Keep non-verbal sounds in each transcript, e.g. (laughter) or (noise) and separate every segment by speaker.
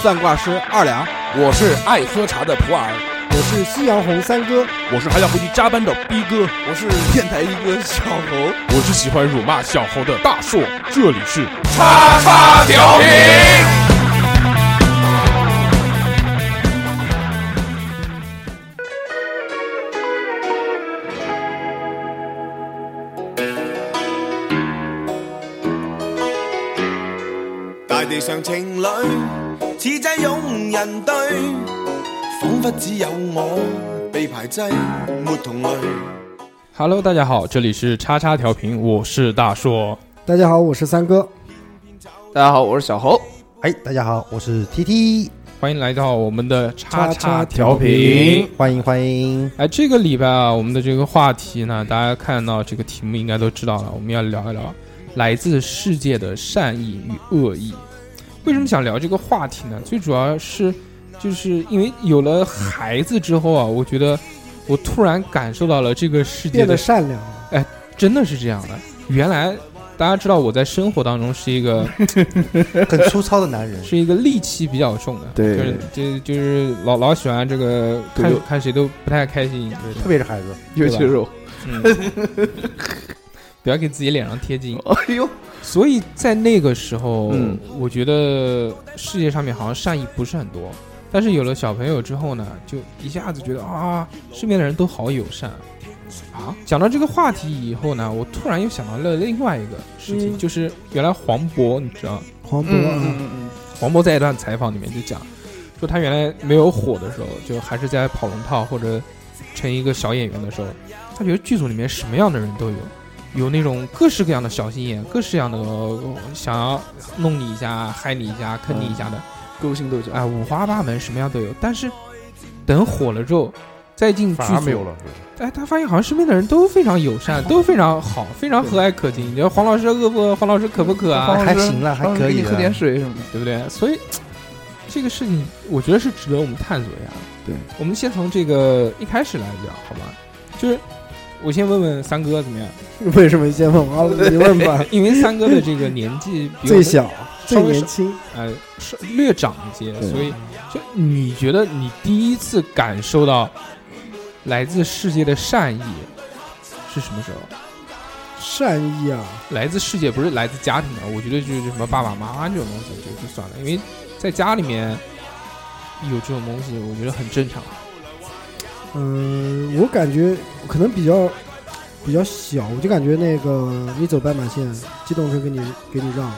Speaker 1: 算卦师二两，
Speaker 2: 我是爱喝茶的普洱，
Speaker 3: 我是夕阳红三哥，
Speaker 4: 我是还要回去加班的逼哥，
Speaker 5: 我是电台一哥小猴，
Speaker 6: 我是喜欢辱骂小猴的大硕。这里是
Speaker 2: 叉叉调频。
Speaker 7: 大地上情侣似挤拥人堆，仿佛只有我被排挤，没同类。
Speaker 6: Hello，大家好，这里是叉叉调频，我是大硕。
Speaker 3: 大家好，我是三哥。
Speaker 5: 大家好，我是小猴。
Speaker 8: 哎，大家好，我是 TT，
Speaker 6: 欢迎来到我们的叉叉
Speaker 3: 叉
Speaker 6: 调
Speaker 3: 调
Speaker 6: 频
Speaker 3: 频。
Speaker 8: 欢迎欢迎。
Speaker 6: 哎，这个礼拜啊，我们的这个话题呢，大家看到这个题目应该都知道了，我们要聊一聊来自世界的善意与恶意。为什么想聊这个话题呢？最主要是，就是因为有了孩子之后啊，我觉得我突然感受到了这个世界
Speaker 3: 变
Speaker 6: 的
Speaker 3: 得善良了，
Speaker 6: 真的是这样的。原来大家知道我在生活当中是
Speaker 5: (laughs)
Speaker 6: 一个
Speaker 8: 很粗糙的男人
Speaker 6: 是一个戾气比较重的，
Speaker 5: 对
Speaker 6: 就是就就是老老喜欢这个
Speaker 5: 对
Speaker 6: 看看谁都不太开心，
Speaker 8: 对，特别是孩子，
Speaker 5: 尤其是我，
Speaker 6: 嗯， (laughs) 不要给自己脸上贴金。
Speaker 5: 哎呦，
Speaker 6: 所以在那个时候，
Speaker 5: 嗯
Speaker 6: 我觉得世界上面好像善意不是很多。但是有了小朋友之后呢，就一下子觉得啊，身边的人都好友善啊。讲到这个话题以后呢，我突然又想到了另外一个事情，
Speaker 3: 嗯
Speaker 6: 就是原来黄渤，你知道，
Speaker 3: 黄渤
Speaker 5: 嗯
Speaker 3: 啊，
Speaker 5: 嗯
Speaker 6: 黄渤在一段采访里面就讲，说他原来没有火的时候，就还是在跑龙套或者成一个小演员的时候，他觉得剧组里面什么样的人都有，有那种各式各样的小心眼，各式各样的、呃想要弄你一下、害你一下、坑你一下的，
Speaker 5: 嗯，勾心斗角
Speaker 6: 啊、，五花八门，什么样都有。但是等火了之后，再进剧反而
Speaker 4: 没
Speaker 6: 没
Speaker 4: 有了，
Speaker 6: 哎，他发现好像身边的人都非常友善，都非常好，非常和蔼可亲。你觉得黄老师饿不饿？黄老师渴不渴啊？
Speaker 5: 当时
Speaker 8: 还行了还
Speaker 5: 当时
Speaker 8: 可以
Speaker 5: 给你喝
Speaker 8: 了
Speaker 5: 点水什么的。
Speaker 6: 对不对？所以这个事情，我觉得是值得我们探索一下。
Speaker 5: 对，
Speaker 6: 我们先从这个一开始来聊，好吗？就是我先问问三哥怎么样？，
Speaker 3: 为什么先问啊？你问吧
Speaker 6: (laughs) 因为三哥的这个年
Speaker 3: (laughs)
Speaker 6: 纪比我们
Speaker 3: 最小
Speaker 6: 稍
Speaker 3: 最
Speaker 6: 微
Speaker 3: 年轻，
Speaker 6: 呃是略长一些，
Speaker 5: 对
Speaker 6: 所以就你觉得你第一次感受到来自世界的善意是什么时候？
Speaker 3: 善意啊，
Speaker 6: 来自世界不是来自家庭的，我觉得就是什么爸爸妈妈这种东西就就算了，因为在家里面有这种东西，我觉得很正常。
Speaker 3: 嗯，我感觉可能比较比较小，我就感觉那个你走斑马线，机动车给你给你让，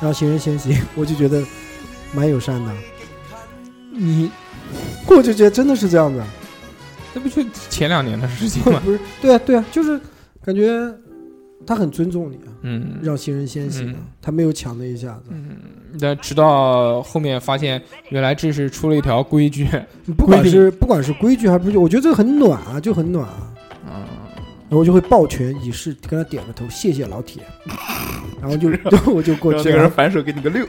Speaker 3: 让行人先行，我就觉得蛮友善的，
Speaker 6: 你
Speaker 3: 我就觉得真的是这样的。
Speaker 6: 那不就前两年的事情吗？
Speaker 3: 不是，对啊，对啊，就是感觉他很尊重你啊，
Speaker 6: (laughs) 嗯，
Speaker 3: 让行人先行啊
Speaker 6: 嗯，
Speaker 3: 他没有抢那一下子，
Speaker 6: 但直到后面发现，原来这是出了一条规矩，
Speaker 3: 不管是不管是规矩还是不规矩，我觉得这个很暖啊，就很暖啊。然后我就会抱拳以示，跟他点个头，谢谢老 (laughs) 铁。然后就我就过
Speaker 5: 然后
Speaker 3: 去
Speaker 5: 那
Speaker 3: 啊
Speaker 5: 个人
Speaker 3: 了。
Speaker 5: 反手给你个六，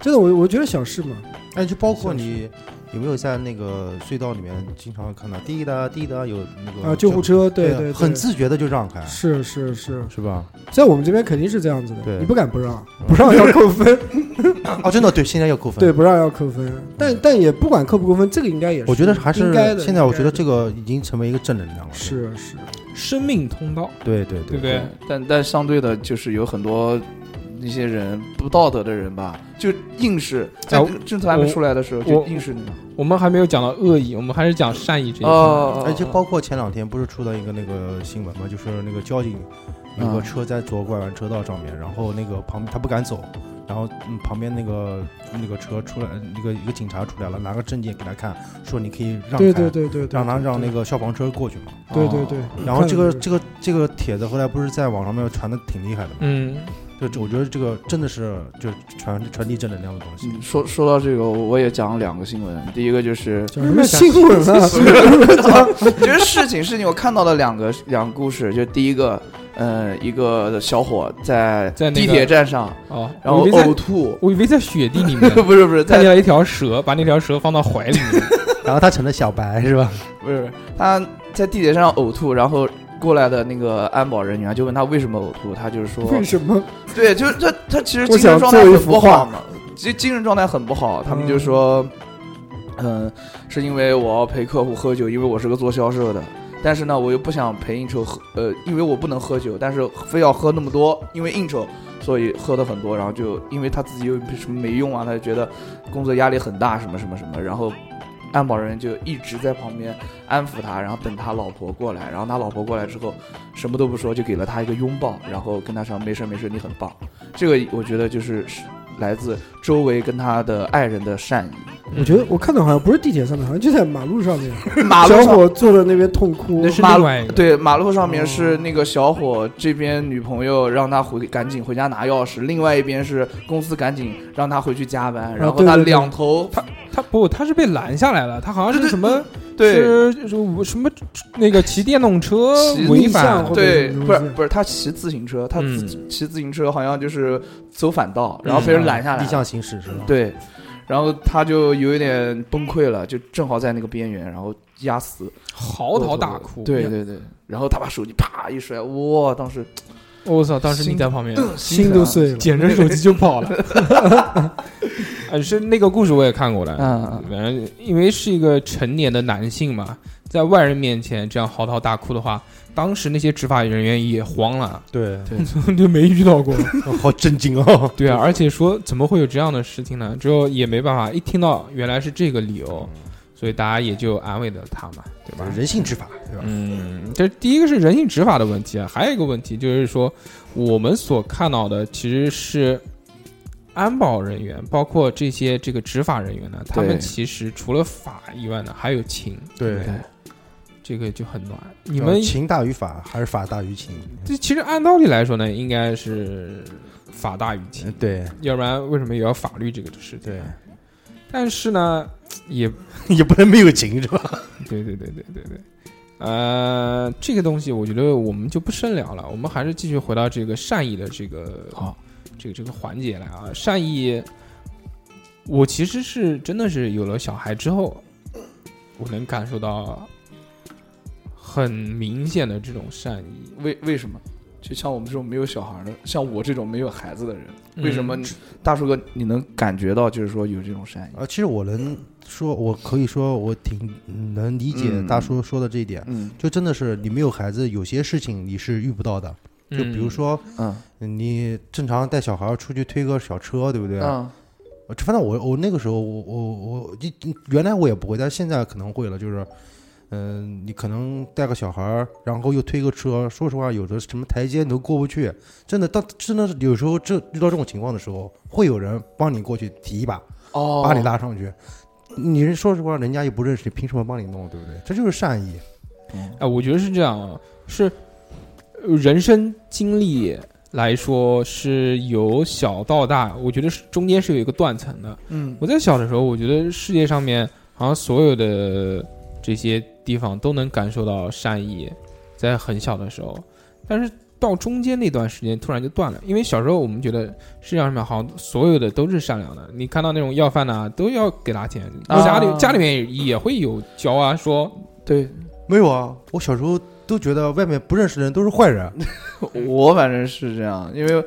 Speaker 3: 真的，我我觉得小事嘛，
Speaker 8: 哎，就包括你有没有在那个隧道里面经常看到滴答滴答有那个
Speaker 3: 啊，救护车，
Speaker 8: 对
Speaker 3: 对对，
Speaker 8: 很
Speaker 3: 对
Speaker 8: 自觉的就让开，啊
Speaker 3: 是是是，
Speaker 8: 是吧？
Speaker 3: 在我们这边肯定是这样子的，
Speaker 8: 对
Speaker 3: 你不敢不让，不让要扣 (laughs) 分，
Speaker 8: 哦，真的对，现在要扣分。
Speaker 3: 对，，不让要扣分。但但也不管扣不扣分，这个应该也是，
Speaker 8: 我觉得还是
Speaker 3: 应该的
Speaker 8: 现在，我觉得
Speaker 3: 应该的
Speaker 8: 这个已经成为一个正能量了。，
Speaker 3: 是是。
Speaker 6: 生命通道，
Speaker 8: 对对
Speaker 6: 对
Speaker 8: 对
Speaker 6: 不对？
Speaker 5: 但但相对的，就是有很多那些人不道德的人吧，就硬是在
Speaker 6: 哎我
Speaker 5: 政策还没出来的时候
Speaker 6: 我
Speaker 5: 就硬是那种。
Speaker 6: 我们还没有讲到恶意，我们还是讲善意这一块。
Speaker 5: 哦，
Speaker 8: 而且哎
Speaker 3: 呃
Speaker 8: 包括前两天不是出了一个那个新闻嘛，就是那个交警有个
Speaker 5: 啊
Speaker 8: 车在左拐弯车道上面，然后那个旁他不敢走，然后嗯旁边那个那个车出来，那个一个警察出来了，拿个证件给他看，说你可以让开，
Speaker 3: 对对对对对，
Speaker 8: 让他让那
Speaker 3: 个，哦
Speaker 8: 个消防车过去嘛。
Speaker 3: 对对对。
Speaker 8: 然后这个这
Speaker 3: 个
Speaker 8: 个这个帖子后来不是在网上面传的挺厉害的嘛，
Speaker 6: 嗯，
Speaker 8: 就这我觉得这个真的是就传传递正能量的东西。
Speaker 5: 嗯说说到这个，我也讲两个新闻。第一个就是 (laughs)
Speaker 3: 叫什么新闻啊？ (laughs)
Speaker 5: 其实事情事情，我看到了两个两个故事，就第一个，呃，一个小伙在
Speaker 6: 在那
Speaker 5: 地
Speaker 6: 个
Speaker 5: 铁站上，
Speaker 6: 哦，
Speaker 5: 然后
Speaker 6: 我以为在
Speaker 5: 呕，吐，
Speaker 6: (laughs) 我以为在雪地里面
Speaker 5: 不是不是
Speaker 6: 看
Speaker 5: 在
Speaker 6: 见了一条蛇，把那条蛇放到怀里 (laughs) 面。
Speaker 8: 然后他成了小白是吧？
Speaker 5: 不是不是他在地铁上呕吐，然后过来的那个安保人员就问他为什么呕吐，他就是说，
Speaker 3: 为什么？
Speaker 5: 对，就是他他其实
Speaker 3: 我
Speaker 5: 精神
Speaker 3: 想
Speaker 5: 状态
Speaker 3: 做一
Speaker 5: 很
Speaker 3: 幅
Speaker 5: 不
Speaker 3: 画
Speaker 5: 好嘛，其实精神状态很不好，他们就说，嗯，是因为我要陪客户喝酒，因为我是个做销售的。但是呢，我又不想陪应酬喝，呃，因为我不能喝酒，但是非要喝那么多，因为应酬，所以喝的很多，然后就因为他自己又什么没用啊，他就觉得工作压力很大，什么什么什么，然后安保人就一直在旁边安抚他，然后等他老婆过来，然后他老婆过来之后，什么都不说，就给了他一个拥抱，然后跟他说没事没事，你很棒。这个我觉得就是来自周围跟他的爱人的善意。
Speaker 3: 我觉得我看到好像不是地铁上面，好像就在马路上面，
Speaker 5: 马路
Speaker 3: 小
Speaker 5: 上
Speaker 3: 伙坐在那边痛哭
Speaker 6: 那。是
Speaker 5: 马
Speaker 6: 另
Speaker 5: 路
Speaker 6: 外一个，
Speaker 5: 对，马路上面是那个小伙这边女朋友让他回赶紧回家拿钥匙，另外一边是公司赶紧让他回去加班，然后
Speaker 3: 对
Speaker 5: 他
Speaker 3: 对对
Speaker 5: 两头
Speaker 6: 他不，他是被拦下来了，他好像是什么
Speaker 5: 对
Speaker 6: 是是什么那个骑电动车
Speaker 5: 骑
Speaker 6: 违
Speaker 3: 逆向
Speaker 6: 反
Speaker 3: 或者
Speaker 5: 对，
Speaker 3: 什么
Speaker 5: 不是
Speaker 3: 东西
Speaker 5: 不是，他骑自行车，他自
Speaker 6: 嗯
Speaker 5: 骑自行车好像就是走反道，
Speaker 8: 嗯
Speaker 5: 然后被人拦下来
Speaker 8: 逆
Speaker 5: 了，
Speaker 8: 向行驶是吧？
Speaker 5: 对，然后他就有一点崩溃了，就正好在那个边缘，然后压死，
Speaker 6: 嚎啕大哭，
Speaker 5: 对，对对，然后他把手机啪一甩，哇，当时
Speaker 6: 我操，当时你在旁边，啊
Speaker 3: 心都碎了，
Speaker 6: 捡着手机就跑了。 (laughs) 呃，是那个故事我也看过了，
Speaker 5: 嗯
Speaker 6: 反正因为是一个成年的男性嘛，在外人面前这样嚎啕大哭的话，当时那些执法人员也慌了，
Speaker 8: 对，
Speaker 6: (laughs) 就没遇到过。
Speaker 8: 好震惊哦！
Speaker 6: (laughs) 对啊，而且说怎么会有这样的事情呢？之后也没办法，一听到原来是这个理由，
Speaker 3: 嗯
Speaker 6: 所以大家也就安慰了他嘛，对吧？
Speaker 8: 人性执法，对吧？
Speaker 6: 嗯，这第一个是人性执法的问题啊，还有一个问题就是说，我们所看到的其实是安保人员，包括这些这个执法人员呢，他们其实除了法以外呢，还有情，
Speaker 8: 对
Speaker 6: 不这个就很暖。你
Speaker 8: 你
Speaker 6: 们
Speaker 8: 情大于法，还是法大于情？
Speaker 6: 这其实按道理来说呢，应该是法大于情，
Speaker 8: 对
Speaker 6: 要不然为什么也要法律这个事情？
Speaker 8: 对，
Speaker 6: 但是呢，也
Speaker 8: (laughs) 也不能没有情是吧？
Speaker 6: 对对对对对对，呃，这个东西我觉得我们就不深聊了，我们还是继续回到这个善意的这个
Speaker 5: 好
Speaker 6: 这个这个环节来啊。善意，我其实是真的是有了小孩之后，我能感受到很明显的这种善意。
Speaker 5: 为为什么？就像我们这种没有小孩的，像我这种没有孩子的人，
Speaker 6: 嗯
Speaker 5: 为什么你大叔哥你能感觉到就是说有这种善意？
Speaker 8: 啊，其实我能说，我可以说，我挺嗯能理解
Speaker 5: 嗯
Speaker 8: 大叔说的这一点。
Speaker 5: 嗯
Speaker 8: 就真的是你没有孩子，有些事情你是遇不到的。就比如说，
Speaker 5: 嗯
Speaker 8: 你正常带小孩出去推个小车，对不对？
Speaker 5: 嗯
Speaker 8: 呃反正我我那个时候我我我一原来我也不会，但现在可能会了，就是。嗯，你可能带个小孩儿，然后又推个车，说实话，有的什么台阶你都过不去，真的，当真的是有时候这遇到这种情况的时候，会有人帮你过去提一把，
Speaker 5: 哦，
Speaker 8: 把你拉上去。你是说实话，人家又不认识你，凭什么帮你弄，对不对？这就是善意。
Speaker 6: 嗯，哎、我觉得是这样啊，是呃人生经历来说是由小到大，我觉得是中间是有一个断层的。
Speaker 5: 嗯
Speaker 6: 我在小的时候，我觉得世界上面好像所有的这些地方都能感受到善意，在很小的时候，但是到中间那段时间突然就断了，因为小时候我们觉得世界上面好像所有的都是善良的，你看到那种要饭的、啊、都要给他钱，
Speaker 5: 啊
Speaker 6: 家里、家里面也会有教啊，说
Speaker 5: 对
Speaker 8: 没有啊，我小时候都觉得外面不认识的人都是坏人。嗯
Speaker 5: 我反正是这样，因为。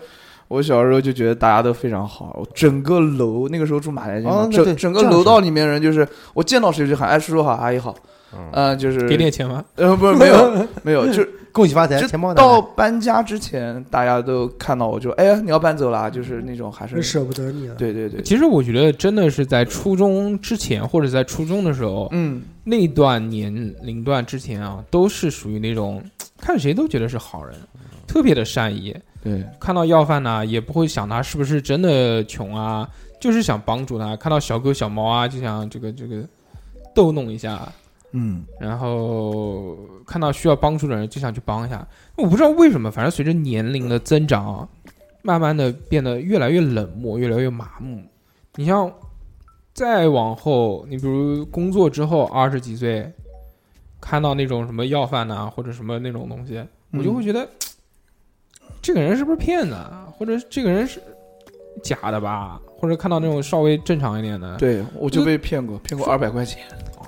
Speaker 5: 我小时候就觉得大家都非常好，我整个楼那个时候住马来街嘛，
Speaker 8: 哦那对
Speaker 5: 整整个
Speaker 8: 这样
Speaker 5: 楼
Speaker 8: 是
Speaker 5: 道里面人就是我见到谁就喊哎叔叔好阿姨好，嗯、
Speaker 8: (laughs)
Speaker 5: 就是
Speaker 6: 给点钱吗？
Speaker 5: 呃不是没
Speaker 3: (laughs)
Speaker 5: 有没有就是
Speaker 8: 恭喜发财，
Speaker 5: 这
Speaker 8: 钱包拿
Speaker 5: 到
Speaker 8: 来。
Speaker 5: 搬家之前大家都看到我就哎呀你要搬走啦，就是那种还是
Speaker 3: 真舍不得你啊了。
Speaker 5: 对对对，
Speaker 6: 其实我觉得真的是在初中之前或者在初中的时候，
Speaker 5: 嗯
Speaker 6: 那段年龄段之前啊，都是属于那种看谁都觉得是好人，特别的善意。
Speaker 5: 对
Speaker 6: 看到要饭呢、也不会想他是不是真的穷啊，就是想帮助他。看到小狗小猫啊，就想这个这个逗弄一下，
Speaker 5: 嗯
Speaker 6: 然后看到需要帮助的人就想去帮一下。我不知道为什么，反正随着年龄的增长啊，慢慢的变得越来越冷漠，越来越麻木。你像再往后，你比如工作之后二十几岁，看到那种什么要饭呐、或者什么那种东西，我就会觉得、这个人是不是骗子，啊，或者这个人是假的吧？或者看到那种稍微正常一点的，
Speaker 5: 对我就被骗过，骗过二百块钱。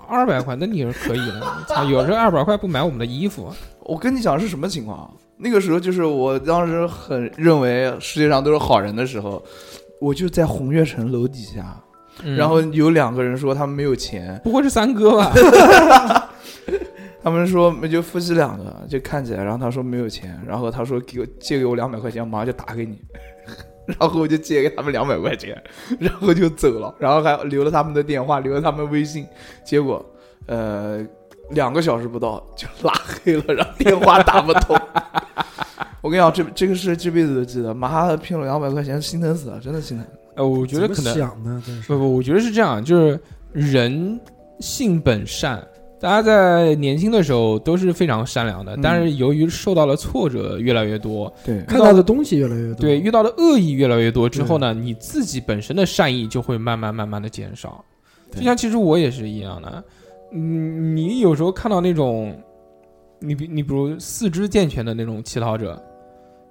Speaker 6: 二百块，那你是可以的。操，有这二百块不买我们的衣服，
Speaker 5: 我跟你讲是什么情况啊？那个时候就是我当时很认为世界上都是好人的时候，我就在红悦城楼底下，
Speaker 3: 嗯
Speaker 5: 然后有两个人说他们没有钱，
Speaker 6: 不会是三哥
Speaker 3: (laughs)
Speaker 6: 吧？
Speaker 5: 他们说就夫妻两个就看起来，然后他说没有钱，然后他说给我借给我两百块钱，马上就打给你， (laughs) 然后我就借给他们两百块钱，然后就走了，然后还留了他们的电话，留了他们微信，结果呃两个小时不到就拉黑了，然后电话打不 (laughs) 通。我跟你讲，这这个是这辈子都记得，妈的骗了两百块钱，心疼死了，真的心疼。
Speaker 6: 呃，我觉得可
Speaker 3: 怎么
Speaker 6: 能
Speaker 3: 想呢，真是
Speaker 6: 不不，我觉得是这样，就是人性本善，大家在年轻的时候都是非常善良的，
Speaker 5: 嗯
Speaker 6: 但是由于受到了挫折越来越多，
Speaker 5: 对
Speaker 3: 看到的东西越来越多。
Speaker 6: 对，遇到的恶意越来越多之后呢，你自己本身的善意就会慢慢慢慢的减少。
Speaker 5: 对
Speaker 6: 就像其实我也是一样的，嗯，你有时候看到那种，你比你比如四肢健全的那种乞讨者，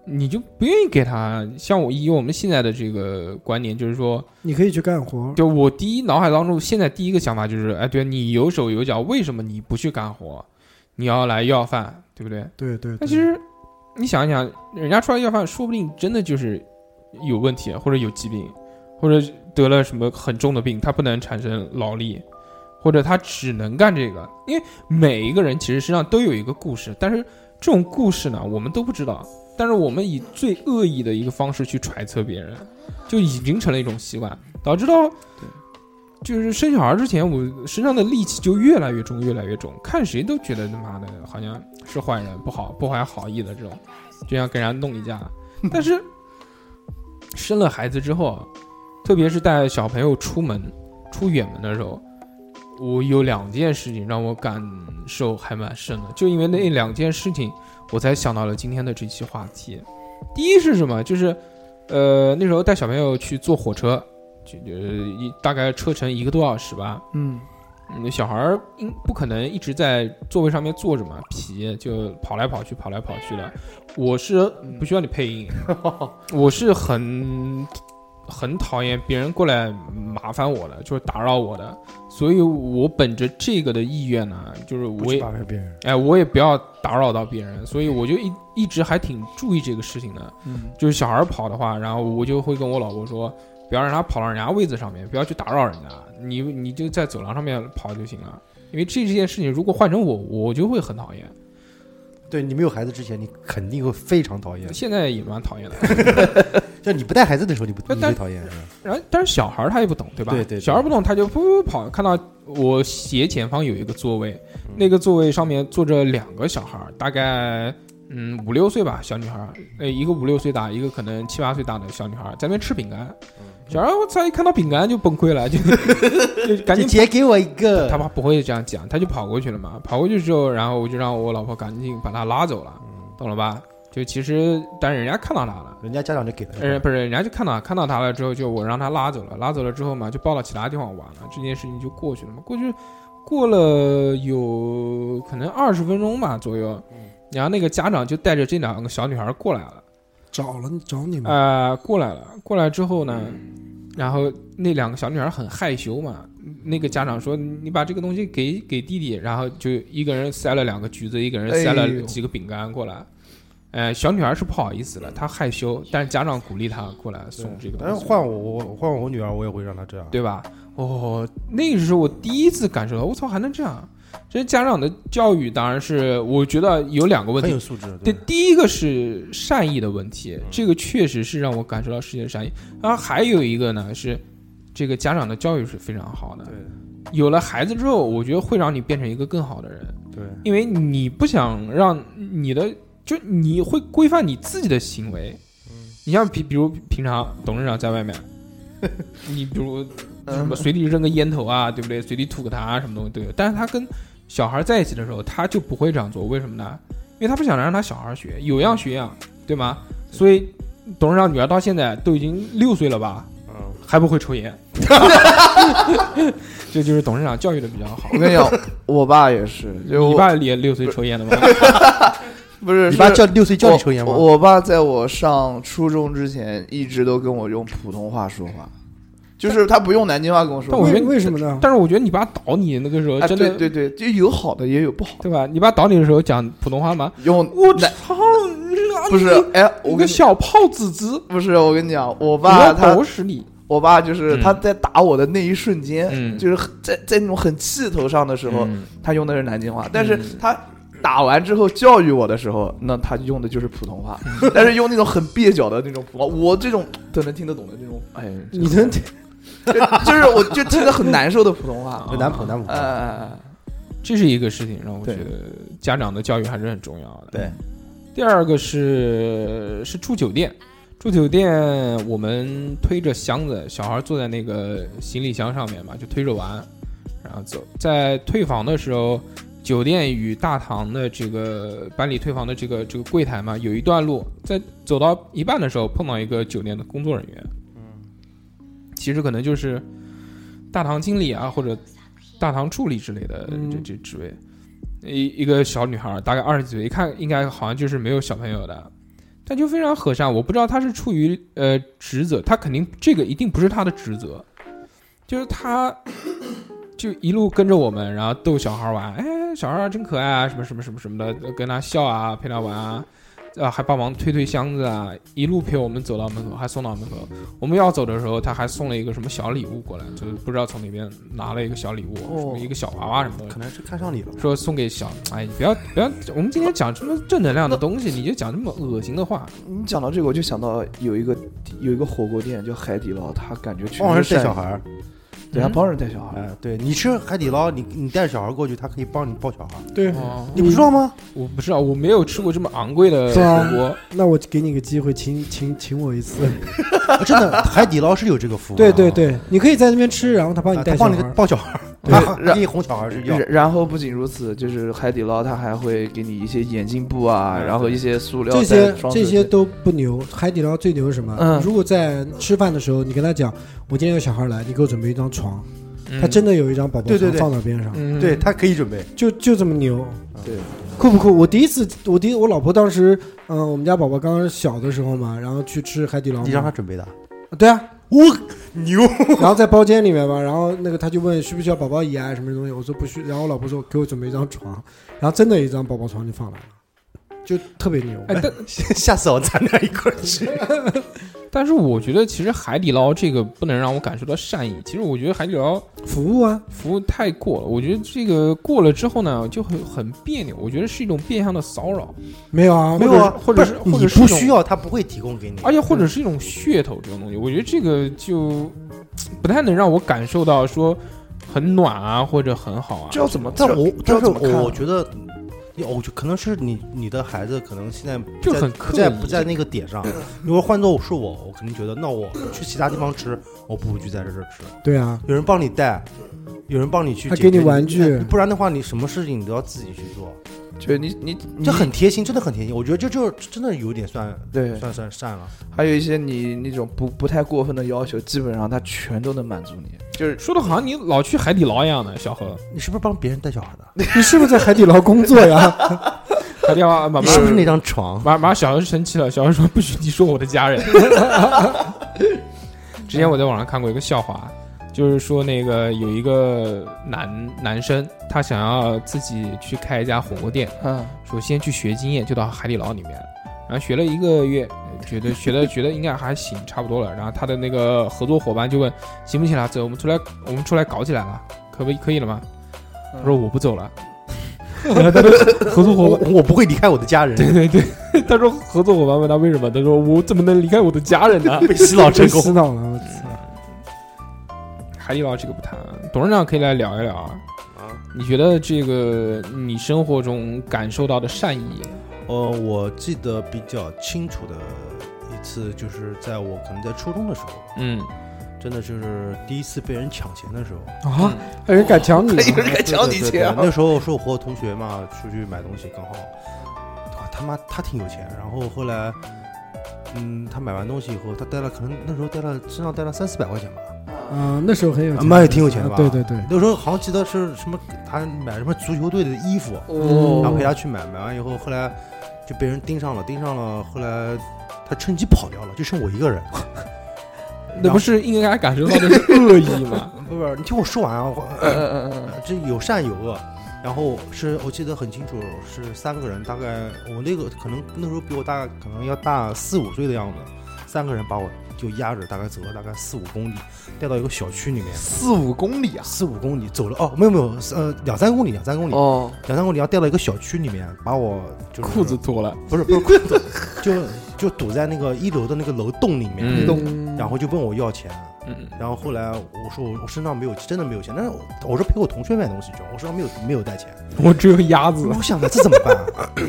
Speaker 6: 你就不愿意给他。像我以我们现在的这个观念，就是说，
Speaker 3: 你可以去干活，
Speaker 6: 就我第一脑海当中现在第一个想法就是，哎，对你有手有脚，为什么你不去干活？你要来要饭，对不对？
Speaker 3: 对对。
Speaker 6: 但
Speaker 3: 对
Speaker 6: 其实你想一想，人家出来要饭，说不定真的就是有问题，或者有疾病，或者得了什么很重的病，他不能产生劳力，或者他只能干这个。因为每一个人其实身上都有一个故事，但是这种故事呢，我们都不知道。但是我们以最恶意的一个方式去揣测别人，就已经成了一种习惯，导致到就是生小孩之前，我身上的戾气就越来越重，越来越重，看谁都觉得他妈的好像是坏人，不好不怀好意的这种，就想跟人家弄一架。但是生了孩子之后，特别是带小朋友出门、出远门的时候，我有两件事情让我感受还蛮深的，就因为那两件事情，我才想到了今天的这期话题。第一是什么？就是呃，那时候带小朋友去坐火车，就呃一大概车程一个多小时吧。
Speaker 5: 嗯，
Speaker 6: 嗯，小孩儿嗯不可能一直在座位上面坐着嘛，皮就跑来跑去，跑来跑去的。我是
Speaker 8: 嗯
Speaker 6: 不需要你配
Speaker 8: (laughs)
Speaker 6: 音，我是很很讨厌别人过来麻烦我的，就是打扰我的，所以我本着这个的意愿呢，就是
Speaker 8: 不
Speaker 6: 我
Speaker 8: 去
Speaker 6: 也
Speaker 8: 麻烦别人。
Speaker 6: 哎我也不要打扰到别人，所以我就一一直还挺注意这个事情的。
Speaker 5: 嗯，
Speaker 6: 就是小孩儿跑的话，然后我就会跟我老婆说，不要让他跑到人家位子上面，不要去打扰人家，你你就在走廊上面跑就行了。因为这件事情如果换成我，我就会很讨厌。
Speaker 8: 对你没有孩子之前，你肯定会非常讨厌。
Speaker 6: 现在也蛮讨厌的。
Speaker 8: 就你不带孩子的时候，你不
Speaker 6: 但
Speaker 8: 你会讨厌。啊
Speaker 6: 然后，但是小孩儿他也不懂，对吧？
Speaker 8: 对对对
Speaker 6: 小孩儿不懂，他就噗噗跑，看到我斜前方有一个座位，
Speaker 8: 嗯
Speaker 6: 那个座位上面坐着两个小孩儿，大概嗯五六岁吧，小女孩儿，呃，一个五六岁大，一个可能七八岁大的小女孩儿，在那边吃饼干。
Speaker 8: 嗯
Speaker 6: 小孩儿我操，一看到饼干就崩溃了，就 (laughs) 就赶
Speaker 8: 姐
Speaker 6: 紧
Speaker 8: 姐给我一个，
Speaker 6: 他不会这样讲，他就跑过去了嘛。跑过去之后，然后我就让我老婆赶紧把他拉走了，懂了吧？就其实，但是人家看到他了，
Speaker 8: 人家家长就给了。
Speaker 6: 呃，不是，人家就看到看到他了之后，就我让他拉走了，拉走了之后嘛，就抱到其他地方玩了，这件事情就过去了嘛。过去过了有可能二十分钟吧左右，然后那个家长就带着这两个小女孩过来了。
Speaker 3: 找了找
Speaker 8: 嗯
Speaker 3: 你们，
Speaker 6: 呃，过来了，过来之后呢，然后那两个小女孩很害羞嘛，那个家长说你把这个东西给给弟弟，然后就一个人塞了两个橘子，一个人塞
Speaker 5: 哎
Speaker 6: 了
Speaker 5: 呦
Speaker 6: 几个饼干过来。呃，小女孩是不好意思了，她害羞，但是家长鼓励她过来送这个
Speaker 8: 嗯但是
Speaker 6: 东西，
Speaker 8: 换我，我换我女儿，我也会让她这样。
Speaker 6: 对吧？哦，那个是我第一次感受到，我操，还能这样！这家长的教育当然是，我觉得有两个问
Speaker 8: 很
Speaker 6: 题
Speaker 8: 有，素质。
Speaker 6: 对，第一个是善意的问题，这个确实是让我感受到世界的善意。然后还有一个呢是，这个家长的教育是非常好的。有了孩子之后，我觉得会让你变成一个更好的人，
Speaker 8: 对，
Speaker 6: 因为你不想让你的，就你会规范你自己的行为。你像比比如平常董事长在外面，你比如什么随地扔个烟头啊，对不对？随地吐个痰啊，什么东西都有。但是他跟小孩在一起的时候，他就不会这样做，为什么呢？因为他不想让他小孩学，有样学样，对吗？所以董事长女儿到现在都已经六岁了吧，
Speaker 8: 嗯，
Speaker 6: 还不会抽烟。 (laughs) 这就是董事长教育的比较好
Speaker 5: 我。跟你讲，我爸也是，就
Speaker 6: 你
Speaker 5: 我
Speaker 6: 爸也六岁抽烟的吗？
Speaker 5: 不是
Speaker 8: 你爸
Speaker 5: 是
Speaker 8: 叫六岁叫你抽烟吗？
Speaker 5: 我我爸在我上初中之前，一直都跟我用普通话说话，就是他不用南京话跟我说
Speaker 6: 但我
Speaker 5: 话。
Speaker 6: 觉得
Speaker 3: 为为什么呢？
Speaker 6: 但是我觉得你爸倒你那个时候
Speaker 5: 哎，
Speaker 6: 真
Speaker 5: 对
Speaker 6: 的、
Speaker 5: 对对，就有好的也有不好的，
Speaker 6: 对吧？你爸倒你的时候讲普通话吗？
Speaker 5: 用
Speaker 6: 我
Speaker 5: 南
Speaker 6: 啊操，你这妈
Speaker 5: 不是
Speaker 6: 你，
Speaker 5: 哎，我
Speaker 6: 你
Speaker 5: 跟
Speaker 6: 个
Speaker 5: 你
Speaker 6: 小炮子子，
Speaker 5: 不是，我跟你讲，我
Speaker 6: 我要
Speaker 5: 爸他
Speaker 6: 狗屎你！
Speaker 5: 我爸就是
Speaker 6: 嗯
Speaker 5: 他在打我的那一瞬间，
Speaker 6: 嗯
Speaker 5: 就是很在在那种很气头上的时候，
Speaker 6: 嗯
Speaker 5: 他用的是南京话，但是
Speaker 8: 嗯
Speaker 5: 他。打完之后教育我的时候，那他用的就是普
Speaker 8: (laughs)
Speaker 5: 通话，但是用那种很蹩脚的那种普通话，我这种都能听得懂的那种，哎，
Speaker 3: 你
Speaker 6: (laughs)
Speaker 3: 能
Speaker 5: 就 (laughs) 就是我就听得很难受的普通话。
Speaker 8: (laughs) 南普南普
Speaker 5: 哎，哎哎
Speaker 6: 这是一个事情，让我
Speaker 5: 对
Speaker 6: 觉得家长的教育还是很重要的。
Speaker 5: 对，
Speaker 6: 第二个是是住酒店，住酒店我们推着箱子，小孩坐在那个行李箱上面嘛，就推着玩，然后走。在退房的时候，酒店与大堂的这个办理退房的这个这个柜台嘛，有一段路，在走到一半的时候碰到一个酒店的工作人员，其实可能就是大堂经理啊，或者大堂助理之类的
Speaker 3: 嗯
Speaker 6: 这这职位。一一个小女孩，大概二十几岁，一看应该好像就是没有小朋友的，但就非常和善。我不知道她是出于呃职责，她肯定这个一定不是她的职责，就是她就一路跟着我们，然后逗小孩玩，哎，小孩儿真可爱啊，什么什么什么什么的，跟她笑啊，陪她玩啊，啊，还帮忙推推箱子啊，一路陪我们走到门口，还送到门口。我们要走的时候，他还送了一个什么小礼物过来，就是不知道从哪边拿了一个小礼物，
Speaker 5: 哦
Speaker 6: 什么一个小娃娃什么东西
Speaker 8: 可。能是看上你了。
Speaker 6: 说送给小，哎，你不要不要，我们今天讲这么正能量的东西，你就讲这么恶心的话。
Speaker 5: 你讲到这个，我就想到有一个有一个火锅店叫海底捞，他感觉全
Speaker 8: 帮人
Speaker 5: 是
Speaker 8: 带小
Speaker 5: 孩，
Speaker 8: 孩儿，
Speaker 5: 对，他
Speaker 6: 嗯
Speaker 5: 帮人带小孩，
Speaker 8: 哎，对，你吃海底捞，你你带着小孩过去，他可以帮你抱小孩，
Speaker 3: 对？
Speaker 6: 哦，
Speaker 8: 你不知道吗？
Speaker 6: 我不知道，我没有吃过这么昂贵的
Speaker 3: 对啊
Speaker 6: 火锅。
Speaker 3: 那我给你个机会，请请请我一次。
Speaker 8: 啊真的，海底捞是有这个服务的，
Speaker 3: 对对对，你可以在那边吃，然后他帮你
Speaker 8: 啊，
Speaker 3: 带
Speaker 8: 他
Speaker 3: 小
Speaker 8: 帮
Speaker 3: 孩
Speaker 8: 你
Speaker 3: 儿。
Speaker 8: 抱小孩儿，
Speaker 5: 对
Speaker 8: (laughs) 他还
Speaker 5: 让
Speaker 8: 可以哄小孩儿睡觉
Speaker 5: 然。然后不仅如此，就是海底捞它还会给你一些眼镜布啊，然后一些塑料
Speaker 3: 这些
Speaker 5: 袋装
Speaker 3: 这
Speaker 5: 水
Speaker 3: 些都不牛，海底捞最牛是什么？
Speaker 5: 嗯
Speaker 3: 如果在吃饭的时候，你跟他讲，我今天有小孩来，你给我准备一张床，
Speaker 6: 嗯
Speaker 3: 他真的有一张宝宝
Speaker 8: 对对
Speaker 3: 床
Speaker 8: 对
Speaker 3: 放到边上，
Speaker 6: 嗯
Speaker 8: 对他可以准备，
Speaker 3: 就就这么牛，
Speaker 8: 嗯
Speaker 5: 对，
Speaker 3: 酷不酷？我第一次，我第一我老婆当时，嗯、我们家宝宝刚刚小的时候嘛，然后去吃海底捞嘛，
Speaker 8: 你让他准备的，
Speaker 3: 对啊，
Speaker 8: 我牛， (laughs)
Speaker 3: 然后在包间里面嘛，然后那个他就问需不需要宝宝椅啊什么东西，我说不需，然后我老婆说给我准备一张床，然后真的有一张宝宝床就放来了，就特别牛。
Speaker 6: 哎，但
Speaker 8: 下次我咱俩一块儿去。
Speaker 6: 但是我觉得其实海底捞这个不能让我感受到善意。其实我觉得海底捞
Speaker 3: 服务啊，
Speaker 6: 服务太过了，我觉得这个过了之后呢，就很很别扭。我觉得是一种变相的骚扰，
Speaker 8: 嗯
Speaker 3: 没有啊，
Speaker 8: 没有啊，
Speaker 6: 或者
Speaker 8: 不
Speaker 6: 是
Speaker 8: 是哎
Speaker 6: 或者
Speaker 8: 你
Speaker 6: 是
Speaker 8: 不
Speaker 6: 一种
Speaker 8: 需要，他不会提供给你。
Speaker 6: 而且或者是一种噱头这种东西。我觉得这个就不太能让我感受到说很暖啊，或者很好啊。
Speaker 5: 这要怎么？
Speaker 8: 但
Speaker 5: 这
Speaker 8: 我
Speaker 5: 这
Speaker 8: 但
Speaker 5: 要
Speaker 8: 是
Speaker 5: 怎么看啊
Speaker 8: 我觉得，你我觉可能是你你的孩子可能现在不
Speaker 6: 就
Speaker 8: 在
Speaker 6: 很
Speaker 8: 不
Speaker 6: 刻
Speaker 8: 在
Speaker 6: 意
Speaker 8: 不在那个点上。如果换做是我，我肯定觉得那我去其他地方吃，我不如就在这儿吃。
Speaker 3: 对啊，
Speaker 8: 有人帮你带，有人帮你去
Speaker 3: 还
Speaker 8: 解决，
Speaker 3: 给你玩具
Speaker 8: 哎不然的话你什么事情你都要自己去做，
Speaker 5: 就你你你
Speaker 8: 这很贴心，真的很贴心。我觉得这就真的有点算
Speaker 5: 对，
Speaker 8: 算算善了。
Speaker 5: 还有一些你那种不不太过分的要求，基本上他全都能满足你。就是
Speaker 6: 说的好像你老去海底捞一样的，小何，
Speaker 8: 你是不是帮别人带小孩的？
Speaker 3: 你是不是在海底捞工
Speaker 5: (laughs)
Speaker 3: 作呀？
Speaker 6: 海底捞啊马
Speaker 8: 你
Speaker 6: 马
Speaker 8: 是不是那张床？
Speaker 6: 马马小何生气了，小何说不许你说我的家人。之前我在网上看过一个笑话，就是说那个有一个男男生，他想要自己去开一家火锅店，
Speaker 5: 嗯，
Speaker 6: 说先去学经验，就到海底捞里面，然后学了一个月，呃觉得学的觉得应该还行，差不多了。然后他的那个合作伙伴就问行不行了，走，我们出来我们出来搞起来了，可不可以了吗？他说我不走了。然后他的合作伙
Speaker 8: 我
Speaker 6: 伴
Speaker 8: 我不会离开我的家人， (laughs)
Speaker 6: 对对对， (laughs) 他说合作伙伴问他为什么，他说我怎么能离开我的家人
Speaker 8: (laughs)
Speaker 6: 呢？
Speaker 8: 被洗脑
Speaker 5: 哦
Speaker 8: 成
Speaker 3: 真
Speaker 8: 功
Speaker 3: 洗。脑了，我操！
Speaker 6: 海底捞这个不谈，董事长可以来聊一聊啊。你觉得这个你生活中感受到的善意，
Speaker 8: 呃，我记得比较清楚的一次，就是在我可能在初中的时候，
Speaker 6: 嗯
Speaker 8: 真的就是第一次被人抢钱的时候。
Speaker 6: 啊，
Speaker 3: 有人敢抢你吗？
Speaker 5: 哎有人敢抢你
Speaker 8: 对对对
Speaker 5: 钱，
Speaker 8: 那时候是我和我同学嘛，出去买东西，刚好，哇，他妈他挺有钱。然后后来，嗯，他买完东西以后，他带了可能那时候带了身上带了三四百块钱吧。
Speaker 3: 啊，那时候很有
Speaker 8: 啊
Speaker 3: 钱，
Speaker 8: 妈也挺有钱的吧
Speaker 3: 啊对对对，
Speaker 8: 那时候好像记得是什么，他买什么足球队的衣服，然后
Speaker 5: 哦，
Speaker 8: 陪他去买，买完以后，后来就被人盯上了，盯上了，后来他趁机跑掉了，就剩我一个人。
Speaker 6: 那不是应该感受到的是恶意吗？
Speaker 3: 嗯
Speaker 6: (laughs)
Speaker 8: 不是，你听我说完啊，我
Speaker 5: 嗯嗯嗯嗯
Speaker 8: 呃这有善有恶。然后是我记得很清楚，是三个人，大概我那个可能那时候比我大概可能要大四五岁的样子，三个人把我就压着，大概走了大概四五公里，带到一个小区里面，
Speaker 5: 四五公里啊！
Speaker 8: 四五公里走了哦，没有没有，呃，两三公里，两三公里，
Speaker 5: 哦，
Speaker 8: 两三公里，要带到一个小区里面，把我就是
Speaker 6: 裤子脱了，
Speaker 8: 不是不是裤
Speaker 6: (laughs)
Speaker 8: 子，就就堵在那个一楼的那个楼洞里面，
Speaker 6: 嗯
Speaker 8: 然后就问我要钱，
Speaker 6: 嗯，
Speaker 8: 然后后来我说我我身上没有，真的没有钱，但是我我是陪我同学买东西去，我身上没有没有带钱，
Speaker 6: 我只有鸭子，
Speaker 8: 我想着这怎么办、啊？ (coughs)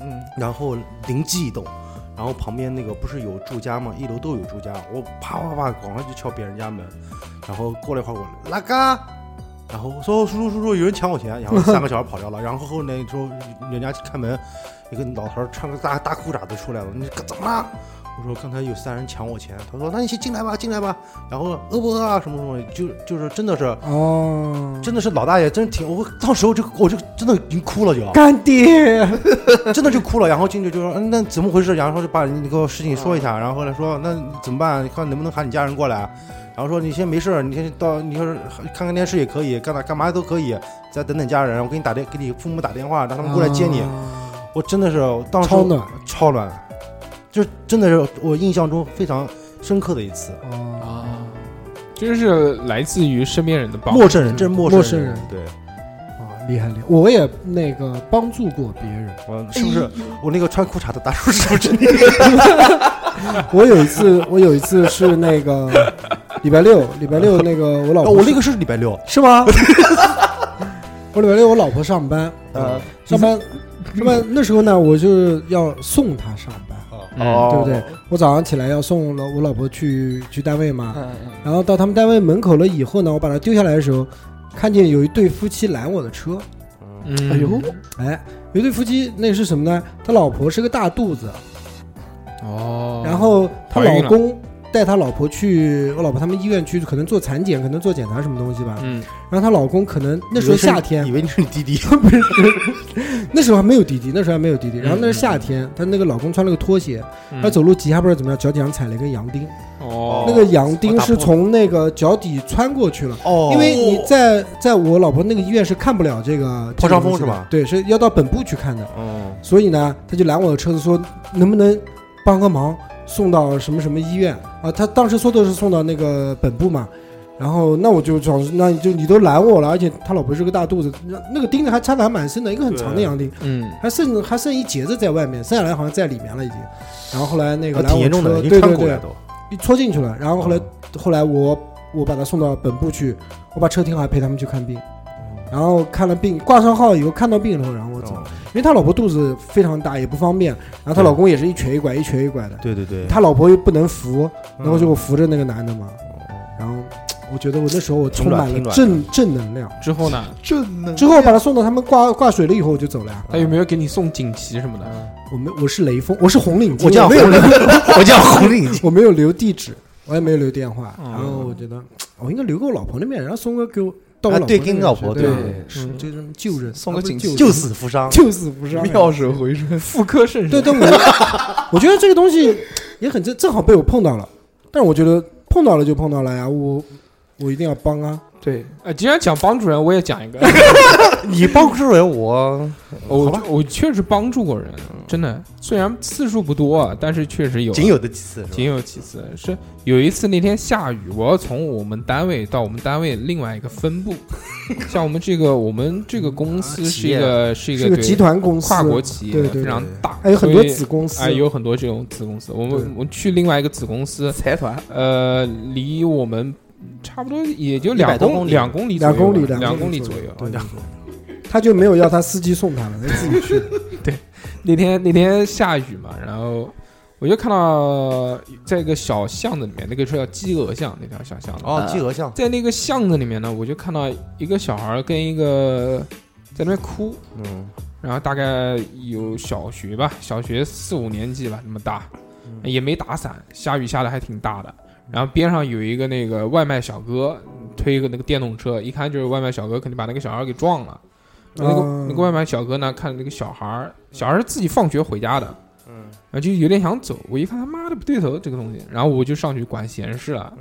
Speaker 8: 嗯，然后灵机一动，然后旁边那个不是有住家吗？一楼都有住家，我啪啪啪赶快就敲别人家门，然后过了一会儿我拉嘎，然后我说叔叔叔叔有人抢我钱，然后三个小孩跑掉了，然后后来之后人家去开门，一个老头儿穿个大大裤衩子出来了，你干怎么了？我说刚才有三人抢我钱，他说那你先进来吧，进来吧，然后饿不饿啊什么什么，就就是真的是
Speaker 3: 哦，
Speaker 8: 真的是老大爷，真是挺我当时我就我就真的已经哭了就。
Speaker 3: 干爹，
Speaker 8: 真的就哭了，然后进去就说，嗯，那怎么回事？然后就把你给我事情说
Speaker 3: 嗯
Speaker 8: 一下，然后后来说，那怎么办？你看能不能喊你家人过来？然后说你先没事，你先到，你说看看电视也可以，干嘛干嘛都可以，再等等家人，我给你打电，给你父母打电话，让他们过来接你。
Speaker 3: 啊
Speaker 8: 我真的是我当时
Speaker 3: 超暖，
Speaker 8: 超暖，就真的是我印象中非常深刻的一次。
Speaker 3: 哦，
Speaker 6: 就是来自于身边人的帮助。
Speaker 8: 陌生人，这是陌
Speaker 3: 陌
Speaker 8: 生
Speaker 3: 生
Speaker 8: 人
Speaker 3: 人，
Speaker 8: 对，
Speaker 3: 啊厉害厉害，我也那个帮助过别人。
Speaker 8: (laughs)
Speaker 5: 哎
Speaker 8: 我是不是我那个穿裤衩的大叔是不是
Speaker 3: (laughs)
Speaker 8: 你？
Speaker 3: 我有一次，我有一次是那个
Speaker 8: (laughs)
Speaker 3: 礼拜六，礼拜六那个我老
Speaker 8: 哦
Speaker 3: 婆
Speaker 8: 我
Speaker 3: 是
Speaker 8: 那个是礼拜六，
Speaker 3: 是吗？ (laughs) 我礼拜六我老婆上班，
Speaker 8: 呃，
Speaker 3: 上班上班那时候呢，我就是要送她上班，
Speaker 6: 嗯，
Speaker 3: 对不对？我早上起来要送老我老婆去去单位嘛，
Speaker 5: 嗯嗯
Speaker 3: 然后到他们单位门口了以后呢，我把她丢下来的时候，看见有一对夫妻拦我的车，
Speaker 6: 嗯，
Speaker 3: 哎呦，哎，有一对夫妻那是什么呢？他老婆是个大肚子，
Speaker 6: 哦，
Speaker 3: 然后她
Speaker 6: 怀孕
Speaker 3: 老
Speaker 6: 了
Speaker 3: 公带她老婆去我老婆他们医院去，可能做产检，可能做检查什么东西吧。
Speaker 6: 嗯，
Speaker 3: 然后她老公可能那时候夏天
Speaker 8: 以，为你是滴滴，
Speaker 3: 不是，那时候还没有滴滴，那时候还没有滴滴。然后那
Speaker 6: 嗯
Speaker 3: 是夏天，她那个老公穿了个拖鞋，她走路急下不知道怎么样，脚底上踩了一根洋钉，
Speaker 6: 哦，
Speaker 3: 那个洋钉
Speaker 8: 打破
Speaker 3: 是从那个脚底穿过去了。
Speaker 8: 哦
Speaker 3: (laughs) 因为你在在我老婆那个医院是看不了这个
Speaker 8: 破伤风
Speaker 3: 这个东西的
Speaker 8: 是吧
Speaker 3: 对，是要到本部去看的。
Speaker 8: 哦，
Speaker 3: 所以呢，他就拦我的车子说，能不能帮个忙送到什么什么医院啊？他当时说的是送到那个本部嘛。然后那我就想，那你就你都拦我了，而且他老婆是个大肚子，那那个钉子还插的还蛮深的，一个很长的
Speaker 8: 对
Speaker 3: 洋钉，
Speaker 6: 嗯，
Speaker 3: 还剩还剩一截子在外面，剩下来好像在里面了已经。然后后来那个
Speaker 8: 啊
Speaker 3: 拦
Speaker 8: 挺
Speaker 3: 我
Speaker 8: 严重的，
Speaker 3: 车
Speaker 8: 已经
Speaker 3: 对
Speaker 8: 穿
Speaker 3: 对
Speaker 8: 过来
Speaker 3: 对，
Speaker 8: 都。
Speaker 3: 一戳进去了。然后后来
Speaker 8: 嗯
Speaker 3: 后来我我把他送到本部去，我把车停好，还陪他们去看病。
Speaker 8: 嗯
Speaker 3: 然后看了病，挂上号以后看到病了以后，然后我
Speaker 8: 哦
Speaker 3: 走。因为他老婆肚子非常大，也不方便，然后他老公也是一瘸一拐，一瘸一拐的，
Speaker 8: 对对对，
Speaker 3: 他老婆又不能扶，
Speaker 8: 嗯哦
Speaker 3: 然后就扶着那个男的嘛，然后我觉得我那时候我充满
Speaker 8: 挺
Speaker 3: 了
Speaker 8: 暖的
Speaker 3: 正正能量。
Speaker 6: 之后呢？
Speaker 5: 正能
Speaker 3: 之后把他送到他们挂挂水了以后，我就走了呀。
Speaker 6: 他有没有给你送锦旗什么的？
Speaker 3: 我没我是雷锋，我是红领巾，
Speaker 8: 我叫
Speaker 3: 没
Speaker 8: 红
Speaker 3: 有
Speaker 8: 领， (laughs) 我叫红领巾。
Speaker 3: 我没有留地址，我也没有留电话。
Speaker 6: 哦
Speaker 3: 然后我觉得我应该留给我老婆那边，然后松哥给我 (laughs) 到我
Speaker 8: 啊
Speaker 3: 老婆那
Speaker 8: (laughs) 对给你
Speaker 3: 边
Speaker 8: 老
Speaker 3: 去
Speaker 8: 婆
Speaker 3: 对
Speaker 5: 对
Speaker 3: 吧，是
Speaker 6: 嗯
Speaker 3: 就是救人，
Speaker 5: 送个
Speaker 3: 啊不是
Speaker 5: 锦
Speaker 3: 救
Speaker 5: 旗
Speaker 8: 救
Speaker 3: 人
Speaker 8: 死扶伤，
Speaker 3: 救死扶伤，啊
Speaker 5: 妙手回春，妇科圣
Speaker 3: 对，
Speaker 5: 手。
Speaker 6: (laughs)
Speaker 3: 但我我觉得这个东西也很正，正好被我碰到了。但是我觉得碰到了就碰到了呀，我我一定要帮啊。
Speaker 5: 对，
Speaker 6: 呃，既然讲帮主人，我也讲一
Speaker 3: (laughs)
Speaker 6: 个。
Speaker 8: 你帮助人我，
Speaker 6: 我
Speaker 8: 好吧
Speaker 6: 我确实帮助过人，
Speaker 3: 嗯
Speaker 6: 真的，虽然次数不多，啊，但是确实有，
Speaker 8: 仅有的几次是吧
Speaker 6: 仅有其次。是有一次那天下雨，我要从我们单位到我们单位另外一个分
Speaker 3: (laughs)
Speaker 6: 部，像我们这个我们这个公司是一个是一
Speaker 3: 啊是
Speaker 6: 个
Speaker 3: 个
Speaker 6: 对
Speaker 3: 集团公司，
Speaker 6: 跨国企
Speaker 3: 对
Speaker 6: 业，
Speaker 3: 对对
Speaker 6: 非常大，
Speaker 3: 还有很多
Speaker 6: 所以
Speaker 3: 子公司，
Speaker 6: 哎，有很多这种子公司。我
Speaker 3: 对
Speaker 6: 们我们去另外一个子公司，
Speaker 5: 财团
Speaker 6: 呃，离我们差不多也就
Speaker 8: 100
Speaker 6: 两
Speaker 8: 多
Speaker 6: 公
Speaker 8: 公里
Speaker 6: 两公里左
Speaker 3: 两
Speaker 6: 右吧，
Speaker 3: 公里
Speaker 6: 两
Speaker 3: 公
Speaker 6: 公里左
Speaker 3: 左
Speaker 6: 右。
Speaker 3: 对，他就没有要他司机送他了， (laughs) 他自己去。
Speaker 6: 那天那天下雨嘛，然后我就看到在一个小巷子里面，那个车叫鸡鹅巷那条小巷子，
Speaker 8: 哦，鸡鹅像
Speaker 6: 在那个巷子里面呢，我就看到一个小孩跟一个在那边哭，
Speaker 8: 嗯，
Speaker 6: 然后大概有小学吧，小学四五年级吧，那么大，也没打伞，下雨下的还挺大的。然后边上有一个那个外卖小哥推一个那个电动车，一看就是外卖小哥，肯定把那个小孩给撞了。那个、
Speaker 3: 嗯
Speaker 6: 那个外卖小哥呢，看那个小孩儿，小孩儿是自己放学回家的，
Speaker 8: 嗯
Speaker 6: 然后就有点想走，我一看他妈的不对头这个东西，然后我就上去管闲事了。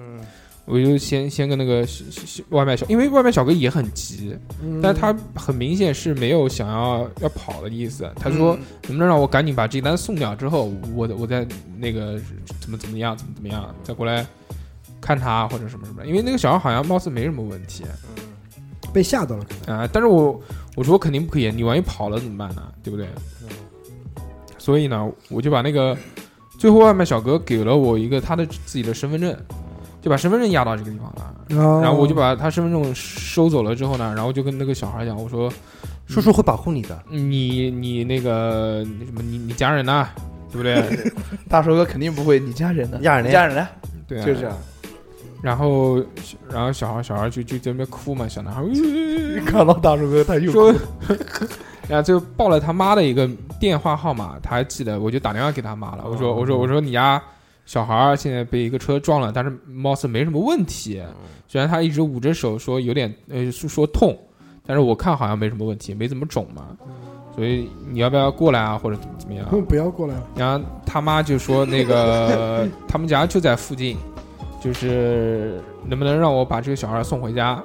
Speaker 6: 我就先先跟那个是是是外卖小，因为外卖小哥也很急，
Speaker 3: 嗯
Speaker 6: 但他很明显是没有想要要跑的意思。他说能不能让我赶紧把这单送掉之后，我我再那个怎么怎么样，怎么怎么样，再过来看他或者什么什么的。因为那个小孩好像貌似没什么问题
Speaker 3: 被吓到了，可能
Speaker 6: 啊，但是我我说肯定不可以，你万一跑了怎么办呢？对不对？所以呢，我就把那个最后外卖小哥给了我一个他的自己的身份证，就把身份证压到这个地方了。然
Speaker 5: 哦
Speaker 3: 然
Speaker 6: 后我就把他身份证收走了之后呢，然后就跟那个小孩讲，我说
Speaker 8: 叔叔会保护你的。
Speaker 6: 你你那个你什么你你家人呐、对
Speaker 5: (laughs)
Speaker 6: 不对？
Speaker 5: 大叔哥肯定不会，你家人呢？
Speaker 8: 家人呢
Speaker 5: 你家人呢？
Speaker 6: 对、啊，
Speaker 5: 就是这样。
Speaker 6: 然后然后小孩小孩就就在那边哭嘛，小男孩、呃
Speaker 5: 看到大叔哥，他又
Speaker 6: 说，然后就报了他妈的一个电话号码，他还记得，我就打电话给他妈了，我说我说我说你家小孩儿现在被一个车撞了，但是貌似没什么问题，虽然他一直捂着手说有点呃是说痛，但是我看好像没什么问题，没怎么肿嘛，所以你要不要过来啊，或者怎么怎么样？
Speaker 3: 嗯不要过来了，
Speaker 6: 然后他妈就说那个他们家就在附近，就是能不能让我把这个小孩送回家？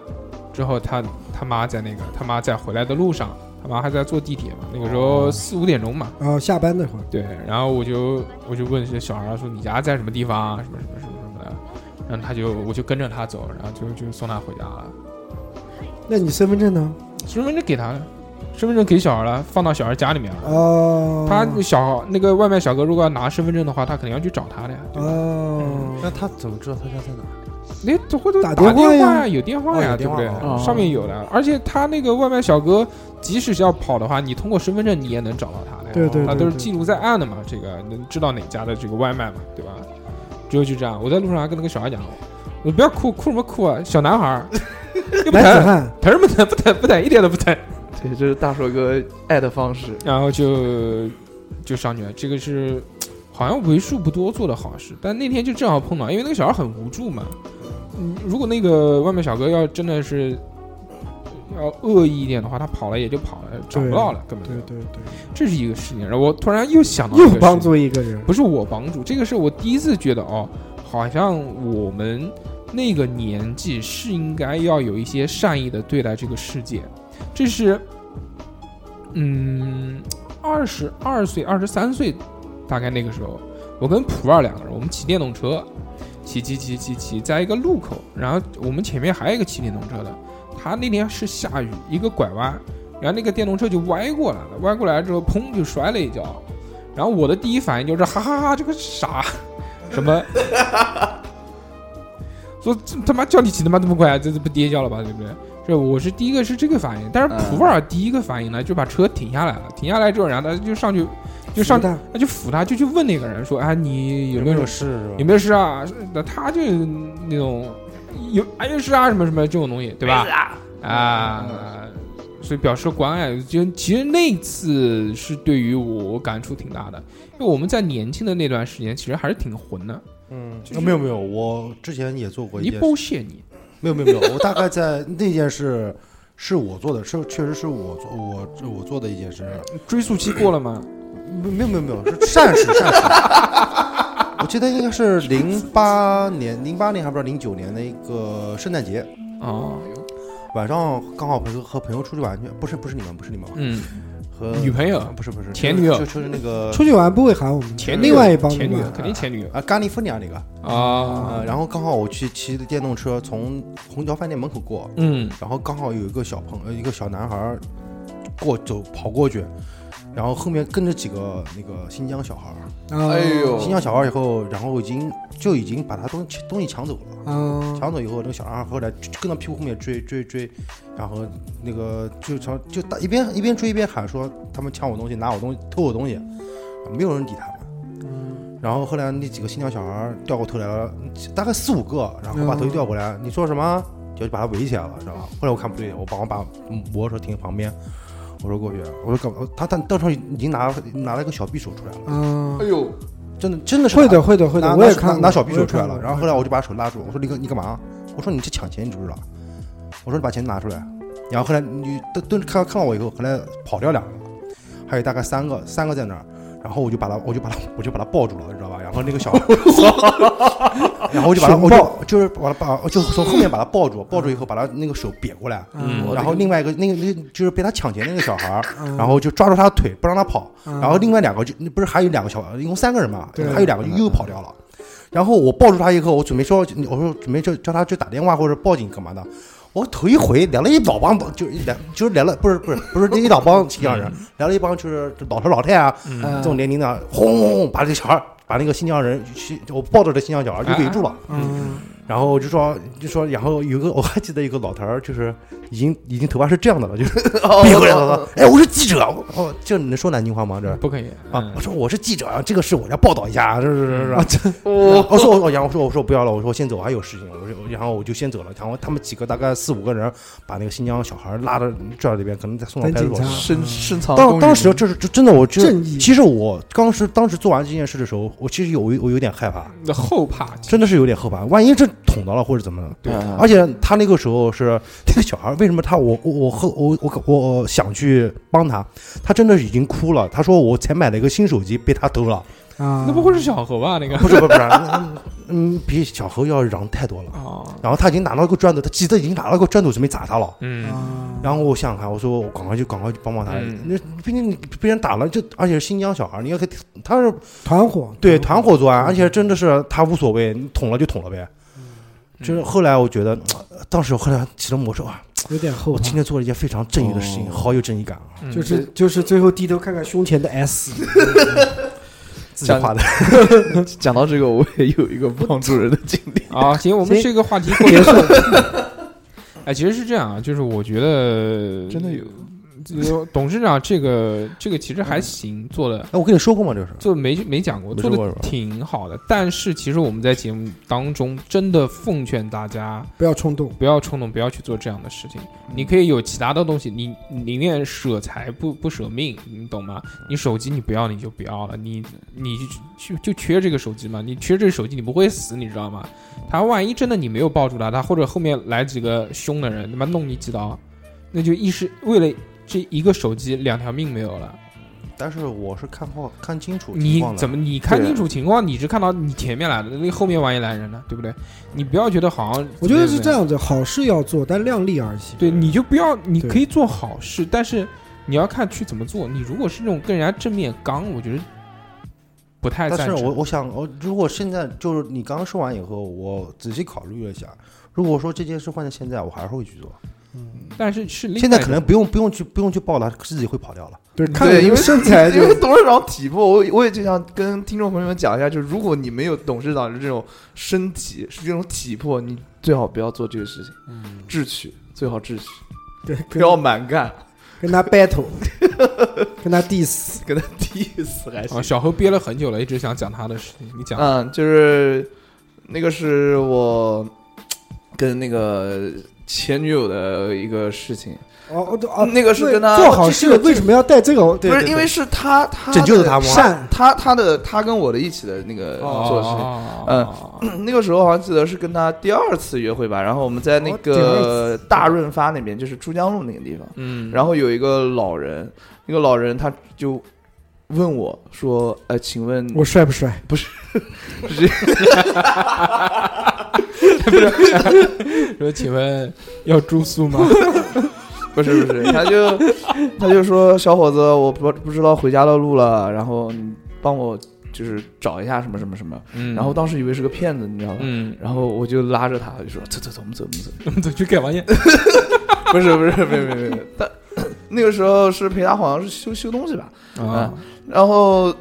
Speaker 6: 之后他他妈在那个他妈在回来的路上，他妈还在坐地铁嘛，那个时候四五点钟嘛，
Speaker 3: 啊，下班那会儿，
Speaker 6: 对。然后我就我就问这小孩说你家在什么地方啊？什么什么什么什么的。然后他就我就跟着他走，然后就就送他回家了。
Speaker 3: 那你身份证呢？
Speaker 6: 身份证给他了，身份证给小孩了，放到小孩家里面了。
Speaker 3: 哦，
Speaker 6: 呃他小那个外卖小哥如果要拿身份证的话，他肯定要去找他的呀。对吧
Speaker 3: 哦，
Speaker 8: 那他怎么知道他家在哪？
Speaker 6: 那这或者
Speaker 3: 打
Speaker 6: 电
Speaker 3: 电话呀
Speaker 6: 呀，有电话
Speaker 8: 哦
Speaker 6: 呀，
Speaker 8: 有
Speaker 6: 对
Speaker 8: 电
Speaker 6: 不
Speaker 8: 话
Speaker 6: 对
Speaker 8: 哦？
Speaker 6: 上面有的，而且他那个外卖小哥，即使是要跑的话，你通过身份证你也能找到他的，
Speaker 3: 对对
Speaker 6: 他啊
Speaker 3: 对，
Speaker 6: 都是
Speaker 3: 对
Speaker 6: 记录在案的嘛，这个能知道哪家的这个外卖嘛，对吧？只有就这样，我在路上还跟那个小孩讲，你不要哭，哭什么哭啊，小男孩儿， (laughs) 又不
Speaker 3: 男子
Speaker 6: 疼，
Speaker 3: 汉，
Speaker 6: 疼什么疼，不疼不疼，一点都不疼。
Speaker 5: 对，这是大叔哥爱的方式。
Speaker 6: 然后就就上去了。这个是好像为数不多做的好事，但那天就正好碰到，因为那个小孩很无助嘛。嗯，如果那个外卖小哥要真的是要恶意一点的话，他跑了也就跑了，找不到了，根本就
Speaker 3: 对对对，
Speaker 6: 这是一个事情。然后我突然又想到一个
Speaker 3: 又
Speaker 6: 事
Speaker 3: 帮
Speaker 6: 情，
Speaker 3: 助一个人，
Speaker 6: 不是我帮助，这个是我第一次觉得哦，好像我们那个年纪是应该要有一些善意的对待这个世界，这是，嗯，二十二岁、二十三岁，大概那个时候，我跟普二两个人，我们骑电动车，骑骑骑骑骑，在一个路口，然后我们前面还有一个骑电动车的，他那天是下雨，一个拐弯，然后那个电动车就歪过来了，歪过来之后，砰就摔了一跤。然后我的第一反应就是哈哈哈这个傻什么， (laughs) 说这他妈叫你骑他妈这么快，这这不跌跤了吧，对不对？这我是第一个是这个反应，但是普洱第一个反应呢就把车停下来了，停下来之后，然后他就上去就上去
Speaker 3: 单，
Speaker 6: 他就扶他，就去问那个人说：“啊，你有没有
Speaker 8: 事是吧
Speaker 6: 有没有事啊？”那他就那种有哎有事啊什么什么这种东西，对吧？
Speaker 5: 哎
Speaker 6: 啊，所以表示关爱。就其实那次是对于我感触挺大的，因为我们在年轻的那段时间其实还是挺混的，
Speaker 8: 嗯，啊没有没有，我之前也做过一
Speaker 6: 你
Speaker 8: 件事，
Speaker 6: 不屑你
Speaker 8: 没有没有没有，我大概在 (laughs) 那件事是我做的，是确实是我做我我做的一件事，
Speaker 6: 追溯期过了吗？
Speaker 8: 没没有没有没有是善事善事。我记得应该是零八年，零八年还不知道零九年的一个圣诞节
Speaker 6: 啊，
Speaker 8: 晚上，刚好朋友和朋友出去玩去，不是不是你们，不是你们，
Speaker 6: 嗯，
Speaker 8: 和
Speaker 6: 女朋友
Speaker 8: 不是不是
Speaker 6: 前女友
Speaker 8: 就就是那个
Speaker 3: 出去玩不会喊我们，
Speaker 6: 前女友
Speaker 3: 另外一帮
Speaker 6: 前
Speaker 3: 人
Speaker 6: 女
Speaker 3: 嘛
Speaker 6: 友肯定前女友
Speaker 8: 啊，加利福尼亚那个
Speaker 6: 啊
Speaker 8: 啊，，然后刚好我去骑的电动车从虹桥饭店门口过，
Speaker 6: 嗯
Speaker 8: 然后刚好有一个小朋呃一个小男孩儿过走跑过去，然后后面跟着几个那个新疆小孩儿，
Speaker 3: 啊
Speaker 5: 哎呦
Speaker 8: 新疆小孩儿以后，然后已经就已经把他东西东西抢走了。
Speaker 3: 啊，
Speaker 8: 抢走以后，那个小男孩后来就就跟他屁股后面追追追，然后那个就朝就大一边一边追一边喊说他们抢我东西，拿我东西，偷我东西，没有人理他们。然后后来那几个新疆小孩儿掉过头来了，大概四五个，然后把头掉过来，你说什么？就把他围起来了，知道吧？后来我看不对，我把我把摩托车停旁边，我说过去，我说干嘛？他他当时已经拿拿了一个小匕首出来了，
Speaker 3: 啊
Speaker 5: 哎，呦，
Speaker 8: 真的真的是
Speaker 3: 会
Speaker 8: 拿
Speaker 3: 的会的会
Speaker 8: 拿
Speaker 3: 的，我也
Speaker 8: 拿
Speaker 3: 看过
Speaker 8: 拿小匕
Speaker 3: 我
Speaker 8: 首
Speaker 3: 也
Speaker 8: 出来
Speaker 3: 看
Speaker 8: 了，
Speaker 3: 过
Speaker 8: 然后后来我就把手拉住，我说你个你干嘛？我说你是抢钱，你知不知道？我说你把钱拿出来。然后后来你都都看看到我以后，后来跑掉两个，还有大概三个，三个在那儿。然后我就把他，我就把他，我就把他抱住了，你知道吧？然后那
Speaker 3: (laughs)
Speaker 8: 个小孩，然后我就把他，我就就是把他把，就从后面把他抱住，抱住以后把他那个手别过来，
Speaker 6: 嗯
Speaker 8: 然后另外一个那个那个就是被他抢劫那个小孩儿，
Speaker 3: 嗯
Speaker 8: 然后就抓住他的腿不让他跑，
Speaker 3: 嗯
Speaker 8: 然后另外两个就不是还有两个小，一共三个人嘛，
Speaker 3: 对
Speaker 8: 还有两个就又跑掉了。然后我抱住他以后，我准备说，我说准备叫叫他去打电话或者报警干嘛的。我头一回来了一老帮，就是来就是来了，不是不是不是这一老帮西洋人，来了一帮就是老头老太啊，这种年龄的，轰轰轰把这个小孩儿把那个新疆人去，我抱着这新疆小孩儿就围住了。
Speaker 3: 嗯
Speaker 8: 然后就说就说，然后有个我还记得有个老头儿，就是已经已经头发是这样的了，就是闭回来了。哎，我是记者，我哦，这你能说南京话吗？这
Speaker 6: 不可以
Speaker 8: 啊
Speaker 6: 嗯，
Speaker 8: 我说我是记者，啊，这个事我要报道一下，是是是是。
Speaker 3: 啊，这
Speaker 5: 哦，
Speaker 8: 我说我然后我说我说不要了，我说我先走，我还有事情，我说然后我就先走了。然后他们几个大概四五个人把那个新疆小孩拉到这里边，可能再送到
Speaker 3: 等
Speaker 8: 派出
Speaker 3: 警
Speaker 8: 所
Speaker 3: 察。
Speaker 5: 深深藏功
Speaker 8: 当
Speaker 5: 与
Speaker 8: 当时就是就真的，我就
Speaker 3: 正义
Speaker 8: 其实我当时当时做完这件事的时候，我其实有我有点害怕，
Speaker 6: 那后怕
Speaker 8: 真的是有点后怕，万一这捅到了或者怎么了。
Speaker 5: 民嗯
Speaker 8: 而且他那个时候是那个小孩，为什么他我我我和我我我我想去帮他，他真的已经哭了。他说我才买了一个新手机，被他偷了。
Speaker 3: 啊，
Speaker 6: 那不会是小何吧？那个
Speaker 8: 不是不是不是，嗯嗯，比小何要嚷太多了。
Speaker 6: 哦，
Speaker 8: 然后他已经拿到一个砖头，他记得已经拿到一个砖头准备砸他了。
Speaker 6: 嗯，
Speaker 3: 啊，
Speaker 8: 然后我想想看，我说我赶快去赶快去帮帮他。
Speaker 6: 嗯
Speaker 8: 那毕竟你被人打了，就而且是新疆小孩，你要给他是
Speaker 3: 团伙
Speaker 8: 对团伙作案，而且真的是他无所谓，你捅了就捅了呗。就是后来我觉得，呃当时我后来骑了摩托车啊，
Speaker 3: 有点后
Speaker 8: 我
Speaker 3: 怕
Speaker 8: 今，天做了一件非常正义的事情，
Speaker 5: 哦
Speaker 8: 好有正义感啊！
Speaker 6: 嗯
Speaker 3: 就是就是最后低头看看胸前
Speaker 6: (laughs)
Speaker 3: 的 S，
Speaker 8: 自己画的，
Speaker 5: 讲到这个，我也有一个帮助人的经历。
Speaker 6: 啊，行，我们
Speaker 3: 行
Speaker 6: 这个话题过
Speaker 3: 结
Speaker 6: 去
Speaker 3: 束。
Speaker 6: (laughs) 哎，其实是这样啊，就是我觉得
Speaker 5: 真的有，
Speaker 6: 有董事长这个这个其实还行，做的
Speaker 8: 哎，我跟你说过吗？这是
Speaker 6: 做没没讲过，
Speaker 8: 没
Speaker 6: 做
Speaker 8: 说过
Speaker 6: 的
Speaker 8: 是吧
Speaker 6: 挺好的。但是其实我们在节目当中真的奉劝大家
Speaker 3: 不要冲动。
Speaker 6: 不要冲动，不要去做这样的事情。
Speaker 3: 嗯
Speaker 6: 你可以有其他的东西，你你宁愿舍财不不舍命，你懂吗？
Speaker 3: 嗯
Speaker 6: 你手机你不要你就不要了，你你就就缺这个手机嘛，你缺这个手机你不会死，你知道吗？他万一真的你没有抱住他，他或者后面来几个凶的人，他妈弄你几刀，那就一时为了这一个手机两条命没有了。
Speaker 8: 但是我是看好看清楚情
Speaker 6: 你
Speaker 8: 况的
Speaker 6: 怎么你看
Speaker 5: 对
Speaker 6: 清楚
Speaker 3: 啊
Speaker 6: 情况，你只看到你前面来的，那后面万一来人呢，对不对？你不要觉得好像
Speaker 3: 我觉得
Speaker 6: 怎么
Speaker 3: 是
Speaker 6: 样
Speaker 3: 这，样子，好事要做，但量力而行。
Speaker 6: 对，你就不要，你
Speaker 3: 对
Speaker 6: 可以做好事，但是你要看去怎么做。你如果是那种跟人家正面刚，我觉得不太
Speaker 8: 但
Speaker 6: 赞
Speaker 8: 是
Speaker 6: 成。
Speaker 8: 我我想，我如果现在就是你刚刚说完以后，我仔细考虑了一下，如果说这件事换在现在，我还是会去做。
Speaker 6: 但是是另
Speaker 8: 现在
Speaker 6: 外一
Speaker 8: 可能
Speaker 6: 种
Speaker 8: 不用不用去不用去报了，自己会跑掉了。
Speaker 3: 对，看
Speaker 5: 对，
Speaker 3: 你
Speaker 5: 因为
Speaker 3: 们
Speaker 5: (laughs)
Speaker 3: 身材
Speaker 5: 因
Speaker 3: 就
Speaker 5: 为董事长体魄，我我也就想跟听众朋友们讲一下，就是如果你没有董事长的这种身体，是这种体魄，你最好不要做这个事情，智取最好智取，
Speaker 3: 对，
Speaker 5: 不
Speaker 3: 跟
Speaker 5: 要蛮干， (laughs)
Speaker 3: 跟他 battle，跟他 diss，
Speaker 5: 跟他 diss 还
Speaker 6: 啊，
Speaker 5: 行。
Speaker 6: 小何憋了很久了，一直想讲他的事情，你讲。
Speaker 5: 嗯，就是那个是我跟那个前女友的一个事情，
Speaker 3: 哦哦哦，
Speaker 5: 那个是跟他
Speaker 3: 做好
Speaker 5: 这
Speaker 3: 事
Speaker 5: 这个
Speaker 3: 为什么要带这个？
Speaker 5: 不是因为是他他
Speaker 8: 拯救了
Speaker 5: 的
Speaker 8: 他吗
Speaker 3: 善
Speaker 5: 他他的他跟我的一起的那个做的事情。
Speaker 6: 哦，嗯，
Speaker 5: 那个时候好像记得是跟他第二次约会吧，然后我们在那
Speaker 3: 哦第二
Speaker 5: 个大润发那边，就是珠江路那个地方，
Speaker 6: 嗯，
Speaker 5: 然后有一个老人，那个老人他就问我说：“呃，请问
Speaker 3: 我帅不帅？
Speaker 6: 说，请问要住宿吗？
Speaker 5: 不是不是？”他
Speaker 6: (laughs)
Speaker 5: 就他就说：“小伙子，我不不知道回家的路了，然后你帮我就是找一下什么什么什么。”
Speaker 6: 嗯，
Speaker 5: 然后当时以为是个骗子，你知道吧？
Speaker 6: 嗯， (laughs)
Speaker 5: 然后我就拉着他，我就说：“走走走，我们走我们走。”
Speaker 6: 我们走去改房间。
Speaker 5: 不是不是，没有没有没有，但那个时候是陪他好像是修修东西吧，
Speaker 6: 啊，
Speaker 5: 然后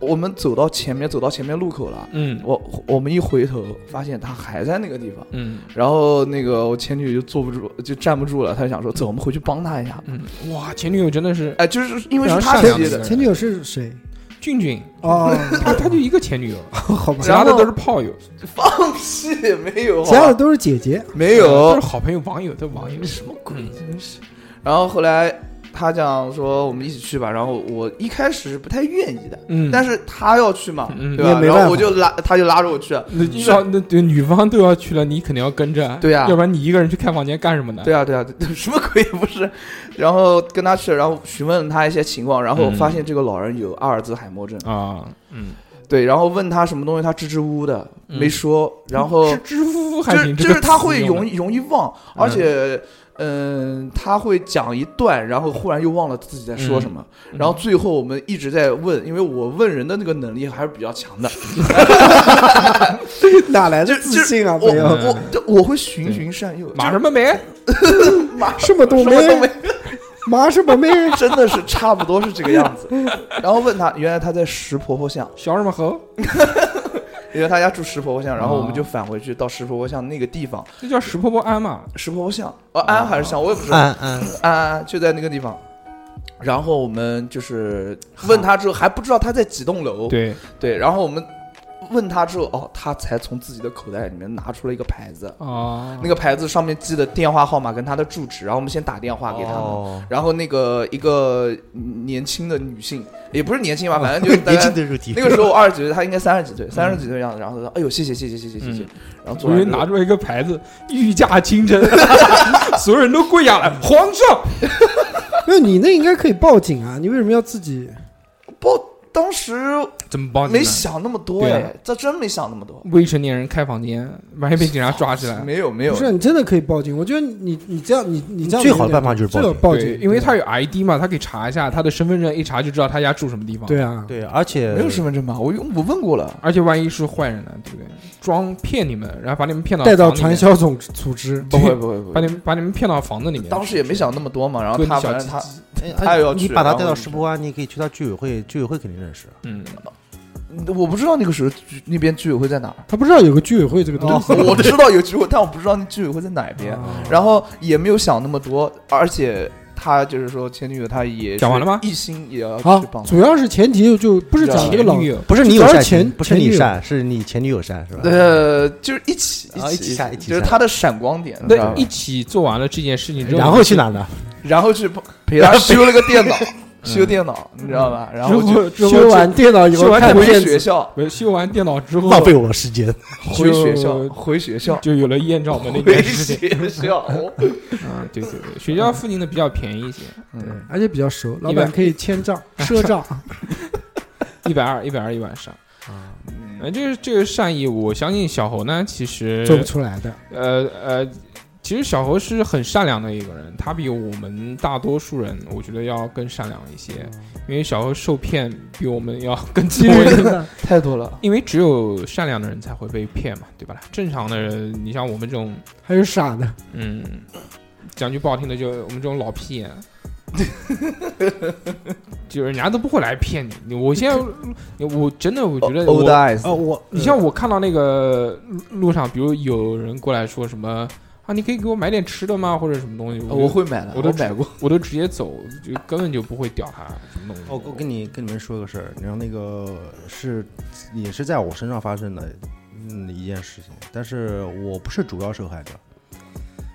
Speaker 5: 我们走到前面，走到前面路口了，
Speaker 6: 嗯
Speaker 5: 我我们一回头发现他还在那个地方，
Speaker 6: 嗯
Speaker 5: 然后那个我前女友就坐不住，就站不住了，他想说走，我们回去帮他一下。
Speaker 6: 嗯，哇，前女友真的是
Speaker 5: 哎，就是因为是
Speaker 6: 非常
Speaker 5: 他
Speaker 6: 善良
Speaker 5: 提
Speaker 6: 的
Speaker 5: 的，
Speaker 3: 前女友是谁？
Speaker 6: 俊俊，
Speaker 3: 哦，
Speaker 6: 他他就一个前女友，
Speaker 3: (laughs) 好吧
Speaker 6: 其，他的都是炮友，
Speaker 5: 放屁没有，啊
Speaker 3: 其他的都是姐姐。
Speaker 5: 没
Speaker 6: 都
Speaker 5: 有
Speaker 6: 是，好朋友、网友的网友。
Speaker 5: 什么鬼？真是。然后后来他讲说我们一起去吧，然后我一开始是不太愿意的，
Speaker 6: 嗯，
Speaker 5: 但
Speaker 6: 是
Speaker 5: 是他要去嘛，
Speaker 6: 嗯
Speaker 5: 对
Speaker 3: 也
Speaker 5: 吧？
Speaker 3: 没
Speaker 5: 然
Speaker 3: 办
Speaker 5: 后我
Speaker 3: 法
Speaker 5: 就拉，他就拉着我去，
Speaker 6: 那要那对女方都要去了，你肯定要跟着啊，
Speaker 5: 对啊
Speaker 6: 要不然你一个人去开房间干什么呢？
Speaker 5: 对啊，对 (laughs) 啊，对什么鬼也不是。然后跟他去，然后询问他一些情况，然后发现这个老人有阿尔兹海默症，
Speaker 6: 啊，嗯，
Speaker 5: 对，然后问他什么东西，他支支吾吾的
Speaker 6: 嗯
Speaker 5: 没说，然后
Speaker 6: 支支吾吾还
Speaker 5: 哦就
Speaker 6: 行，
Speaker 5: 是就
Speaker 6: 这个
Speaker 5: 是他会
Speaker 6: 词用
Speaker 5: 容
Speaker 6: 得
Speaker 5: 易容易忘，而且。嗯，他会讲一段，然后忽然又忘了自己在说什么，
Speaker 6: 嗯
Speaker 5: 然后最后我们一直在问，因为我问人的那个能力还是比较强的，
Speaker 3: 哪来
Speaker 5: 就
Speaker 3: 的
Speaker 5: 就
Speaker 3: 自信啊？
Speaker 5: 我
Speaker 3: 没有，
Speaker 5: 我就我会循循善诱，
Speaker 6: 嗯马什么梅，
Speaker 3: 什么都
Speaker 5: 什么都没
Speaker 3: 没， (laughs) 妈什么没，
Speaker 5: 真的是差不多是这个样子。然后问他，原来他在石婆婆巷，
Speaker 6: 小什么猴，
Speaker 5: 因为他家住石婆婆巷，然后我们
Speaker 6: 哦
Speaker 5: 就返回去到石婆婆巷那个地方，
Speaker 6: 这叫石婆婆庵嘛？
Speaker 5: 石婆婆巷，呃，
Speaker 6: 哦
Speaker 5: 安还是巷，我也不知道，
Speaker 8: 安安，
Speaker 5: 安安呃就在那个地方。然后我们就是问他之后还不知道他在几栋楼，
Speaker 6: 对，
Speaker 5: 对然后我们问他之后，哦，他才从自己的口袋里面拿出了一个牌子，
Speaker 6: 啊，
Speaker 5: 哦那个牌子上面记的电话号码跟他的住址，然后我们先打电话给他们。
Speaker 6: 哦
Speaker 8: 哦 (laughs)
Speaker 5: 然后那个一个年轻的女性，也不是年
Speaker 6: (laughs)
Speaker 5: 轻吧，反正就是大
Speaker 8: 年
Speaker 5: 概
Speaker 8: 轻的肉体，
Speaker 5: (laughs) 那个时候我二十几岁，她应该三十几岁，三十几岁的样子。然后她说：“哎呦，谢谢谢谢谢谢谢谢。
Speaker 6: 嗯
Speaker 5: 然后
Speaker 6: 我
Speaker 5: 坐那
Speaker 6: 以为
Speaker 5: 儿
Speaker 6: 拿出来一个牌子“御驾亲征”， (laughs) 所有人都跪下来，皇上。
Speaker 3: 没有你那应该可以报警啊！你为什么要自己？
Speaker 5: 不，当时
Speaker 6: 怎么帮你呢？
Speaker 5: 没想那么多
Speaker 6: 对啊
Speaker 5: 哎，这真没想那么多。
Speaker 6: 未成年人开房间，万一被警察抓起来，
Speaker 5: 没有没有
Speaker 3: 不，是你真的可以报警？我觉得你你这样你你这样
Speaker 8: 最好的
Speaker 3: 有点
Speaker 8: 办法就是
Speaker 3: 最好
Speaker 8: 报
Speaker 3: 报
Speaker 6: 对
Speaker 3: 警，
Speaker 6: 因为他有 ID 嘛，他可以查一下他的身份证，一查就知道他家住什么地方。，
Speaker 3: 对啊，
Speaker 8: (laughs) 对，而且
Speaker 5: 没有身份证吧？我用我问过了，
Speaker 6: 而且万一是坏人呢，对不对？装骗你们，然后把你们骗到
Speaker 3: 带到
Speaker 6: 房里面
Speaker 3: 传，销总组织，
Speaker 5: 不会不会不 (laughs)
Speaker 6: 把
Speaker 5: 会。
Speaker 6: 你们把你们骗到房子里面。
Speaker 5: 当时也没想那么多嘛，然后
Speaker 6: 割你
Speaker 5: 他
Speaker 6: 小
Speaker 5: 反正
Speaker 6: 鸡
Speaker 5: 他
Speaker 6: 鸡，
Speaker 8: 哎
Speaker 5: 他也要
Speaker 8: 你
Speaker 5: 去
Speaker 8: 把他
Speaker 5: 然后
Speaker 8: 带到
Speaker 5: 我
Speaker 8: 石坡湾，你可以去他居委会，居委会肯定认识。
Speaker 6: 嗯，
Speaker 5: 我不知道那个时候居那边居委会在
Speaker 6: (laughs)
Speaker 5: 哪儿，哦
Speaker 3: 他不知道有个居委会这个东西。
Speaker 5: 我知道有居委会，但我不知道那居委会在哪边，
Speaker 6: 哦
Speaker 5: 然后也没有想那么多，而且他就是说前女友他也
Speaker 6: 讲完了吗
Speaker 5: 一心也要
Speaker 3: 好
Speaker 5: 去帮，忙，
Speaker 3: 主要是前提就不是
Speaker 5: 知道
Speaker 3: 讲这个老
Speaker 6: 前女友
Speaker 8: 不是你
Speaker 3: 主
Speaker 8: 有
Speaker 3: 要是
Speaker 8: 善
Speaker 3: 前
Speaker 8: 心，不是
Speaker 3: 前
Speaker 8: 你
Speaker 3: 女友
Speaker 8: 善，是你前女友善，是吧？
Speaker 5: 呃，就是一起
Speaker 8: 啊一起下一起
Speaker 5: 就是
Speaker 8: 下
Speaker 5: 他的闪光点，你知道
Speaker 6: 那
Speaker 5: 吧
Speaker 6: 一起做完了这件事情之后，
Speaker 8: 然后去哪呢？
Speaker 5: 然后去陪
Speaker 6: (laughs)
Speaker 5: 他修了个电脑，
Speaker 6: 嗯
Speaker 5: 修电脑，你知道吧？然后
Speaker 6: 之
Speaker 5: 就
Speaker 6: 后之后
Speaker 3: 修完电脑以后
Speaker 6: 修完
Speaker 3: 看
Speaker 6: 电
Speaker 5: 回
Speaker 6: 脑
Speaker 3: 片
Speaker 5: 学
Speaker 3: 子，
Speaker 5: 校，
Speaker 6: 不是修完电脑之后，
Speaker 8: 浪费我的时间。
Speaker 5: 回学校，
Speaker 6: 就
Speaker 5: 回学校，
Speaker 6: 就有了艳照门那
Speaker 5: 回
Speaker 6: 件事
Speaker 5: (laughs)
Speaker 6: 情。
Speaker 5: 学校。
Speaker 6: 啊，对对对，学校附近的比较便宜一些，
Speaker 5: 嗯，
Speaker 3: 而且比较熟，老
Speaker 6: 一百
Speaker 3: 板可以签账、赊账。
Speaker 6: 一百二一百二一晚上。
Speaker 5: 嗯
Speaker 6: 呃，这个这个善意，我相信小猴呢，其实
Speaker 3: 做不出来的。
Speaker 6: 呃呃，其实小猴是很善良的一个人，他比我们大多数人，我觉得要更善良一些，因为小猴受骗比我们要更多一点。
Speaker 5: 太多了。
Speaker 6: 因为只有善良的人才会被骗嘛，对吧？正常的人，你像我们这种，
Speaker 3: (laughs) 还有傻的，
Speaker 6: 嗯，讲句不好听的，就我们这种老屁眼， (laughs) 就是人家都不会来骗你。你我现在， (laughs) 我真的我觉得我
Speaker 5: old eyes，
Speaker 8: 哦，我
Speaker 6: 你像我看到那个路路上，比如有人过来说什么啊，你可以给我买点吃的吗？或者什么东
Speaker 8: 呃
Speaker 6: 西，
Speaker 5: 我
Speaker 6: 就
Speaker 5: 会买的，
Speaker 6: 我都
Speaker 5: 买过。
Speaker 6: 我都直接走，就根本就不会屌他什么东西。
Speaker 8: 哦我我跟你跟你们说个事儿，然后那个是也是在我身上发生的嗯一件事情，但是我不是主要受害者。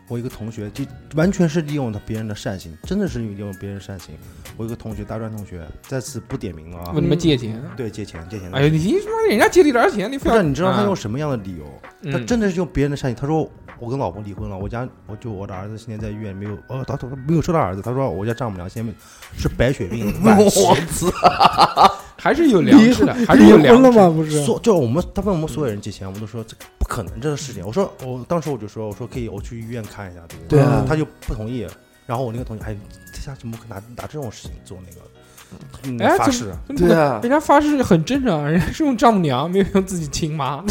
Speaker 8: 我一个同学就完全是利用他别人的善心，真的是利用别人善心。我一个同学，大专同学，在此不点名了啊
Speaker 6: 问，你们借钱，
Speaker 8: 对，借钱借钱的。
Speaker 6: 哎呀，你他妈人家借你点钱，你
Speaker 8: 不
Speaker 6: 非
Speaker 8: 是
Speaker 6: 要
Speaker 8: 你知道他
Speaker 6: 啊
Speaker 8: 用什么样的理由？他
Speaker 6: 嗯
Speaker 8: 真的是用别人的善意。他说我跟老婆离婚了，我家我就我的儿子现在在医院没有，哦，他他没有说他儿子，他说我家丈母娘现在是白
Speaker 6: (laughs)
Speaker 8: 血病晚期。
Speaker 6: 还是有良知的，还是
Speaker 3: 离
Speaker 6: 有
Speaker 3: 婚
Speaker 6: 良
Speaker 3: 了
Speaker 6: 知。
Speaker 3: 吗？不是，
Speaker 8: 说就我们，他问我们所有人借钱，我们都说这不可能这个事情。我说我当时我就说，我说可以，我去医院看一下，对不
Speaker 3: 对
Speaker 8: 对？
Speaker 3: 啊
Speaker 8: 他就不同意。然后我那个同学，哎，这下怎么可拿拿这种事情做那个？嗯
Speaker 6: 哎
Speaker 8: 发
Speaker 6: 怎
Speaker 8: 誓，
Speaker 6: 真不
Speaker 5: 对
Speaker 6: 能
Speaker 5: 啊，
Speaker 6: 人家发誓很正常，人家是用丈母娘，没有用自己亲妈。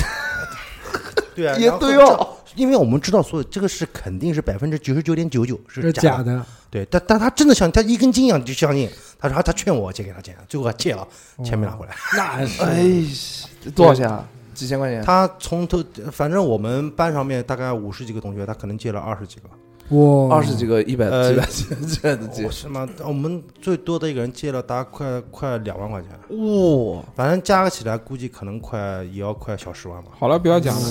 Speaker 8: 对啊，
Speaker 5: 也
Speaker 8: 然后
Speaker 5: 对
Speaker 8: 这
Speaker 5: 哦，
Speaker 8: 因为我们知道，所有这个是肯定是百分之九十九点九九是
Speaker 3: 是
Speaker 8: 假
Speaker 3: 假
Speaker 8: 的，
Speaker 3: 的。
Speaker 8: 对，但但他真的相，他一根筋一样就相信。他说啊他劝我借给他钱，最后还借了，钱没拿回来。
Speaker 3: 那是
Speaker 5: 哎，多少钱啊？几千块钱？
Speaker 8: 他从头，反正我们班上面大概五十几个同学，他可能借了二十几个。
Speaker 3: 哇，
Speaker 5: 二十几个，一百
Speaker 8: 呃
Speaker 5: 几百几这样子借
Speaker 8: 哦我。是妈，我们最多的一个人借了大概快快两万块钱，
Speaker 5: 哇，
Speaker 8: 反正加起来估计可能快也要快小十万吧。嗯
Speaker 6: 好了，不要讲了，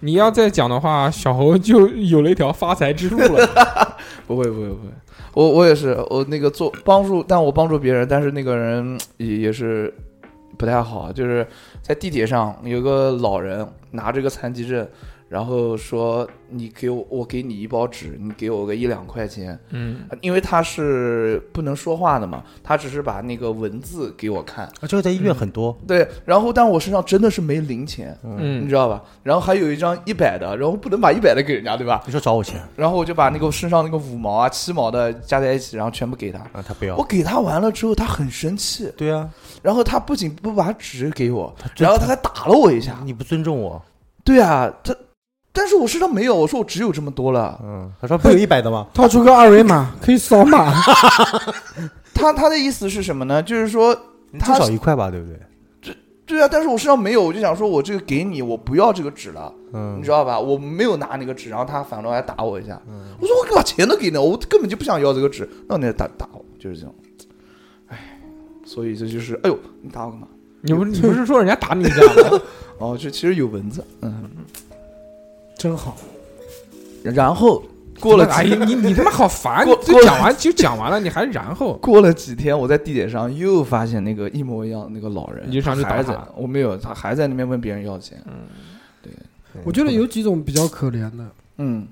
Speaker 6: 你要再讲的话，小猴就有了一条发财之路了。
Speaker 8: (laughs)
Speaker 5: 不会不会不会，我我也是，我那个做帮助，但我帮助别人，但是那个人也也是不太好，就是在地铁上有个老人拿着个残疾证，然后说你给我，我给你一包纸，你给我个一两块钱，
Speaker 6: 嗯，
Speaker 5: 因为他是不能说话的嘛，他只是把那个文字给我看，
Speaker 8: 啊，这个在医院很多，
Speaker 5: 对，然后但我身上真的是没零钱。你
Speaker 6: 嗯，
Speaker 5: 知道吧？然后还有一张一百的，然后不能把一百的给人家，对吧？
Speaker 8: 你说找我钱
Speaker 5: 然后我就把那个身上那个五毛啊、七毛的加在一起，然后全部给他。
Speaker 8: 啊，他不要
Speaker 5: 我。给他完了之后，他很生气，
Speaker 8: 对啊，
Speaker 5: 然后他不仅不把纸给我，
Speaker 8: 真
Speaker 5: 然后他还打了我一下。
Speaker 8: 你不尊重我。
Speaker 5: 对啊，他，但是我身上没有，我说我只有这么多了。
Speaker 8: 嗯，他说不有一百的吗？
Speaker 3: 掏出个二维码可以扫码， (laughs)
Speaker 5: 他他的意思是什么呢？就是说，
Speaker 8: 你至
Speaker 5: 他
Speaker 8: 少一块吧，对不对？
Speaker 5: 对啊，但是我身上没有，我就想说我这个给你，我不要这个纸了，
Speaker 8: 嗯
Speaker 5: 你知道吧？我没有拿那个纸，然后他反倒还打我一下。
Speaker 8: 嗯
Speaker 5: 我说我把钱都给你了，我根本就不想要这个纸，那你还打打我，就是这样。哎，所以这就是，哎呦，你打我干嘛？
Speaker 6: 你不是你不是说人家打你一下吗？
Speaker 5: 哦，这其实有蚊子，嗯。
Speaker 3: 真好。
Speaker 5: 然后过了
Speaker 6: 哎
Speaker 5: 几
Speaker 6: 呀，你你他妈好烦！
Speaker 5: 过
Speaker 6: 就
Speaker 5: 过了
Speaker 6: 讲完就讲完了，你还然后
Speaker 5: 过了几天，我在地铁上又发现那个一模一样的那个老人，
Speaker 6: 你就上去打他
Speaker 5: 还在，我没有，他还在那边问别人要钱。
Speaker 3: 我觉得有几种比较可怜的，
Speaker 5: 嗯，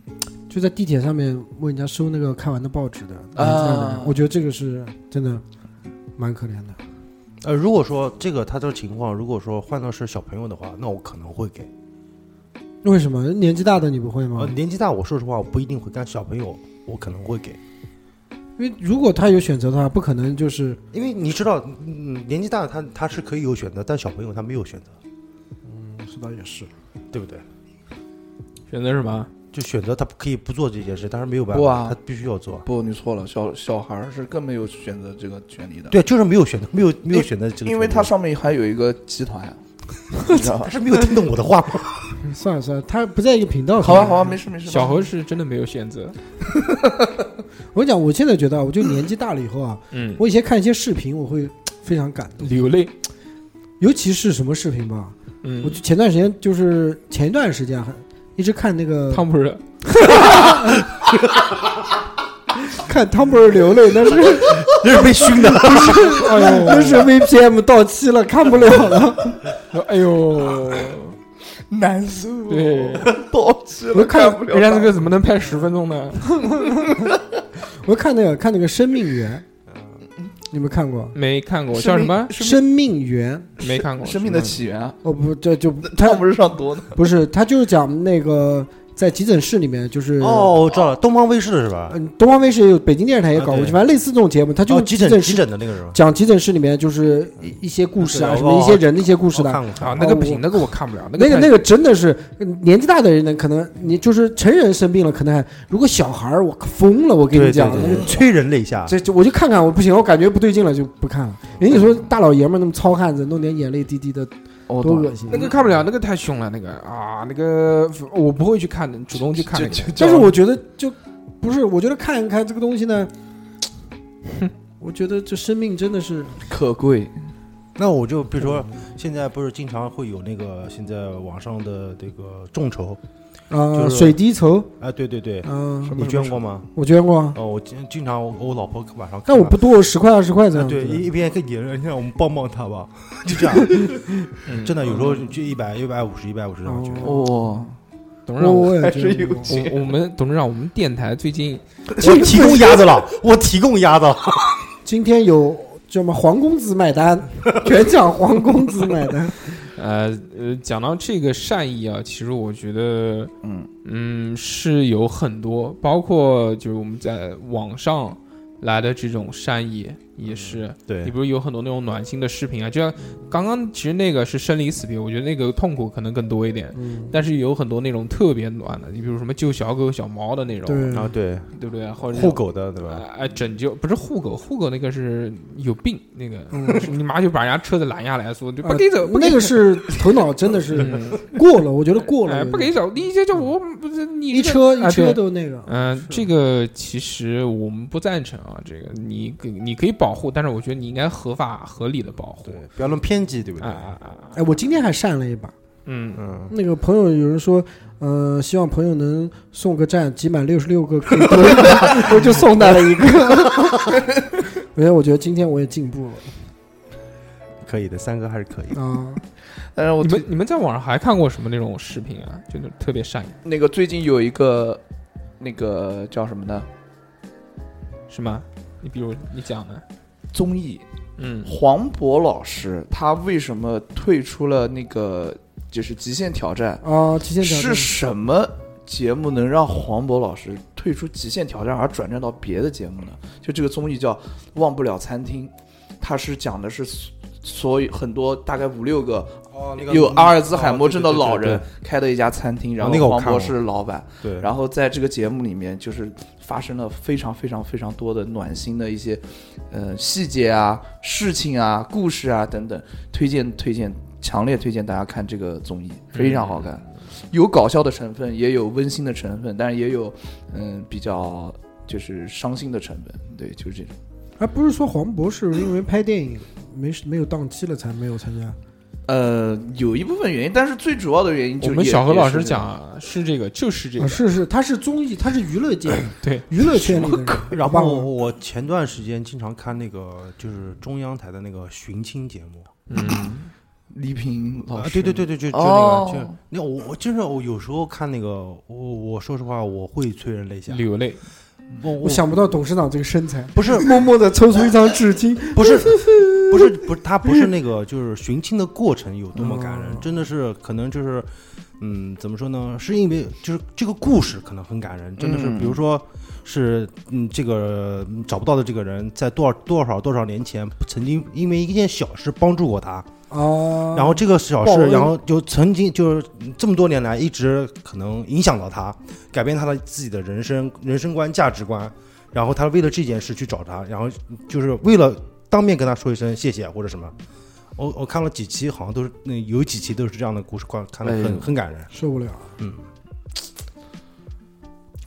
Speaker 3: 就在地铁上面问人家收那个看完的报纸的，
Speaker 5: 啊
Speaker 3: 我觉得这个是真的蛮可怜的。
Speaker 8: 呃，如果说这个他这个情况，如果说换到是小朋友的话，那我可能会给。
Speaker 3: 为什么年纪大的你不会
Speaker 8: 呃，
Speaker 3: 吗？
Speaker 8: 年纪大，我说实话，我不一定会干。小朋友，我可能会给，
Speaker 3: 因为如果他有选择的话，不可能就是
Speaker 8: 因为你知道，嗯，年纪大他他是可以有选择，但小朋友他没有选择，
Speaker 3: 说倒也嗯是，
Speaker 8: 对不对？
Speaker 6: (laughs) 选择什么？
Speaker 8: 就选择他可以不做这件事，但是没有办
Speaker 5: 不
Speaker 8: 法，
Speaker 5: 啊
Speaker 8: 他必须要做。
Speaker 5: 不，你错了，小小孩儿是更没有选择这个权利的，，
Speaker 8: 对，就是没有选择，没有没有选择这个，
Speaker 5: 因为他，上面还有一个集团，你知道吧
Speaker 8: (laughs) 他？是没有听懂我的话 (laughs) 吗？
Speaker 3: 算了算了，他不在一个频道上。
Speaker 5: 好吧，好吧，没事没事。
Speaker 6: 小猴是真的没有选择。
Speaker 3: 我跟你讲，我现在觉得啊，我就年纪大了以后 (laughs) 啊，
Speaker 6: 嗯，
Speaker 3: 我以前看一些视频，我会非常感动，
Speaker 6: 流泪。
Speaker 3: 尤其是什么视频吧，
Speaker 6: 嗯，
Speaker 3: 我就前段时间就是前一段时间还一直看那个
Speaker 6: 汤普 (laughs) 尔
Speaker 3: (laughs) 看汤姆流泪，那是
Speaker 8: 那是被熏的。
Speaker 3: (laughs) 哎呦， (laughs) 那是 VPN 到期了，看不了了。 (laughs)
Speaker 6: 哎 (laughs) 呦，
Speaker 5: 难受，
Speaker 6: 对，
Speaker 5: 到期
Speaker 3: 我
Speaker 5: 了，
Speaker 3: 看
Speaker 5: 看不了
Speaker 6: (laughs) 人家这个怎么能拍十分钟呢？
Speaker 3: 我看那个看那个《生命源》，你们看过
Speaker 6: 没看过，叫
Speaker 5: 生
Speaker 6: 什
Speaker 5: 命
Speaker 6: 么？
Speaker 3: 《嗯生命源》？
Speaker 6: 没看过。
Speaker 5: 生命的起源啊，
Speaker 3: 哦不，这就他
Speaker 5: 他不是上多呢？
Speaker 3: 不是他就是讲那个在急诊室里面，就是
Speaker 8: 哦，我知道了，东方卫视的是吧？
Speaker 3: 嗯，东方卫视也有，北京电视台也搞
Speaker 8: 啊
Speaker 3: 过，
Speaker 8: 对
Speaker 3: 反正类似这种节目，他就
Speaker 8: 哦急
Speaker 3: 诊
Speaker 8: 诊急
Speaker 3: 室
Speaker 8: 诊的那个是吧？
Speaker 3: 讲急诊室里面就是一一些故事啊，
Speaker 8: 对
Speaker 3: 什么
Speaker 8: 哦
Speaker 3: 一些人的一些故事
Speaker 8: 我
Speaker 3: 的。
Speaker 8: 看过看
Speaker 6: 啊
Speaker 8: 过，
Speaker 6: 那个
Speaker 3: 哦
Speaker 6: 不
Speaker 3: 我
Speaker 6: 行，那个我看不了。
Speaker 3: 那个
Speaker 6: 太
Speaker 3: 那个真的是嗯年纪大的人呢，可能你就是成人生病了，可能还如果小孩儿，我靠疯了，我跟你
Speaker 8: 对对
Speaker 3: 讲，
Speaker 8: 对
Speaker 3: 那个
Speaker 8: 对催人泪下。
Speaker 3: 这这我就看看，我不行，我感觉不对劲了，就不看了。人家说大老爷们儿那么糙汉子，弄点眼泪滴滴的，
Speaker 5: 我
Speaker 3: 多
Speaker 5: 懂
Speaker 3: 恶
Speaker 5: 了，
Speaker 3: 心。
Speaker 6: 那个看不了，那个太凶了，那个啊，那个我不会去看的，主动去看那个。
Speaker 3: 但是我觉得就不是，我觉得看一看这个东西呢，我觉得这生命真的是
Speaker 5: 可贵。
Speaker 8: (laughs) 那我就比如说，现在不是经常会有那个现在网上的这个众筹
Speaker 3: 啊，
Speaker 8: 就是
Speaker 3: 水滴筹，
Speaker 8: 啊，对对对，
Speaker 3: 嗯，
Speaker 8: 你捐过吗？
Speaker 3: 我捐过，
Speaker 8: 哦，我经经常我我老婆晚上看
Speaker 3: 但我不多，十块二十块这
Speaker 8: 啊
Speaker 3: 样
Speaker 8: 对
Speaker 3: 子。
Speaker 8: 一一边跟你人家我们帮帮他吧，就这样，真的有时候就一百一百五十一百五十这样捐。
Speaker 3: 哦
Speaker 5: 哦，
Speaker 6: 董事
Speaker 3: 我
Speaker 6: 长，我
Speaker 3: 我也哦
Speaker 5: 还
Speaker 3: 捐
Speaker 5: 是
Speaker 3: 过
Speaker 5: 有
Speaker 6: 我我们董事长，我们电台最近
Speaker 8: (laughs) 我提供鸭子了，我提供鸭子了。
Speaker 3: 今天有叫什么黄公子买单，全场黄公子买单。
Speaker 6: 呃呃，讲到这个善意啊，其实我觉得，
Speaker 5: 嗯
Speaker 6: 嗯，是有很多，包括就是我们在网上来的这种善意也是。
Speaker 8: 对
Speaker 6: 你比如有很多那种暖心的视频啊，就像刚刚其实那个是生离死别，我觉得那个痛苦可能更多一点，
Speaker 3: 嗯，
Speaker 6: 但是有很多那种特别暖的，你比如什么救小狗、小猫的那种，
Speaker 3: 对
Speaker 8: 啊，对，
Speaker 6: 对不对？或者
Speaker 8: 护狗的对吧？
Speaker 6: 哎，拯救不是护狗，护狗那个是有病，那个、
Speaker 3: 嗯
Speaker 6: 你妈就把人家车子拦下来说，就不给走，不给
Speaker 3: 那个是头脑真的呃是
Speaker 6: 嗯
Speaker 3: 过了，我觉得过
Speaker 6: 哎
Speaker 3: 了，
Speaker 6: 不给走，你这这我不是你
Speaker 3: 一
Speaker 6: 这
Speaker 3: 车
Speaker 6: 啊
Speaker 3: 一车
Speaker 6: 对
Speaker 3: 都那个。
Speaker 6: 嗯、这个其实我们不赞成啊，这个你给你可以保护，但是我觉得你应该合法合理的保护
Speaker 8: 对，，不要那么偏激，对
Speaker 6: 啊
Speaker 8: 不对？
Speaker 6: 啊啊！
Speaker 3: 哎，我今天还扇了一把，
Speaker 6: 嗯，
Speaker 8: 嗯，
Speaker 3: 那个朋友有人说，呃，希望朋友能送个赞，集满六十六个可以多， (laughs) 我就送他了一个。 (laughs) 没有，我觉得今天我也进步了
Speaker 8: 可以的，三哥还是可以的。
Speaker 3: 啊。
Speaker 5: 但是我
Speaker 6: 你
Speaker 5: 最
Speaker 6: 们你们在网上还看过什么那种视频啊？就那种特别善良
Speaker 5: 那个最近有一个那个叫什么呢？
Speaker 6: 是吗？你比如你讲的，
Speaker 5: 综艺
Speaker 6: 嗯
Speaker 5: 黄渤老师他为什么退出了那个就是《极限挑战
Speaker 3: 啊，极》？限挑
Speaker 5: 是
Speaker 3: 战
Speaker 5: 什么节目能让黄渤老师退出《极限挑战》而转战到别的节目呢？就这个综艺叫《忘不了餐厅》，它是讲的是所所有很多大概五六个哦有阿尔
Speaker 8: 嗯
Speaker 5: 兹海默症
Speaker 8: 啊
Speaker 5: 的老人开的一家餐厅，然
Speaker 8: 哦那个
Speaker 5: 后
Speaker 8: 我
Speaker 5: 黄
Speaker 8: 看
Speaker 5: 渤
Speaker 8: 过
Speaker 5: 是老板。
Speaker 8: 对，对，
Speaker 5: 然后在这个节目里面，就是发生了非常非常非常多的暖心的一些，呃，细节啊、事情啊、故事啊等等，推荐推荐，强烈推荐大家看这个综艺，非常好
Speaker 6: 嗯
Speaker 5: 看，有搞笑的成分，也有温馨的成分，但是也有嗯比较就是伤心的成分，对，就是这种。
Speaker 3: 还啊不是说黄渤是因为拍电影没没有档期了才没有参加
Speaker 5: 呃，有一部分原因，但是最主要的原因就
Speaker 6: 我们
Speaker 5: 也
Speaker 6: 小何
Speaker 5: 也
Speaker 6: 老
Speaker 5: 是
Speaker 6: 师
Speaker 5: 这样
Speaker 6: 讲啊是这个，就是这
Speaker 3: 啊？
Speaker 6: 个，
Speaker 3: 是是，他是综艺，他是娱乐界
Speaker 6: 对
Speaker 3: 娱乐圈里的人，
Speaker 8: 然
Speaker 3: 棒
Speaker 8: 后
Speaker 3: 啊
Speaker 8: 我前段时间经常看那个就是中央台的那个寻亲节目
Speaker 6: 嗯
Speaker 5: 黎平老
Speaker 8: 啊，
Speaker 5: 师，
Speaker 8: 对对对对，就就那
Speaker 5: 哦
Speaker 8: 个就那我我就是我有时候看那个我我说实话我会催人泪下，
Speaker 6: 流泪，
Speaker 8: 我
Speaker 3: 我想不到董事长这个身材，
Speaker 8: 不是
Speaker 3: 默
Speaker 6: (laughs)
Speaker 3: 默的抽出一张纸巾，
Speaker 8: 不是 (laughs) 不是不是，他不是那个，就是寻亲的过程有多么感人
Speaker 3: 哦，
Speaker 8: 真的是可能就是，嗯，怎么说呢？是因为就是这个故事可能很感人，真的是，
Speaker 5: 嗯
Speaker 8: 比如说是嗯，这个嗯找不到的这个人在多少多少多少年前曾经因为一件小事帮助过他，
Speaker 3: 啊，
Speaker 8: 然后这个小
Speaker 3: 报
Speaker 8: 事，
Speaker 3: 恩
Speaker 8: 然后就曾经就是这么多年来一直可能影响到他，改变他的自己的人生人生观、价值观。然后他为了这件事去找他，然后就是为了当面跟他说一声谢谢或者什么。我我看了几期，好像都是那有几期都是这样的故事，观看的
Speaker 5: 哎
Speaker 8: 很
Speaker 5: 呦
Speaker 8: 很感人。
Speaker 3: 受不了，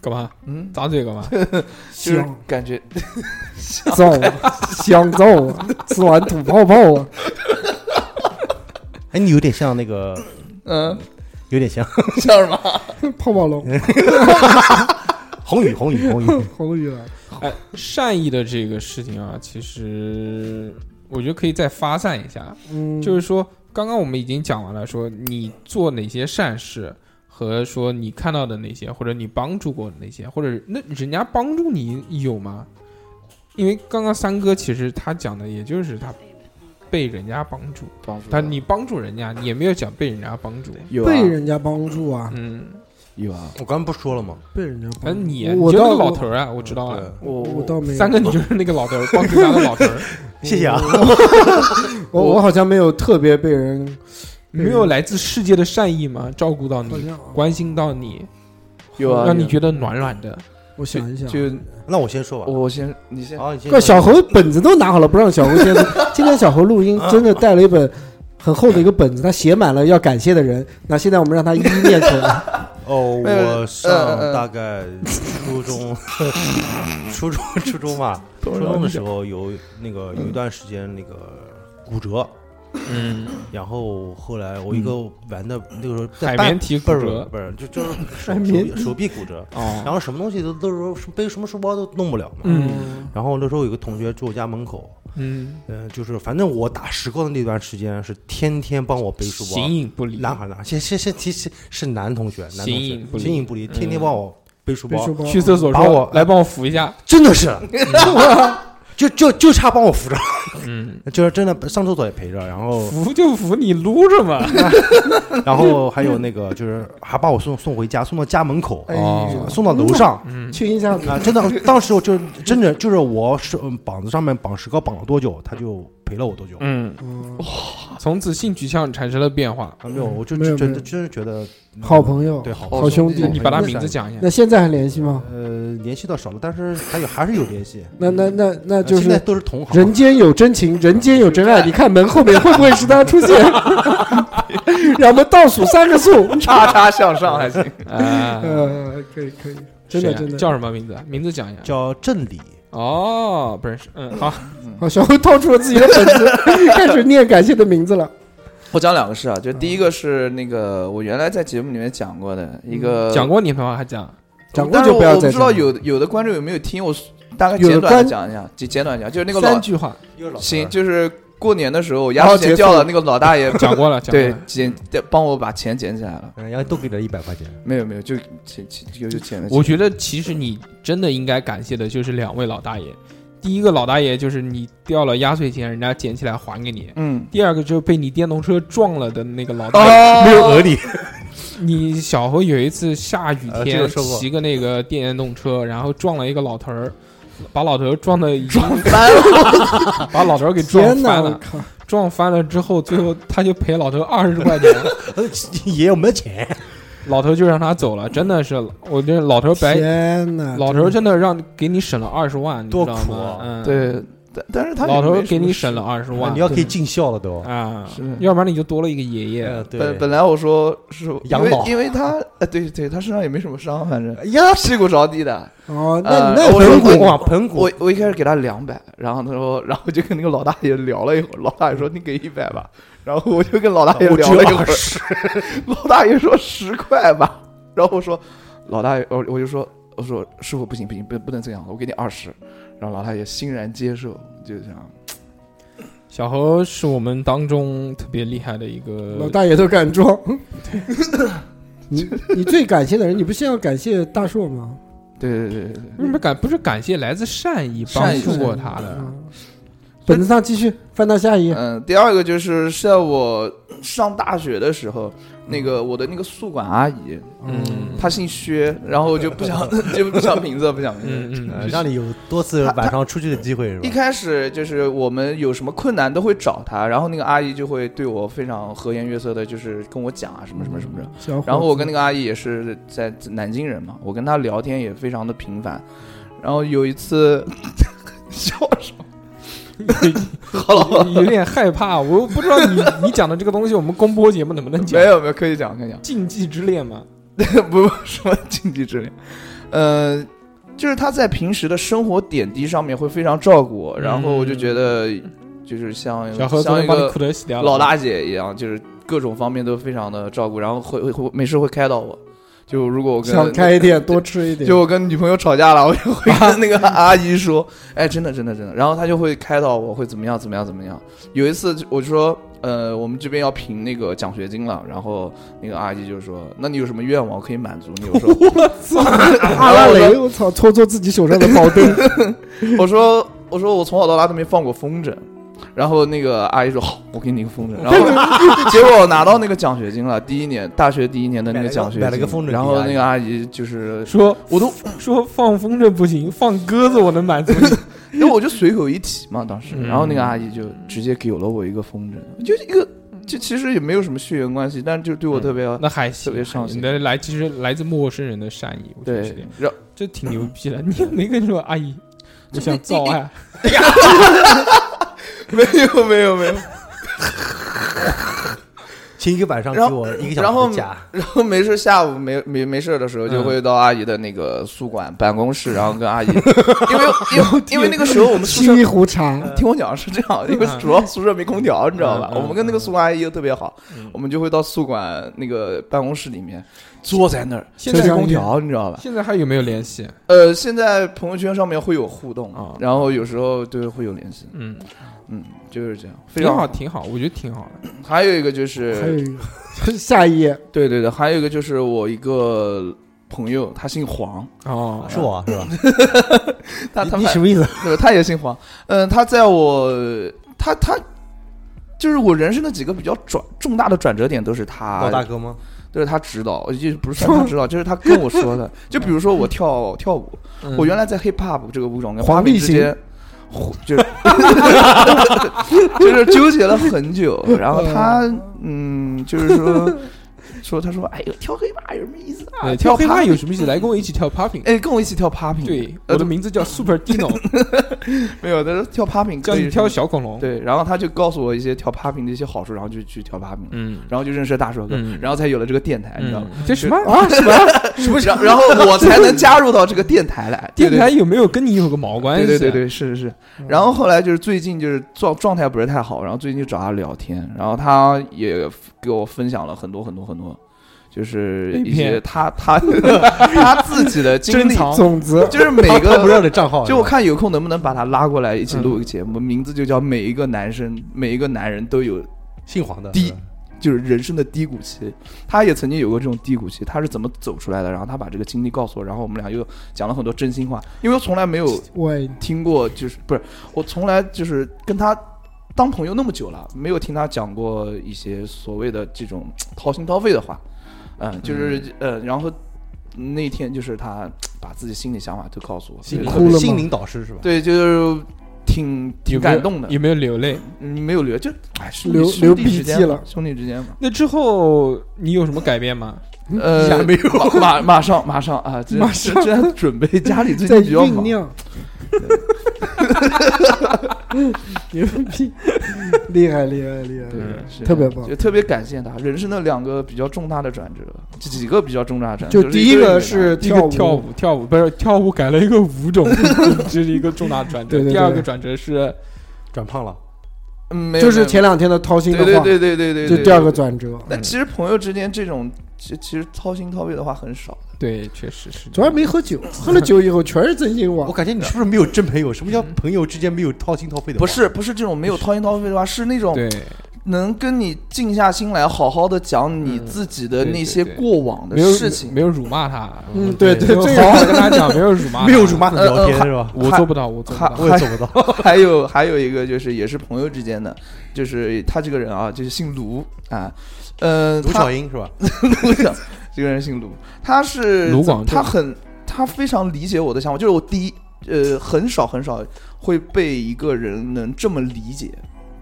Speaker 6: 干嘛？
Speaker 5: 嗯，
Speaker 6: 打嘴干嘛？ (laughs)
Speaker 5: 就是
Speaker 3: 香
Speaker 5: 感觉
Speaker 3: 造啊，香皂啊，吃完吐泡泡啊，
Speaker 8: 哎，你有点像那个，
Speaker 3: 呃
Speaker 5: 嗯，
Speaker 8: 有点 (laughs) 像
Speaker 5: 像什么？
Speaker 3: 泡泡龙，
Speaker 8: 红宇，红宇，红宇。
Speaker 3: 好远啊，
Speaker 6: 哎，善意的这个事情啊，其实我觉得可以再发散一下，
Speaker 3: (laughs) 嗯，
Speaker 6: 就是说，刚刚我们已经讲完了，说你做哪些善事，和说你看到的哪些，或者你帮助过的哪些，或者那人家帮助你有吗？因为刚刚三哥其实他讲的，也就是他被人家帮助，
Speaker 5: 帮助
Speaker 6: 他
Speaker 5: 到
Speaker 6: 你帮助人家，你也没有讲被人家帮助。
Speaker 5: 有啊
Speaker 3: 被人家帮助啊，
Speaker 6: 嗯，
Speaker 5: 有啊，
Speaker 8: (laughs) 我刚不说了吗？
Speaker 3: 被人家帮助。
Speaker 6: 那哎你
Speaker 3: 我
Speaker 6: 你就
Speaker 3: 倒
Speaker 6: 是那个老头儿啊，我知道
Speaker 8: 对
Speaker 6: 啊。
Speaker 5: 我
Speaker 3: 我倒没有
Speaker 6: 三哥，你就是那个老头儿，帮助他的老
Speaker 3: (laughs)
Speaker 6: 头儿，
Speaker 8: 谢谢啊。
Speaker 3: 我我好像没有特别被人
Speaker 6: 没有来自世界的善意吗？照顾到
Speaker 3: 好
Speaker 6: 你，
Speaker 3: 像啊
Speaker 6: 关心到你，
Speaker 5: 有啊，
Speaker 6: 让你
Speaker 5: 有
Speaker 6: 觉得暖暖的。
Speaker 3: 我想一想，啊
Speaker 5: 就
Speaker 8: 那我先说吧。
Speaker 5: 我先，你先，
Speaker 8: 啊，你先
Speaker 3: 怪
Speaker 8: 说
Speaker 3: 小猴本子都拿好了，不让小猴 (laughs) 先录。今天小猴录音真的带了一本很厚的一个本子，他写满了要感谢的人。那现在我们让他一一念出 (laughs) 来。
Speaker 8: 哦，
Speaker 5: 没有
Speaker 8: 我
Speaker 5: 呃呃
Speaker 8: 上大概初中， (laughs) 初中初中吧，初中的时候有那个有一段时间那个骨折，
Speaker 6: 嗯，
Speaker 8: 然后后来我一个玩的那个时候
Speaker 6: 海
Speaker 8: 在半
Speaker 6: 绵体骨
Speaker 8: 不是
Speaker 6: 折
Speaker 8: 不是就就是
Speaker 3: 海
Speaker 8: 手
Speaker 3: 绵
Speaker 8: 手手臂骨折，
Speaker 6: 哦，
Speaker 8: 然后什么东西都都是背什么书包都弄不了嘛。
Speaker 6: 嗯
Speaker 8: (laughs) 然后那时候有个同学住我家门口，
Speaker 6: 嗯，
Speaker 8: 嗯，就是反正我打石膏的那段时间是天天帮我背书包，
Speaker 6: 形影不离，
Speaker 8: 男孩儿男孩儿，先先先提是是男同学，男同
Speaker 6: 形影不
Speaker 8: 学
Speaker 6: 离
Speaker 8: 形影不离，天天帮我背书
Speaker 3: 别
Speaker 8: 包
Speaker 3: 说，包
Speaker 6: 去厕所
Speaker 8: 把
Speaker 6: 说
Speaker 8: 我
Speaker 6: 来帮我扶一下，
Speaker 8: 真 (laughs) 的是，就就就差帮我扶着，
Speaker 6: 嗯，
Speaker 8: 就是真的上厕所也陪着，然后 (laughs)
Speaker 6: 扶就扶，你撸着嘛，
Speaker 8: 然后还有那个就是还把我送送回家，送到家门口，啊
Speaker 3: 哎
Speaker 6: 哦
Speaker 8: 送到楼上。
Speaker 6: 嗯，
Speaker 3: 去一下子
Speaker 8: 啊，真的，当时我就是真的就是我手嗯膀子上面绑石膏绑了多久，他就陪了我多久。
Speaker 6: 嗯，
Speaker 3: 嗯，
Speaker 6: 从此性取向产生了变化。
Speaker 8: 啊，没有，我就
Speaker 3: 没有
Speaker 8: 真
Speaker 3: 没有
Speaker 8: 的真是觉得
Speaker 3: 好朋友
Speaker 8: 对。好
Speaker 5: 好
Speaker 8: 朋友
Speaker 3: 兄弟
Speaker 8: 好
Speaker 6: 你把他
Speaker 8: 朋友
Speaker 6: 名字讲一下，
Speaker 3: 那现在还联系吗？
Speaker 8: 呃，联系倒少了，但是还有还是有联系。
Speaker 3: 那那那那
Speaker 8: 呃
Speaker 3: 就
Speaker 8: 现在
Speaker 3: 是
Speaker 8: 都是同行，
Speaker 3: 人间有真情，人间有真爱。你看门后面会不会是他出现？ (laughs) 让我们倒数三个数。
Speaker 5: 叉叉向上还行。
Speaker 6: 啊，
Speaker 3: 呃，可以可以， (laughs) 真
Speaker 6: 谁
Speaker 3: 的
Speaker 6: 啊
Speaker 3: 真的
Speaker 6: 叫什么名字？名字讲一下。
Speaker 8: 叫郑理。
Speaker 6: 哦，不认识，嗯，好，
Speaker 3: 好，小猴掏出了自己的本子，开始念感谢的名字了。
Speaker 5: (laughs) 我讲两个事啊，就第一个是那个我原来在节目里面讲过的一个
Speaker 6: (laughs) 讲过你朋友还讲，
Speaker 3: 讲过
Speaker 5: 但是
Speaker 3: 就不要
Speaker 5: 我
Speaker 3: 再
Speaker 5: 不知道
Speaker 3: 讲了
Speaker 5: 有有的观众有没有听，我大概
Speaker 3: 有的
Speaker 5: 简短的
Speaker 3: 观
Speaker 5: 讲一下，简简短讲，就是那个
Speaker 6: 三
Speaker 5: 老
Speaker 6: 句话
Speaker 5: 行，就是过年的时候我
Speaker 3: 然
Speaker 5: 牙
Speaker 3: 后
Speaker 5: 齿
Speaker 3: 结
Speaker 5: 剪
Speaker 3: 束
Speaker 5: 掉了，那个老大爷
Speaker 6: 讲过了，讲过
Speaker 5: 对
Speaker 6: 了。
Speaker 5: 捡帮我把钱捡起来了，
Speaker 1: 嗯，然后都给了一百块钱，
Speaker 5: 没有没有就捡捡就就捡了起来。
Speaker 6: 我觉得其实你真的应该感谢的就是两位老大爷，第一个老大爷就是你掉了压岁钱，人家捡起来还给你；
Speaker 5: 嗯，
Speaker 6: 第二个就是被你电动车撞了的那个老大爷。
Speaker 5: 哦，
Speaker 1: 理，
Speaker 6: 你小时候有一次下雨
Speaker 1: 呃这
Speaker 6: 天、
Speaker 1: 个说过
Speaker 6: 骑个那个电动车，然后撞了一个老头儿，把老头儿撞的撞 (laughs)
Speaker 5: 翻
Speaker 6: 了，把老头儿给撞
Speaker 3: 天哪！
Speaker 6: 翻
Speaker 3: 我
Speaker 6: 了，
Speaker 3: 靠，
Speaker 6: 撞翻了之后，最后他就赔老头二十块钱，
Speaker 5: (laughs)
Speaker 1: 也有没钱，
Speaker 6: 老头就让他走了，真的是，我觉得老头白。
Speaker 3: 天啊哪！
Speaker 6: 老头真的让给你省了二十万，你知道
Speaker 1: 多苦
Speaker 6: 吗
Speaker 1: 啊？
Speaker 6: 嗯，，
Speaker 5: 对，但但是他
Speaker 6: 老头
Speaker 5: 也没
Speaker 6: 给
Speaker 5: 什么
Speaker 6: 你
Speaker 5: 事
Speaker 6: 省了。二十万
Speaker 1: 你要可以
Speaker 3: 对
Speaker 1: 尽孝了都。
Speaker 6: 啊
Speaker 5: 是，
Speaker 6: 要不然你就多了一个爷爷。
Speaker 1: 嗯，对，
Speaker 5: 本本来我说是因
Speaker 1: 养
Speaker 5: 为
Speaker 1: 老哎
Speaker 5: 因为他呃对对，他身上也没什么伤，反正
Speaker 1: 呀，
Speaker 5: 屁股着地的。
Speaker 3: 哦，
Speaker 5: 呃
Speaker 3: 那那
Speaker 5: 我
Speaker 3: 很
Speaker 5: 说
Speaker 3: 恐怖
Speaker 8: (laughs)
Speaker 1: 哇，盆骨
Speaker 5: 我我一开始给他两百，然后他说，然后就跟那个老大爷聊了一会儿，老大爷说你给一百吧，然后我就跟老大爷
Speaker 1: 我
Speaker 5: 聊
Speaker 1: 只有
Speaker 5: 了一
Speaker 1: (laughs)
Speaker 5: 会儿，老大爷说十块吧，然后我说老大爷，我我就说我说师傅不行不行不不能这样，我给你二十，然后老大爷欣然接受，就这样。
Speaker 6: 小猴是我们当中特别厉害的一个
Speaker 3: 老大爷都敢装。你你最感谢的人，你不是要感谢大硕吗？
Speaker 5: 对对对对对，
Speaker 6: 不是感不是感谢来自善意帮
Speaker 5: 善意
Speaker 6: 助过哎他的，
Speaker 3: 嗯本子上继续翻到下一页。
Speaker 5: 嗯，第二个就是是在我上大学的时候，那个我的那个宿管阿姨，
Speaker 6: 嗯
Speaker 5: 她姓薛，然后我就不
Speaker 6: (laughs)
Speaker 5: 想就不想名字，不想名字。
Speaker 6: 嗯
Speaker 1: 呃
Speaker 6: 嗯， (laughs)
Speaker 1: 让你有多次晚上出去的机会是
Speaker 5: 一
Speaker 1: 吧？
Speaker 5: 开始就是我们有什么困难都会找她，然后那个阿姨就会对我非常和颜悦色的，就是跟我讲啊什么什么什么
Speaker 6: 嗯
Speaker 5: 的。
Speaker 3: 哦小伙子
Speaker 5: 然后我跟那个阿姨也是在南京人嘛，我跟她聊天也非常的频繁。然后有一次， (laughs) 笑什么？好了，好了
Speaker 6: 有有点害怕，我不知道你你讲的这个东西，我们公播节目能不能讲
Speaker 5: 没？有没有，可以讲可以讲。
Speaker 6: 禁忌之恋嘛，
Speaker 5: 不什么经济之类，呃，就是他在平时的生活点滴上面会非常照顾我，然后我就觉得就是像
Speaker 6: 嗯小何昨
Speaker 5: 嗯像
Speaker 6: 天
Speaker 5: 一
Speaker 6: 把你
Speaker 5: 个
Speaker 6: 裤头洗掉了，
Speaker 5: 老大姐一样，就是各种方面都非常的照顾，然后会会会没事会开导我，就如果我跟
Speaker 3: 想开一点，多吃一点。
Speaker 5: 就我跟女朋友吵架了，我就会跟那个阿姨说，哎，真的，真的，真的。然后她就会开导我，会怎么样，怎么样，怎么样。有一次我就说，呃，我们这边要评那个奖学金了，然后那个阿姨就说，那你有什么愿望我可以满足你？我说，
Speaker 3: 我操，阿拉蕾，我操，搓搓自己手上的宝灯。
Speaker 1: (laughs)
Speaker 5: 我说，我说我从小到大都没放过风筝。然后那个阿姨说好，我给你一个风
Speaker 1: (laughs)
Speaker 5: 筝。然后 (laughs) 结果我拿到那个奖学金了，第一年大学第一年的那
Speaker 1: 买了个
Speaker 5: 奖学金，
Speaker 1: 嗯买了个风筝给
Speaker 5: 然后
Speaker 1: 阿姨
Speaker 5: 那个阿姨就是
Speaker 6: 说，我都说放风筝不行，放鸽子我能满
Speaker 5: (laughs)
Speaker 6: 足
Speaker 5: 因
Speaker 6: 你。
Speaker 5: 为我就随口一提嘛，当时，
Speaker 6: 嗯
Speaker 5: 然后那个阿姨就直接给了我一个风筝，就一个，就其实也没有什么血缘关系，但就对我特别、
Speaker 1: 嗯
Speaker 6: 那还
Speaker 5: 特
Speaker 6: 行，
Speaker 5: 别上心
Speaker 6: 你的来其实来自陌生人的善意，我觉得是这
Speaker 5: 对
Speaker 6: 样，
Speaker 5: 然后
Speaker 6: 这挺牛逼的。你也没跟说阿姨，我想造爱，
Speaker 5: (laughs) 没有没有没有，
Speaker 1: 请一个晚上给
Speaker 5: 然后
Speaker 1: 我一个
Speaker 5: 然
Speaker 1: 小
Speaker 5: 后
Speaker 1: 时的假，
Speaker 5: 然后没事下午没没没事的时候就会到阿姨的那个宿管办公室，然后跟阿姨，因 (laughs) 为因为因为那个时候我们宿舍
Speaker 3: 沏一壶茶，
Speaker 5: (laughs) 听我讲是这样，因为主要宿舍没空调，你知道吧？
Speaker 6: 嗯嗯
Speaker 5: 我们跟那个宿管阿姨又特别好，我们就会到宿管那个办公室里面坐在那儿
Speaker 6: 现在
Speaker 5: 吹空调，你知道吧？
Speaker 6: 现在还有没有联系？
Speaker 5: 呃，现在朋友圈上面会有互动
Speaker 6: 啊
Speaker 5: 然后有时候对会有联系，
Speaker 6: 嗯，
Speaker 5: 嗯，就是这样，非
Speaker 6: 挺
Speaker 5: 常
Speaker 6: 好，。挺好，我觉得挺好的。
Speaker 5: 还有一个就
Speaker 3: 还有
Speaker 5: 是，
Speaker 3: 一个下一页，
Speaker 5: 对对对，还有一个就是我一个朋友，他姓黄，啊
Speaker 6: 哦，
Speaker 1: 是我是吧？
Speaker 5: 他他
Speaker 1: 你你
Speaker 5: 反
Speaker 1: 什么意思？
Speaker 5: 对，他也姓黄，嗯，他在我他他。就是我人生的几个比较转重大的转折点都是他
Speaker 1: 老大哥吗？
Speaker 5: 就是他指导，呃就不是算他指导，就是他跟我说
Speaker 3: (laughs)
Speaker 5: 的。就比如说我跳跳舞，
Speaker 6: 嗯
Speaker 5: 我原来在 hip hop 这个舞种跟
Speaker 3: 黄
Speaker 5: 花臂
Speaker 3: 立
Speaker 5: 之
Speaker 3: 行
Speaker 5: 间，呼就是 (laughs) 嗯就是纠结了很久。然后他嗯，就是说 (laughs) 说他说哎呦跳黑怕有什么意思啊？
Speaker 6: 对跳黑怕
Speaker 5: popping
Speaker 6: 有什么意思？来跟我一起跳 popping。
Speaker 5: 哎，跟我一起跳 popping。
Speaker 6: 对，
Speaker 5: 呃
Speaker 6: 我的名字叫 Super Dino，
Speaker 5: 没有，他说跳 popping
Speaker 6: 叫
Speaker 5: 可以
Speaker 6: 你跳
Speaker 5: 什
Speaker 6: 小恐
Speaker 5: 么
Speaker 6: 龙。，
Speaker 5: 对，然后他就告诉我一些跳 popping 的一些好处，然后就去跳 popping，
Speaker 6: 嗯，
Speaker 5: 然后就认识了大蛇哥
Speaker 6: 嗯，
Speaker 5: 然后才有了这个电台，你知道吗？
Speaker 6: 嗯这什么
Speaker 3: 啊什么？
Speaker 5: 是不是？然后我才能加入到这个电台来。对
Speaker 6: (laughs) 电台有没有跟你有个毛关系？啊
Speaker 5: 对对对对，是是是。然后后来就是最近就是状状态不是太好，然后最近就找他聊天，然后他也给我分享了很多很多很多，就是一
Speaker 6: 被
Speaker 5: 些
Speaker 6: 骗
Speaker 5: 他他 (laughs) 他自己的经历，
Speaker 3: 种子
Speaker 5: 就是每
Speaker 1: 他不知道
Speaker 5: 个。
Speaker 1: 的账号，
Speaker 5: 就我看有空能不能把他拉过来一起录一个节目，名字就叫《每一个男生每一个男人都有
Speaker 1: 姓黄的，
Speaker 5: 低就是人生的低谷期，他也曾经有过这种低谷期，他是怎么走出来的？然后他把这个经历告诉我，然后我们俩又讲了很多真心话，因为我从来没有
Speaker 3: 喂，
Speaker 5: 听过，就是不是我从来就是跟他当朋友那么久了，没有听他讲过一些所谓的这种掏心掏肺的话，嗯，就是呃，然后那天就是他把自己心里想法都告诉我，
Speaker 1: 心
Speaker 5: 对
Speaker 1: 灵
Speaker 3: 哭了吗
Speaker 1: 心灵导师是吧？
Speaker 5: 对，就是挺挺
Speaker 6: 有没有
Speaker 5: 感动的，
Speaker 6: 有没有流泪？
Speaker 5: 嗯没有留，就哎，兄弟
Speaker 3: 留
Speaker 5: 兄弟
Speaker 3: 留
Speaker 5: 之
Speaker 3: 笔记
Speaker 5: 间嘛
Speaker 3: 了
Speaker 5: 兄弟之间嘛，
Speaker 6: 那之后你有什么改变吗？
Speaker 5: 呃，
Speaker 1: 没有，
Speaker 5: 马马马上马上啊，这
Speaker 6: 马
Speaker 5: 这这在准备家里最
Speaker 3: 在
Speaker 5: 近比较
Speaker 3: 酝
Speaker 5: 忙，
Speaker 3: 酿。牛逼，厉害厉害厉害！
Speaker 5: 对，是
Speaker 3: 特别棒
Speaker 5: 就特别感谢他人生的两个比较重大的转折，这几个比较重大的转折，
Speaker 3: 就
Speaker 5: 就是
Speaker 3: 第一
Speaker 5: 堆
Speaker 3: 个
Speaker 5: 人
Speaker 3: 是
Speaker 6: 一个跳
Speaker 3: 舞，
Speaker 6: 舞，跳舞不是跳舞，改了一个
Speaker 5: (laughs)
Speaker 6: 舞种， (laughs) 这是一个重大转折
Speaker 3: 对。对
Speaker 6: 第二
Speaker 3: 对
Speaker 6: 个转折是
Speaker 1: 转胖了，
Speaker 5: 嗯没有
Speaker 3: 就是
Speaker 5: 没有
Speaker 3: 前两天的掏心
Speaker 5: 对
Speaker 3: 的话，
Speaker 5: 对对对对对，对
Speaker 3: 就第二个。转折，
Speaker 5: 但其实朋友之间这种其其实掏心掏肺的话很少，
Speaker 6: 对，确实是
Speaker 3: 主要没喝酒，喝了酒以后全是真心
Speaker 1: 我
Speaker 3: 话。
Speaker 1: 感觉你是不是没有真朋友？什么叫朋友之间没有掏心掏肺的？
Speaker 5: 嗯不，是不是这种没有掏心掏肺的话，是那种
Speaker 6: 对，
Speaker 5: 能跟你静下心来好好的讲你自己的
Speaker 6: 对
Speaker 5: 那
Speaker 6: 对
Speaker 5: 些
Speaker 6: 对
Speaker 5: 过往的
Speaker 6: 没有
Speaker 5: 事情
Speaker 6: 没。有辱骂他，
Speaker 3: 嗯，对对，
Speaker 6: 没有
Speaker 3: 这
Speaker 6: 好
Speaker 3: 个
Speaker 6: 好跟他讲，没有辱
Speaker 5: (laughs)
Speaker 6: 骂，
Speaker 1: 没有辱，骂的聊天是吧？
Speaker 6: 我做不到，我做不
Speaker 5: 还
Speaker 6: 到。
Speaker 1: 我也做不到。
Speaker 5: 呃 (laughs) 还有还有一个就是也是朋友之间的，就是他这个人啊，就是姓卢啊，呃，
Speaker 1: 卢
Speaker 5: 他
Speaker 1: 巧音是吧？
Speaker 5: 我想这个人姓卢，他是
Speaker 6: 卢广仲
Speaker 5: 他很他非常理解我的想法，就是我第一呃很少很少会被一个人能这么理解，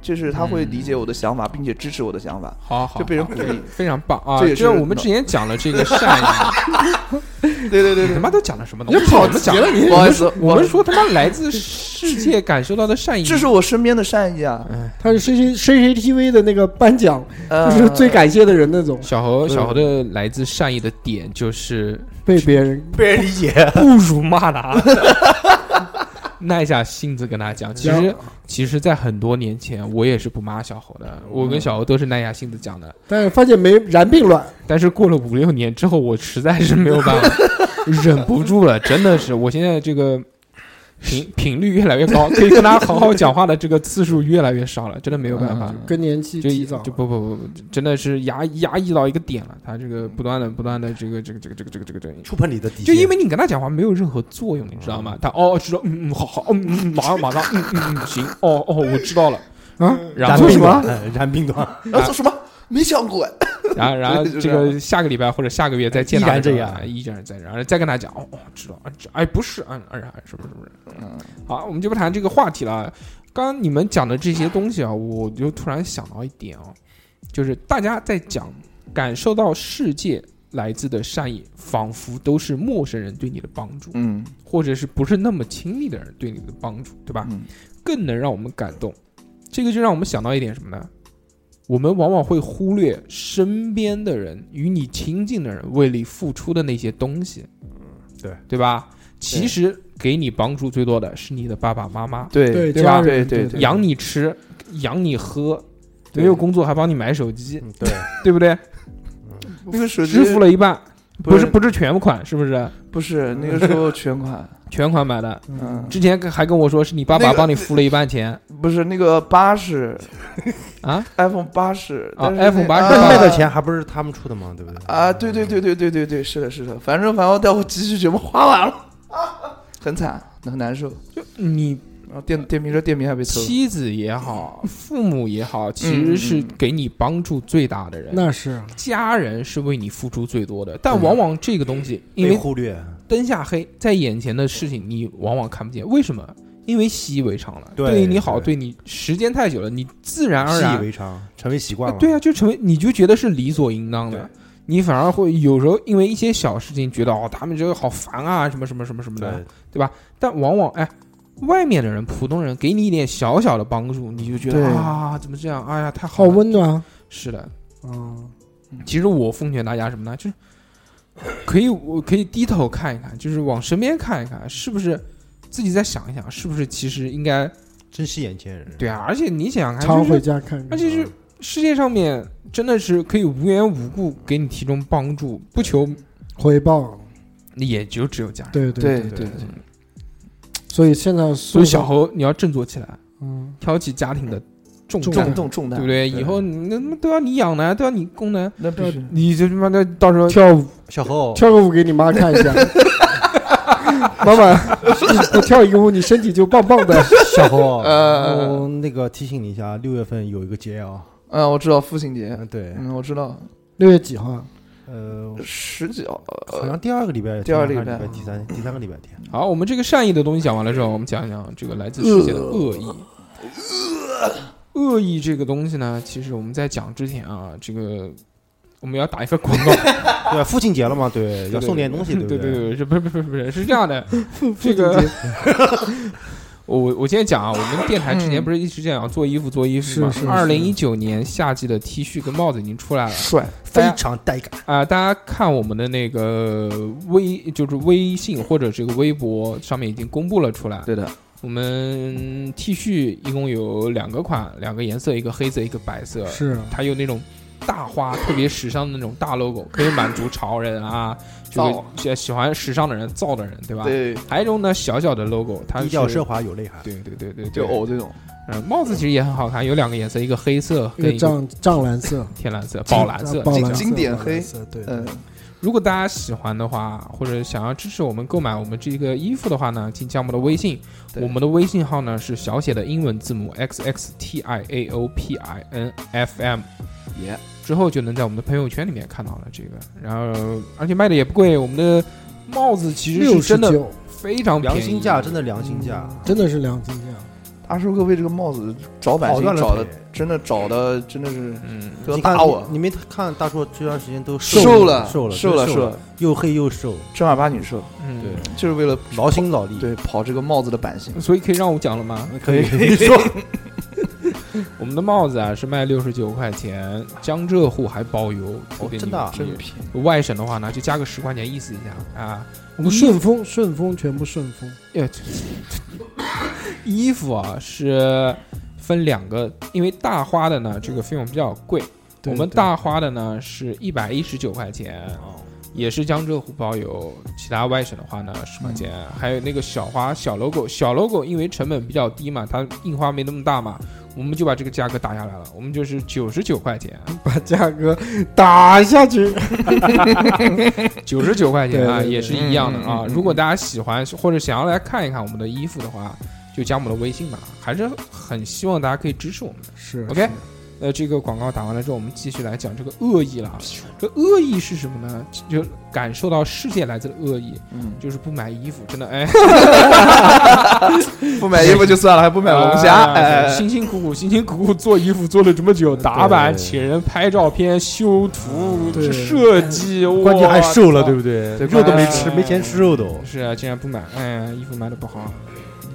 Speaker 5: 就是他会理解我的想法，并且支持我的想法，
Speaker 6: 好嗯好，
Speaker 5: 就被人
Speaker 6: 好
Speaker 5: 鼓励。
Speaker 6: 非常棒啊！
Speaker 5: 这也
Speaker 6: 就是我们之前讲了这个善意，
Speaker 5: 对对对
Speaker 6: 你他
Speaker 5: 对，
Speaker 6: 妈都讲了什么东
Speaker 3: 你
Speaker 6: 西？
Speaker 3: 跑
Speaker 6: 我们
Speaker 3: 题
Speaker 6: 讲
Speaker 3: 了，你
Speaker 5: 不好意思，
Speaker 6: 我
Speaker 5: 我
Speaker 6: 们说他妈来自世界感受到的善意，
Speaker 5: 这是我身边的善意啊，
Speaker 6: 嗯
Speaker 3: 他是 C C C C T V 的那个颁奖，
Speaker 5: 呃
Speaker 3: 就是最感谢的人那种，
Speaker 6: 小何小何的来自善意的点就是
Speaker 3: 被别人
Speaker 1: 被人理解，
Speaker 6: 不辱骂他， (laughs) 耐下性子跟他讲。其实，其实，在很多年前，我也是不骂小侯的，我跟小侯都是耐下性子讲的。
Speaker 3: 但是发现没然并卵，
Speaker 6: 但是过了五六年之后，我实在是没有办法，忍不住了，真的是，我现在这个。频频率越来越高，可以跟他好好讲话的这个次数越来越少了，真的没有办法。
Speaker 3: 更年期
Speaker 6: 就
Speaker 3: 提早
Speaker 6: 就不不不，不真的是压压抑到一个点了。他这个不断的不断的这个这个这个这个这个这个这个，
Speaker 1: 触碰你的底线，
Speaker 6: 就因为你跟他讲话没有任何作用，你知道吗？他哦知道，嗯嗯好好，嗯嗯马上马上，嗯嗯嗯行，哦哦我知道了。
Speaker 3: 啊，
Speaker 6: 然
Speaker 1: 然
Speaker 6: 后
Speaker 3: 什
Speaker 1: 并
Speaker 3: 么
Speaker 1: 卵，
Speaker 8: 哎
Speaker 1: 嗯然并卵，
Speaker 5: (laughs) 啊说什么没想过哎，
Speaker 1: (laughs)
Speaker 6: 然后然后
Speaker 5: 对就
Speaker 6: 这
Speaker 5: 这
Speaker 6: 个下个礼拜或者下个月再见他的时候，
Speaker 1: 依然这样
Speaker 6: 哎依然在，然后再跟他讲哦哦知道，啊知哎不是，嗯哎呀什么什么什么，
Speaker 1: 嗯
Speaker 6: 好，我们就不谈这个话题了。刚刚你们讲的这些东西啊，我就突然想到一点啊，就是大家在讲感受到世界来自的善意，仿佛都是陌生人对你的帮助。
Speaker 5: 嗯
Speaker 6: 或者是不是那么亲密的人对你的帮助，对吧？
Speaker 5: 嗯
Speaker 6: 更能让我们感动。这个就让我们想到一点什么呢？我们往往会忽略身边的人与你亲近的人为你付出的那些东西，
Speaker 5: 嗯
Speaker 1: 对
Speaker 6: 对吧？其实给你帮助最多的是你的爸爸妈妈，
Speaker 5: 对
Speaker 3: 对
Speaker 6: 对
Speaker 3: 家
Speaker 6: 吧
Speaker 3: 人
Speaker 5: 对对
Speaker 3: 对，
Speaker 6: 养你吃，养你喝，
Speaker 5: 对
Speaker 6: 没有工作还帮你买手机，
Speaker 1: 嗯对，
Speaker 6: 对不对？
Speaker 5: 那个手机
Speaker 6: 支付了一半，
Speaker 5: 不
Speaker 6: 不是不是全款，是不是？
Speaker 5: 不是那个时候全款，
Speaker 6: 全款买的，
Speaker 5: 嗯，
Speaker 6: 之前还跟我说是你爸
Speaker 5: 那
Speaker 6: 爸
Speaker 5: 个
Speaker 6: 帮你付了一半钱
Speaker 5: 不是那个八十
Speaker 6: 啊。
Speaker 5: iPhone 八十
Speaker 6: 啊 iPhone 80
Speaker 1: 那那
Speaker 6: 啊
Speaker 1: 个钱还不是他们出的吗？对不对？
Speaker 5: 啊，对对对对对对对，是的，是的，反正反正带我积蓄全部花完了， (laughs) 很惨，很难受。
Speaker 6: 你
Speaker 5: 然后电电瓶车电瓶还被偷了，
Speaker 6: 妻子
Speaker 1: (laughs)
Speaker 6: 也好，父母也
Speaker 1: 嗯
Speaker 6: 好，其实是给你帮助最大的人。
Speaker 3: 那是
Speaker 6: 家人是为你付出最多的，但往往这个东西，因
Speaker 1: 被
Speaker 6: 为
Speaker 1: 忽略，
Speaker 6: 灯下黑，在眼前的事情你往往看不见，为什么？因为习以为常了，
Speaker 1: 对
Speaker 6: 于你好，
Speaker 1: 对
Speaker 6: 对你时间太久了，你自然而
Speaker 1: 习以
Speaker 6: 然，
Speaker 1: 为常，成为习惯
Speaker 6: 呃
Speaker 1: 了。
Speaker 6: 对啊，就成为你就觉得是理所应当的。你反而会有时候因为一些小事情觉得哦，他们这个好烦啊，什么什么什么什么的，
Speaker 1: 对，
Speaker 6: 但往往哎，外面的人，普通人给你一点小小的帮助，你就觉得
Speaker 3: 对
Speaker 6: 啊，怎么这样？哎呀，太
Speaker 3: 好
Speaker 6: 了。
Speaker 3: 温暖啊。
Speaker 6: 是的，
Speaker 3: 嗯，
Speaker 6: 其实我奉劝大家什么呢？就是可以，我可以低头看一看，就是往身边看一看，是不是自己再想一想，是不是其实应该
Speaker 8: 珍惜眼前人。嗯
Speaker 6: 对啊？而且你想想看，
Speaker 3: 常
Speaker 6: 就
Speaker 3: 回
Speaker 6: 是
Speaker 3: 家看
Speaker 6: 而
Speaker 3: 看。
Speaker 6: 且是世界上面真的是可以无缘无故给你提供帮助，不求
Speaker 3: 回报，
Speaker 6: 也就只有家人。
Speaker 3: 对
Speaker 5: 对
Speaker 3: 对，
Speaker 5: 对，
Speaker 3: 所以现在
Speaker 6: 所
Speaker 3: 所
Speaker 6: 以小侯，你要振作起来，
Speaker 3: 嗯，
Speaker 6: 挑起家庭的重
Speaker 3: 重
Speaker 6: 担
Speaker 3: 担。
Speaker 5: 重重
Speaker 6: 对
Speaker 5: 担
Speaker 6: 不对？嗯以后你那那都要你养呢，都要你供呢，
Speaker 5: 那必须。
Speaker 6: 你这他妈的到时候
Speaker 3: 跳舞
Speaker 8: 小侯，
Speaker 3: 跳个舞给你妈看一
Speaker 5: (laughs)
Speaker 3: 下。妈妈，你不跳一个舞，你身体就棒棒
Speaker 5: (laughs)
Speaker 3: 的。
Speaker 8: 小
Speaker 6: (laughs)
Speaker 8: 侯，
Speaker 5: 呃
Speaker 8: 我那个提醒你一下，六月份有一个节啊。
Speaker 5: 嗯，我知道父亲节，
Speaker 8: 嗯，对，
Speaker 5: 嗯，我知道
Speaker 3: 六月几号啊？
Speaker 6: 嗯
Speaker 8: 呃，
Speaker 5: 十几号，
Speaker 8: 好像第二个礼拜，
Speaker 5: 第二个礼
Speaker 8: 礼
Speaker 5: 拜
Speaker 8: 第三第三个礼拜天。
Speaker 6: 好，我们这个善意的东西讲完了之后，我们讲一讲这个来自世界的恶意。呃恶意这个东西呢，其实我们在讲之前啊，这个我们要打一份广告，
Speaker 8: 对，啊父亲节了嘛，对，
Speaker 6: (laughs) 对
Speaker 8: 要送点东西，
Speaker 6: 对
Speaker 8: 不
Speaker 6: 对？对，是不是不是不是是这样的，这个我 (laughs) 我我今天讲啊，我们电台之前不是一直讲做衣服做衣服
Speaker 3: 是
Speaker 6: 吗
Speaker 3: 是？是
Speaker 6: 二零一九年夏季的 T 恤跟帽子已经出来了，
Speaker 5: 帅，
Speaker 8: 非常带感。
Speaker 6: 啊、大家看我们的那个微，就是微信或者这个微博上面已经公布了出来。
Speaker 5: 对的，
Speaker 6: 我们 T 恤一共有两个款，两个颜色，一个黑色，一个白色。
Speaker 3: 是
Speaker 6: 它有那种大花，特别时尚的那种大 logo，可以满足潮人啊，
Speaker 5: 造
Speaker 6: 就是喜喜欢时尚的人、造的人，对吧？。
Speaker 5: 对，
Speaker 6: 还有一种呢，小小的 logo，它
Speaker 8: 低调
Speaker 6: 是
Speaker 8: 奢华有内涵。
Speaker 6: 对对对对，
Speaker 5: 就
Speaker 6: 对
Speaker 5: 偶这种，
Speaker 6: 嗯，帽子其实也很好看，有两个颜色，一个黑色
Speaker 3: 一个
Speaker 6: 跟一个
Speaker 3: 藏藏蓝色，
Speaker 6: 天蓝色、宝蓝色。
Speaker 3: 宝蓝色
Speaker 5: 经典
Speaker 3: 宝蓝
Speaker 5: 黑
Speaker 8: 呃
Speaker 3: 色对，
Speaker 5: 嗯，
Speaker 6: 如果大家喜欢的话，或者想要支持我们购买我们这个衣服的话呢，请加我们的微信。
Speaker 5: 对
Speaker 6: 我们的微信号呢是小写的英文字母 x x t i a o p i n f m，
Speaker 5: 耶，
Speaker 6: 之后就能在我们的朋友圈里面看到了这个。然后，而且卖的也不贵，我们的帽子其实
Speaker 3: 六
Speaker 6: 是
Speaker 3: 十
Speaker 6: 真的
Speaker 3: 九，嗯
Speaker 6: 非常便宜
Speaker 8: 良心价，真的良心价，
Speaker 6: 嗯
Speaker 3: 真的是良心价。
Speaker 5: 大叔哥为这个帽子找版
Speaker 8: 跑
Speaker 5: 型
Speaker 8: 断了
Speaker 5: 找的
Speaker 8: 腿，
Speaker 5: 真的找的真的是
Speaker 6: 嗯，
Speaker 5: 都
Speaker 8: 你
Speaker 5: 要打
Speaker 8: 看
Speaker 5: 我，
Speaker 8: 你没看大叔这段时间都
Speaker 5: 瘦
Speaker 8: 了，瘦
Speaker 5: 了，
Speaker 8: 瘦
Speaker 5: 了，
Speaker 8: 真
Speaker 5: 瘦
Speaker 8: 瘦，，又黑又瘦，
Speaker 5: 正儿八经瘦，
Speaker 6: 嗯
Speaker 8: 对
Speaker 5: 就是为了
Speaker 8: 劳心劳力。
Speaker 5: 对跑这个帽子的版型，
Speaker 6: 所以可以让我讲了吗？
Speaker 8: 可以可以 (laughs) 说，
Speaker 6: 我们的帽子啊是卖六十九块钱，江浙沪还包邮，特别
Speaker 8: 真的啊
Speaker 6: 牛逼
Speaker 5: 真品，
Speaker 6: 外省的话呢，就加个十块钱意思一下啊。
Speaker 3: 我们顺丰，顺丰全部顺丰，
Speaker 6: 呃，这衣服啊是分两个，因为大花的呢，这个费用比较贵。
Speaker 3: 对
Speaker 6: 我们
Speaker 3: 对哦
Speaker 6: 大花的呢是一百一十九块钱，也是江浙沪包邮。其他外省的话呢，十块钱。
Speaker 3: 嗯
Speaker 6: 还有那个小花小 logo，小 logo 因为成本比较低嘛，它印花没那么大嘛，我们就把这个价格打下来了，我们就是九十九块钱，
Speaker 3: 把 (laughs) 价格打下去。
Speaker 6: 九十九块钱啊，
Speaker 3: 对对对
Speaker 6: 也是一样的啊
Speaker 5: 嗯嗯。嗯
Speaker 6: 如果大家喜欢或者想要来看一看我们的衣服的话，就加我们的微信吧，还是很希望大家可以支持我们的。
Speaker 3: 是
Speaker 6: OK，呃，这个广告打完了之后，我们继续来讲这个恶意了啊。这恶意是什么呢？就感受到世界来自的恶意，
Speaker 5: 嗯，
Speaker 6: 就是不买衣服，真的哎，
Speaker 5: 不买衣服就算了，还不买龙虾，
Speaker 6: 哎
Speaker 5: 哎，
Speaker 6: 辛辛苦苦辛辛苦苦做衣服做了这么久，打版、请人拍照片、修图、
Speaker 3: 对
Speaker 6: 设计，
Speaker 8: 关键还
Speaker 6: 哇
Speaker 8: 瘦了，
Speaker 6: 操
Speaker 8: 对不对？
Speaker 6: 对
Speaker 8: 肉都没吃，
Speaker 6: 哎
Speaker 8: 没钱吃肉 (laughs) 都。
Speaker 6: 是啊，竟然不买，哎，衣服买的不好，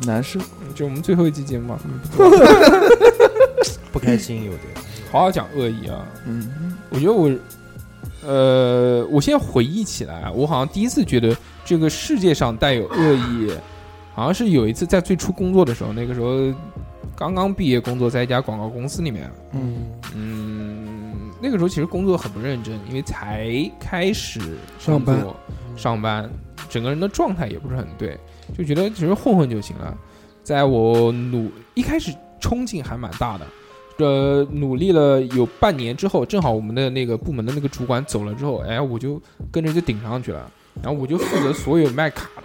Speaker 5: 难受，
Speaker 6: 就我们最后一期节目啊，
Speaker 8: 不开心有的。
Speaker 6: 好好讲恶意啊。
Speaker 5: 嗯，
Speaker 6: 我觉得我，呃，我现在回忆起来，我好像第一次觉得这个世界上带有恶意，好像是有一次在最初工作的时候，那个时候刚刚毕业工作，在一家广告公司里面，
Speaker 3: 嗯，
Speaker 6: 嗯，那个时候其实工作很不认真，因为才开始
Speaker 3: 上班
Speaker 6: 工作上班，整个人的状态也不是很对，就觉得其实混混就行了。在我努一开始冲劲还蛮大的，呃，努力了有半年之后，正好我们的那个部门的那个主管走了之后，哎，我就跟着就顶上去了，然后我就负责所有卖卡的。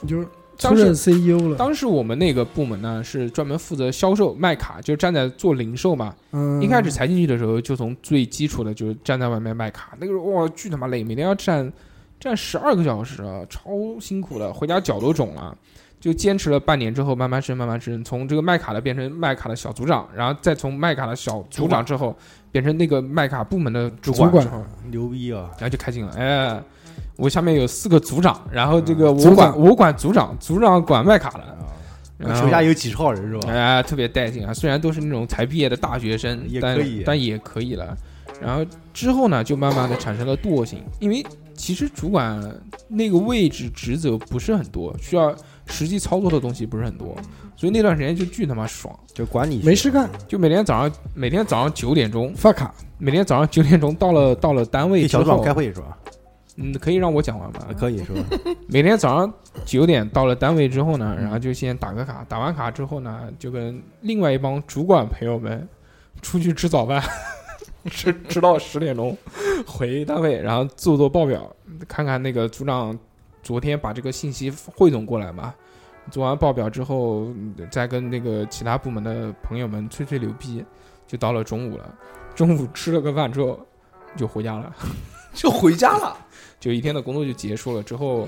Speaker 3: 你就是出
Speaker 6: 当时
Speaker 3: 任 CEO 了。
Speaker 6: 当时我们那个部门呢是专门负责销售卖卡，就站在做零售嘛，
Speaker 3: 嗯，
Speaker 6: 一开始才进去的时候，就从最基础的，就是站在外面卖卡，那个时候哇，巨他妈累，每天要站站十二个小时啊，超辛苦的，回家脚都肿了。就坚持了半年之后，慢慢升，慢慢升，从这个麦卡的变成麦卡的小组长，然后再从麦卡的小组长之后变成那个麦卡部门的主管
Speaker 3: 主管
Speaker 6: 之后，
Speaker 8: 牛逼啊！
Speaker 6: 然后就开心了。哎，我下面有四个组长，然后这个我
Speaker 3: 组
Speaker 6: 管、
Speaker 3: 长
Speaker 6: 我管组长，组长管麦卡
Speaker 8: 嗯
Speaker 6: 的，然后
Speaker 8: 啊手下有几十号人是吧？
Speaker 6: 哎，特别带劲啊！虽然都是那种才毕业的大学生，
Speaker 8: 也
Speaker 6: 但
Speaker 8: 可以
Speaker 6: 但也可以了。然后之后呢，就慢慢的产生了惰性，因为其实主管那个位置职责不是很多，需要实际操作的东西不是很多，所以那段时间就巨他妈爽，
Speaker 8: 就管理
Speaker 3: 没事干
Speaker 6: 就每天早上每天早上九点钟，
Speaker 3: 发卡，
Speaker 6: 每天早上九点钟到了到了单位
Speaker 8: 给
Speaker 6: 之
Speaker 8: 小组长
Speaker 6: 后
Speaker 8: 开，会是吧？
Speaker 6: 嗯，可以让我讲完吗？
Speaker 8: 啊可以是吧？
Speaker 6: 每天早上九点到了单位之后呢，然后就先打个卡，打完卡之后呢，就跟另外一帮主管朋友们出去吃早饭， (laughs) 吃吃到十点钟回单位，然后做做报表，看看那个组长昨天把这个信息汇总过来嘛。做完报表之后，嗯再跟那个其他部门的朋友们吹吹牛逼，就到了中午了。中午吃了个饭之后，就回家了。
Speaker 5: 就回家了。
Speaker 6: 就一天的工作就结束了。之后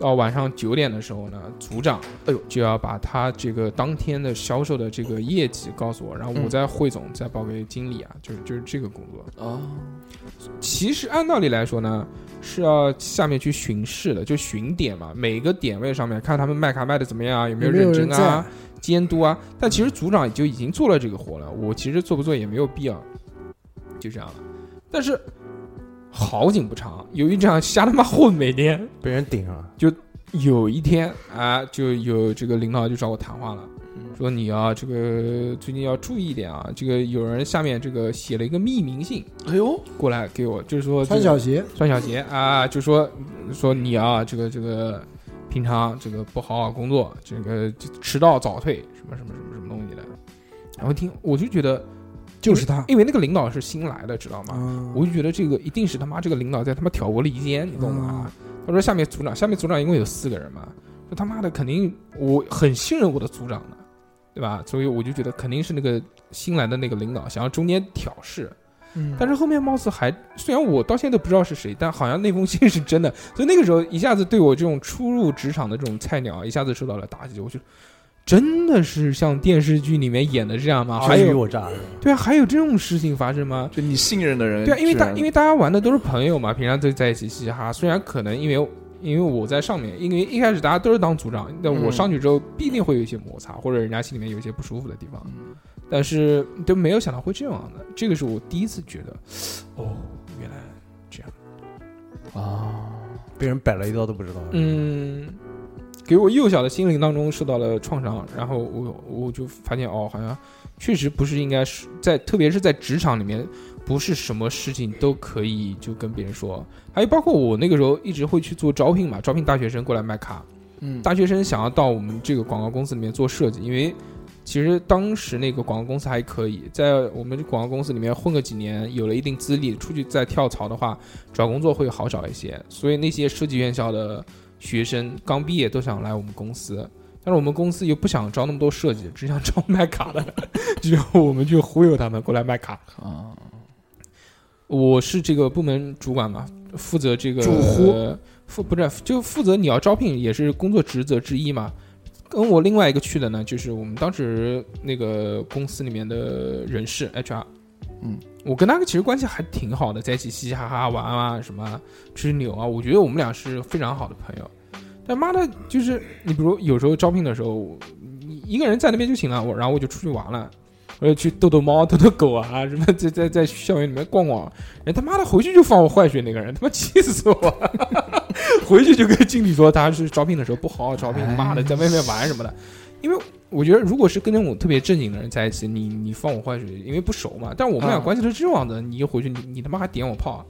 Speaker 6: 到晚上九点的时候呢，组长
Speaker 5: 哎呦
Speaker 6: 就要把他这个当天的销售的这个业绩告诉我，然后我
Speaker 5: 嗯
Speaker 6: 再汇总，再报给经理啊，
Speaker 3: 嗯
Speaker 6: 就是就是这个工作。
Speaker 5: 哦，
Speaker 6: 啊其实按道理来说呢，是要下面去巡视的，就巡点嘛，每个点位上面看他们卖卡卖的怎么样啊，有没有
Speaker 3: 有没有
Speaker 6: 认真
Speaker 3: 人在
Speaker 6: 啊，监督啊。但其实组长就已经做了这个活了，我其实做不做也没有必要，就这样了。但是好景不长，由于这样瞎他妈混，每天
Speaker 8: 被人顶上了，
Speaker 6: 有一天啊，就有这个领导就找我谈话了，
Speaker 3: 嗯
Speaker 6: 说你啊，这个最近要注意一点啊，这个有人下面这个写了一个匿名信
Speaker 5: 哎呦，
Speaker 6: 过来给我，就是说这
Speaker 3: 穿
Speaker 6: 个
Speaker 3: 小鞋，
Speaker 6: 穿小鞋啊，就说说你啊，这个这个平常这个不好好工作，这个就迟到早退，什么什么什么什么东西的。然后听我就觉得
Speaker 3: 就是他
Speaker 6: 因为那个领导是新来的，知道吗？
Speaker 3: 啊，
Speaker 6: 我就觉得这个一定是他妈这个领导在他妈挑拨离间，你懂吗？他说下面组长，下面组长一共有四个人嘛，说他妈的肯定我很信任我的组长的，对吧？所以我就觉得肯定是那个新来的那个领导想要中间挑事，
Speaker 5: 嗯
Speaker 6: 但是后面貌似还，虽然我到现在都不知道是谁，但好像那封信是真的。所以那个时候一下子对我这种初入职场的这种菜鸟，一下子受到了打击。我就真的是像电视剧里面演的这样吗？还
Speaker 8: 尔虞
Speaker 6: 有
Speaker 8: 我诈，
Speaker 6: 对啊，还有这种事情发生吗？
Speaker 5: 就你信任的人，
Speaker 6: 对啊，因为大因
Speaker 5: 为
Speaker 6: 为大家玩的都是朋友嘛，平常都在一起嘻嘻哈哈。虽然可能因为因为我在上面，因为一开始大家都是当组长，那我
Speaker 5: 嗯
Speaker 6: 上去之后必定会有一些摩擦，或者人家心里面有一些不舒服的地方，
Speaker 5: 嗯
Speaker 6: 但是都没有想到会这样的。这个是我第一次觉得，哦，原来这样。啊
Speaker 8: 被人摆了一道都不知道。
Speaker 6: 嗯，给我幼小的心灵当中受到了创伤，然后我我就发现哦，好像确实不是应该是在，特别是在职场里面，不是什么事情都可以就跟别人说。还有包括我那个时候一直会去做招聘嘛，招聘大学生过来卖卡，
Speaker 5: 嗯
Speaker 6: 大学生想要到我们这个广告公司里面做设计，因为。其实当时那个广告公司还可以，在我们广告公司里面混个几年，有了一定资历，出去再跳槽的话，找工作会好找一些。所以那些设计院校的学生刚毕业都想来我们公司，但是我们公司又不想招那么多设计，只想招卖卡的， (laughs) 就我们去忽悠他们过来卖卡。
Speaker 5: 啊，
Speaker 6: 我是这个部门主管嘛，负责这个
Speaker 5: 主呼
Speaker 6: 呃负不是就负责你要招聘也是工作职责之一嘛。跟我另外一个去的呢，就是我们当时那个公司里面的人事 HR，
Speaker 5: 嗯，
Speaker 6: 我跟他其实关系还挺好的，在一起嘻嘻哈哈玩啊，什么吹吹牛啊，我觉得我们俩是非常好的朋友。但妈的，就是你比如有时候招聘的时候，我你一个人在那边就行了，我然后我就出去玩了，我就去逗逗猫、逗逗狗啊，什么在在在校园里面逛逛，人他妈的回去就放我坏学那个人，他妈气死我了！ (laughs) 回去就跟经理说他是招聘的时候不好好招聘，妈的在外面玩什么的。因为我觉得如果是跟那种特别正经的人在一起，你你放我坏学，因为不熟嘛。但我们俩
Speaker 5: 啊
Speaker 6: 关系是这样的，你一回去你你他妈还点我炮，啊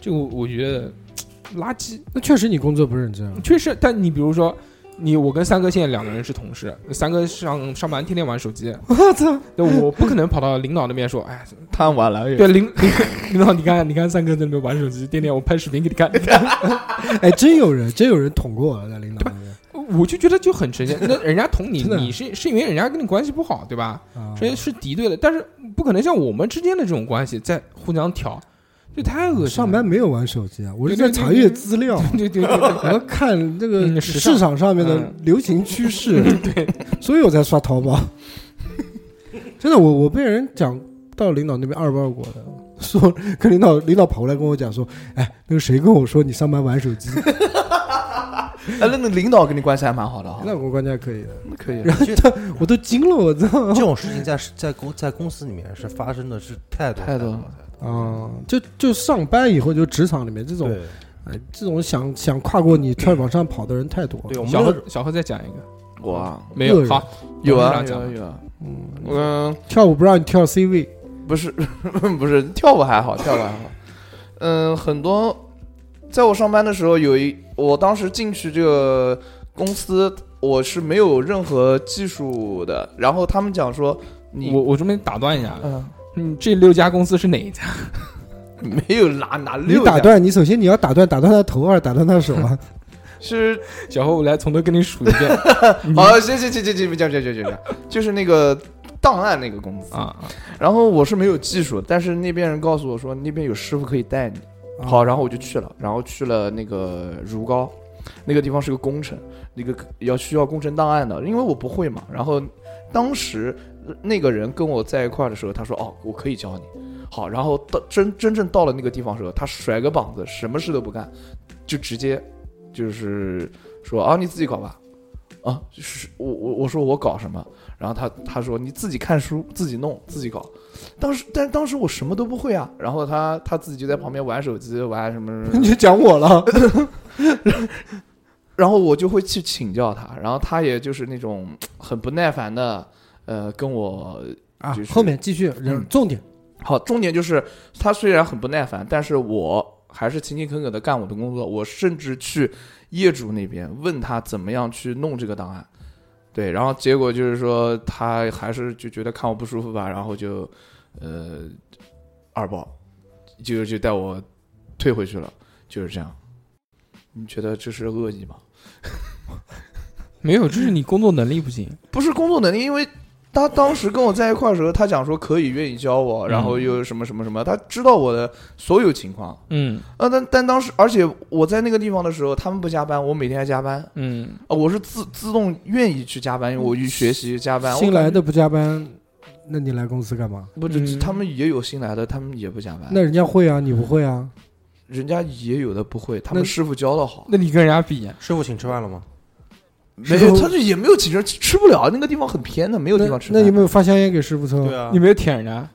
Speaker 6: 这个我我觉得垃圾。
Speaker 3: 那确实你工作不认真啊，
Speaker 6: 确实，但你比如说，你我跟三哥现在两个人是同事，三哥上上班天天玩手机，
Speaker 3: 我操，
Speaker 6: 那我不可能跑到领导那边说，哎，
Speaker 5: 贪玩了，
Speaker 6: 对领 (laughs) 领领导，你看你看三哥在那边玩手机，天天我拍视频给你看，你看
Speaker 3: (laughs) 哎，真有人真有人捅过我在领导那边
Speaker 6: 我就觉得就很神仙。那人家捅你，
Speaker 3: 真的
Speaker 6: 你是是因为人家跟你关系不好，对吧？
Speaker 3: 啊，
Speaker 6: 这是敌对的，但是不可能像我们之间的这种关系在互相挑。这太恶心了。
Speaker 3: 上班没有玩手机啊，我是
Speaker 6: 对对
Speaker 3: 在查
Speaker 6: 对
Speaker 3: 阅
Speaker 6: 对
Speaker 3: 资料，
Speaker 6: (laughs) 对对对
Speaker 3: (laughs)
Speaker 6: 对
Speaker 3: 我要看这
Speaker 6: 嗯
Speaker 3: 个
Speaker 6: 时尚
Speaker 3: 市场上面的
Speaker 6: 嗯
Speaker 3: 流行趋势， (laughs) 对，所以我在刷淘宝。 (laughs) 真的，我我被人讲到领导那边二不二过的，说跟领导领导跑过来跟我讲说，哎，那个谁跟我说你上班玩手 (laughs) 机，啊
Speaker 5: 哎，那那领导跟你关系还蛮好的哈，
Speaker 3: 那我关键还可以的，
Speaker 5: 那可以。
Speaker 6: 啊
Speaker 3: 然后他我都惊了，我操
Speaker 8: 这！种事情在在公在公司里面是发生的是太多
Speaker 5: 太多了
Speaker 8: 了。
Speaker 3: 啊，就就上班以后就职场里面这种
Speaker 8: 对
Speaker 3: 哎，这种想想跨过你踹往上跑的人太多了。
Speaker 8: 对，我们
Speaker 6: 小
Speaker 8: 那
Speaker 6: 何，小何再讲一个，
Speaker 5: 我啊，
Speaker 6: 没有
Speaker 3: 恶人
Speaker 6: 好，
Speaker 5: 有啊
Speaker 6: 往上
Speaker 5: 有啊
Speaker 6: 讲
Speaker 5: 有啊，
Speaker 3: 嗯，
Speaker 5: 嗯，
Speaker 3: 跳舞不让你跳 C 位，
Speaker 5: 不是 (laughs) 不是跳舞还好，跳舞还好。嗯，很多在我上班的时候，有一我当时进去这个公司，我是没有任何技术的。然后他们讲说你
Speaker 6: 我我这边打断一下，
Speaker 5: 嗯、
Speaker 6: 嗯，这六家公司是哪一家？
Speaker 5: 没有拿哪
Speaker 3: 你
Speaker 5: 六
Speaker 3: 打
Speaker 5: 的
Speaker 3: 断你，首先你要打断打断他头啊，打断他手 (laughs) 啊，
Speaker 5: 是
Speaker 6: 小何，我来从头跟你数一
Speaker 3: (laughs)
Speaker 6: 遍
Speaker 5: 好，行行行行行，讲讲讲讲讲，就是那个档案那个公司。
Speaker 6: 啊，
Speaker 5: 然后我是没有技术，但是那边人告诉我说那边有师傅可以带你。
Speaker 3: 啊
Speaker 5: 好，然后我就去了，然后去了那个如皋，那个地方是个工程，那个要需要工程档案的，因为我不会嘛。然后当时呃那个人跟我在一块儿的时候，他说：“哦，我可以教你。”好，然后到真真正到了那个地方的时候，他甩个膀子，什么事都不干，就直接就是说：“啊，你自己搞吧。”啊，是我我我说我搞什么？然后他他说你自己看书，自己弄，自己搞。当时，但是当时我什么都不会啊。然后他他自己就在旁边玩手机，玩什么什么什么
Speaker 6: (laughs)
Speaker 3: 你就讲我了。
Speaker 5: 然后我就会去请教他，然后他也就是那种很不耐烦的，呃，跟我
Speaker 3: 啊
Speaker 5: 就是
Speaker 3: 后面继续，然后
Speaker 5: 嗯
Speaker 3: 重点
Speaker 5: 好。重点就是他虽然很不耐烦，但是我还是勤勤恳恳的干我的工作。我甚至去业主那边问他怎么样去弄这个档案，对，然后结果就是说他还是就觉得看我不舒服吧，然后就呃二报，就就带我退回去了，就是这样。你觉得这是恶意吗？
Speaker 6: 没有，这是你工作能力不行。
Speaker 5: 不是工作能力，因为他当时跟我在一块儿的时候，他讲说可以愿意教我，
Speaker 6: 嗯
Speaker 5: 然后又什么什么什么，他知道我的所有情况。
Speaker 6: 嗯
Speaker 5: 呃，但但当时，而且我在那个地方的时候，他们不加班，我每天还加班。
Speaker 6: 嗯，
Speaker 5: 呃，我是自自动愿意去加班，因为我去学习加班。
Speaker 3: 新
Speaker 5: 我感
Speaker 3: 来的不加班，那你来公司干嘛？
Speaker 5: 不是
Speaker 6: 嗯
Speaker 5: 他们也有新来的，他们也不加班。
Speaker 3: 那人家会啊，你不会啊？
Speaker 5: 人家也有的不会，他们
Speaker 3: 那
Speaker 5: 师傅教的好。
Speaker 6: 那你跟人家比，
Speaker 8: 师傅请吃饭了吗？
Speaker 5: 没有，他就也没有请吃，吃不了。那个地方很偏的，没有地方
Speaker 3: 那
Speaker 5: 吃
Speaker 3: 那
Speaker 5: 饭。
Speaker 3: 有没有发香烟给师傅抽？
Speaker 8: 啊
Speaker 6: 你没有舔人家，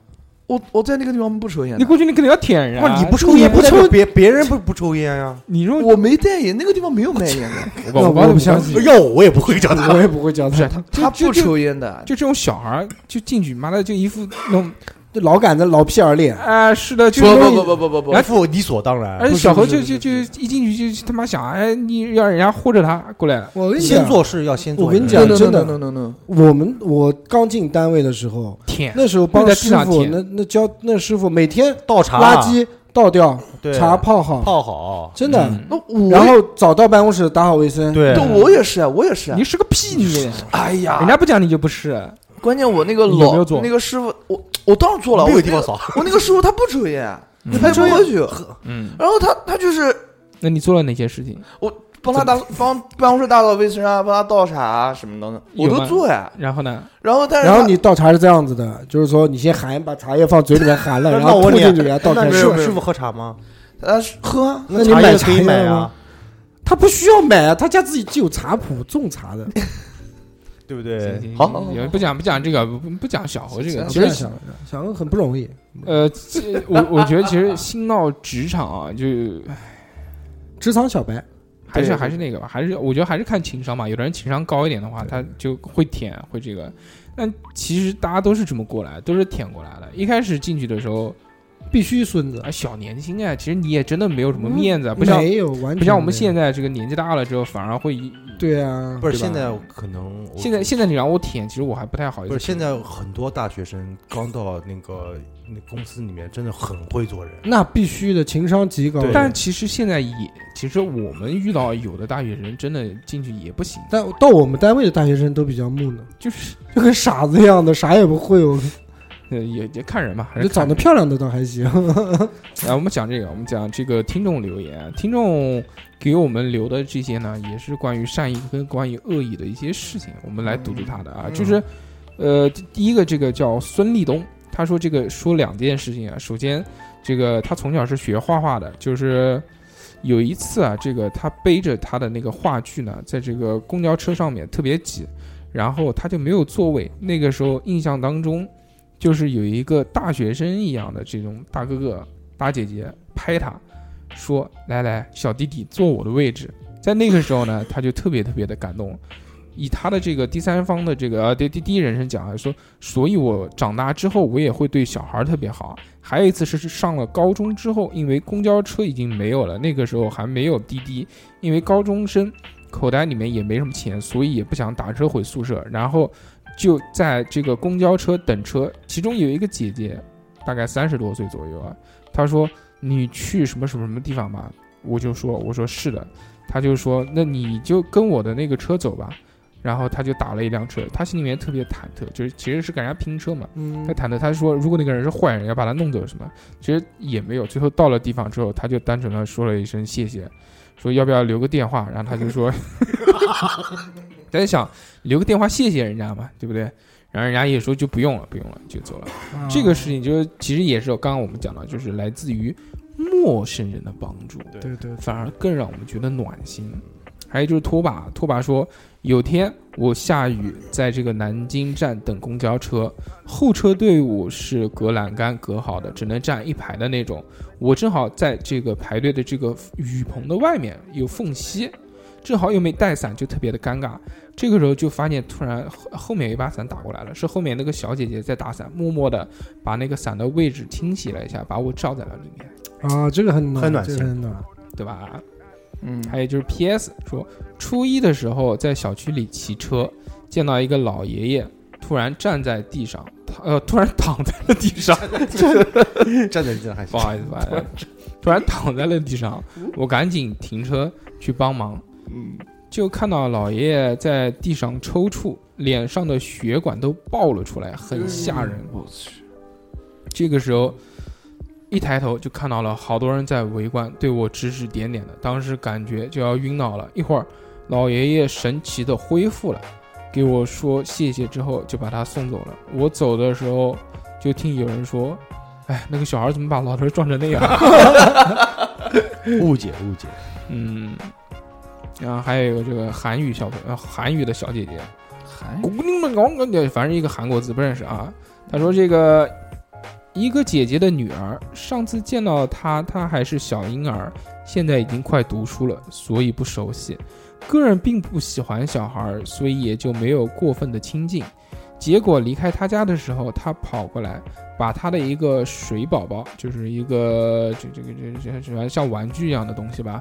Speaker 5: 我我在那个地方不抽烟
Speaker 6: 你
Speaker 5: 的，
Speaker 6: 过去你肯定要舔人
Speaker 8: 不是
Speaker 6: 家。
Speaker 8: 你不抽
Speaker 6: 你
Speaker 8: 烟，
Speaker 6: 不
Speaker 8: 代
Speaker 6: 抽
Speaker 8: 表，别别人不不抽烟 (laughs) 呀？
Speaker 6: 你用
Speaker 5: 我没带烟，那个地方没有卖烟
Speaker 3: (laughs)
Speaker 5: 的。
Speaker 6: 我
Speaker 3: 那
Speaker 6: 我
Speaker 3: 我不相信，
Speaker 8: 要我我也不会讲
Speaker 3: (laughs) 我也不会教他。
Speaker 5: (laughs) 他
Speaker 6: 就
Speaker 5: 不
Speaker 6: 就
Speaker 5: 抽烟的，
Speaker 6: 就这种小孩儿就进去，妈的就一副那种
Speaker 3: 这老杆子老屁眼脸，
Speaker 6: 啊，是的，就是
Speaker 5: 不
Speaker 6: 那
Speaker 5: 不
Speaker 6: 种
Speaker 5: 不不不
Speaker 3: 哎
Speaker 5: 不不，
Speaker 8: 不理所当
Speaker 6: 而
Speaker 8: 然。
Speaker 6: 且
Speaker 3: 不是
Speaker 6: 小何
Speaker 3: 不是
Speaker 6: 就
Speaker 3: 不
Speaker 6: 就是就一进去就他妈想，哎，你让人家护着他过来，
Speaker 3: 我跟你
Speaker 8: 先
Speaker 3: 讲，
Speaker 8: 做事要先做
Speaker 3: 啊我
Speaker 8: 人。
Speaker 3: 跟你
Speaker 5: 不
Speaker 3: 讲
Speaker 5: 不
Speaker 3: 真的
Speaker 5: ，no no no，
Speaker 3: 我们我刚进单位的时候，
Speaker 6: 舔，
Speaker 3: 那时候
Speaker 6: 那
Speaker 3: 帮
Speaker 6: 哎在地
Speaker 3: 师
Speaker 6: 上
Speaker 3: 傅
Speaker 6: 舔
Speaker 3: 那那教那师傅每天
Speaker 8: 倒茶
Speaker 3: 垃圾倒掉，
Speaker 8: 啊对
Speaker 3: 茶泡好，
Speaker 8: 泡好，
Speaker 3: 真的。
Speaker 6: 嗯
Speaker 5: 那我
Speaker 3: 然后早到办公室打好卫生，
Speaker 8: 对
Speaker 5: 对我也是啊，我也是啊
Speaker 6: 你。是个屁，你人
Speaker 5: 哎呀，
Speaker 6: 家不讲你就不是，
Speaker 5: 关键我那个
Speaker 6: 你有
Speaker 5: 老
Speaker 6: 没有做
Speaker 5: 那个师傅，我我当然做了，
Speaker 8: 没
Speaker 5: 我
Speaker 8: 有地方扫。
Speaker 5: 我那个师傅他不抽烟，他也不喝酒，
Speaker 6: 嗯，
Speaker 5: 然后他他就是
Speaker 6: 那你做了哪些事情？
Speaker 5: 帮他打帮办公室打扫卫生啊，帮他倒茶啊什么的，我
Speaker 6: 有
Speaker 5: 都
Speaker 6: 吗
Speaker 5: 做呀。
Speaker 6: 然后呢？
Speaker 5: 然后但是
Speaker 3: 然后
Speaker 5: 他
Speaker 3: 你倒茶是这样子的，就是说你先含，把茶叶放嘴里面含了，
Speaker 8: 那
Speaker 3: 然后
Speaker 8: 我
Speaker 3: 吐
Speaker 8: 脸
Speaker 3: 进去给它倒
Speaker 8: 那
Speaker 3: 开
Speaker 8: 你
Speaker 5: 没
Speaker 8: 师
Speaker 5: 有
Speaker 3: 水。
Speaker 8: 傅
Speaker 5: 没有
Speaker 8: 师傅喝茶吗？
Speaker 5: 他喝啊，
Speaker 3: 那你
Speaker 8: 茶
Speaker 3: 买
Speaker 8: 叶
Speaker 3: 茶
Speaker 8: 可以
Speaker 3: 叶
Speaker 8: 买
Speaker 3: 吗
Speaker 8: 啊，
Speaker 3: 他不需要买啊，他家自己就有茶圃种茶的。
Speaker 8: 对不
Speaker 6: 行
Speaker 8: 对？
Speaker 6: 行
Speaker 5: 好
Speaker 6: 行
Speaker 5: 好好
Speaker 6: 也不讲不讲这个，不不讲小何这个，
Speaker 5: 行
Speaker 6: 其
Speaker 3: 这样
Speaker 6: 实
Speaker 3: 啊想的想的很不容易，
Speaker 6: 呃，这我我觉得其实新到职场啊，就
Speaker 3: 职场小白
Speaker 6: 还是
Speaker 5: 对
Speaker 6: 还是那个吧，还是我觉得还是看情商吧。有的人情商高一点的话，他就会舔会这个。但其实大家都是这么过来，都是舔过来的。一开始进去的时候，
Speaker 3: 必须孙子
Speaker 6: 啊，，小年轻啊，其实你也真的没有什么
Speaker 3: 嗯
Speaker 6: 面子啊，不像
Speaker 3: 没有完全
Speaker 6: 不像我们现
Speaker 3: 在
Speaker 6: 在这个年纪大了之后，反而会一
Speaker 3: 对啊，
Speaker 8: 不是
Speaker 6: 对吧
Speaker 8: 现在可能我
Speaker 6: 现在现在你让我舔，其实我还不太好意
Speaker 8: 不
Speaker 6: 思
Speaker 8: 是
Speaker 6: 舔。
Speaker 8: 现在很多大学生刚到那个那公司里面，真的很会
Speaker 3: (laughs)
Speaker 8: 做人。
Speaker 3: 那必须的，情商极高。
Speaker 8: 对
Speaker 6: 但其实现在也，其实我们遇到有的大学生真的进去也不行，
Speaker 3: 但到我们单位的大学生都比较木讷，
Speaker 6: 就是
Speaker 3: 就跟傻子一样的，啥也不会。我
Speaker 6: 呃也也看人吧，还
Speaker 3: 就是长
Speaker 6: 看
Speaker 3: 得
Speaker 6: 人
Speaker 3: 漂亮的倒还行，
Speaker 6: 啊，我们讲这个，我们讲这个听众留言，啊听众给我们留的这些呢，也是关于善意跟关于恶意的一些事情，我们来读读他的啊，就是，呃，第一个这个叫孙立东，他说这个说两件事情啊，首先这个他从小是学画画的，就是有一次啊，这个他背着他的那个画具呢，在这个公交车上面特别挤，然后他就没有座位，那个时候印象当中。就是有一个大学生一样的这种大哥哥，大姐姐拍他，说：“来来，小弟弟坐我的位置。”在那个时候呢，他就特别特别的感动，以他的这个第三方的这个呃第第第一人称讲啊，说，所以我长大之后，我也会对小孩儿特别好。还有一次是是上了高中之后，因为公交车已经没有了，那个时候还没有滴滴，因为高中生口袋里面也没什么钱，所以也不想打车回宿舍，然后就在这个公交车等车，其中有一个姐姐，大概三十多岁左右啊，她说你去什么什么什么地方吧，我就说我说是的，她就说那你就跟我的那个车走吧，然后她就打了一辆车，她心里面特别忐忑，就是其实是跟人家拼车嘛，
Speaker 3: 嗯
Speaker 6: 他，忐忑，他说如果那个人是坏人，要把他弄走什么，其实也没有。最后到了地方之后，他就单纯的说了一声谢谢，说要不要留个电话，然后他就说， (laughs) 他就想留个电话谢谢人家嘛，对不对？然后人家也说就不用了，不用了，就走了。
Speaker 3: 哦
Speaker 6: 这
Speaker 3: 啊
Speaker 6: 个事情就是其实也是刚刚我们讲到，就是来自于陌生人的帮助，对
Speaker 3: 对对，
Speaker 6: 反而更让我们觉得暖心。还有就是拖把，拖把说，有天我下雨，在这个南京站等公交车，候车队伍是隔栏杆隔好的，只能站一排的那种。我正好在这个排队的这个雨棚的外面有缝隙，正好又没带伞，就特别的尴尬。这个时候就发现突然后后面有一把伞打过来了，是后面那个小姐姐在打伞，默默的把那个伞的位置清洗了一下，把我罩在了里面，
Speaker 3: 啊，这个很暖，
Speaker 8: 很暖
Speaker 3: 这个
Speaker 8: 心
Speaker 3: 很暖，
Speaker 6: 对吧？
Speaker 5: 嗯，
Speaker 6: 还有就是 P.S. 说，初一的时候在小区里骑车，见到一个老爷爷突然站在地上，躺呃，突然躺在了地上， (laughs)
Speaker 8: 站在这还
Speaker 6: 不
Speaker 8: 行。
Speaker 6: 好意思，不好意思，突然嗯躺在了地上，我赶紧停车去帮忙，
Speaker 5: 嗯，
Speaker 6: 就看到老爷爷在地上抽搐，脸上的血管都爆了出来，很吓人。
Speaker 5: 我去，
Speaker 6: 这个时候一抬头就看到了好多人在围观，对我指指点点的，当时感觉就要晕倒了。一会儿，老爷爷神奇的恢复了，给我说谢谢之后就把他送走了。我走的时候就听有人说。哎，那个小孩怎么把老头撞成那样？ (laughs)
Speaker 8: 误解误解，
Speaker 6: 嗯，然后还有一个这个韩语小朋友，呃韩语的小姐姐，
Speaker 5: 韩
Speaker 6: 古灵们搞搞的，反正一个韩国字不认识啊。他说这个一个姐姐的女儿，上次见到她，她还是小婴儿，现在已经快读书了，所以不熟悉。个人并不喜欢小孩儿，所以也就没有过分的亲近。结果离开他家的时候，他跑过来，把他的一个水宝宝，就是一个这这个这这这像玩具一样的东西吧，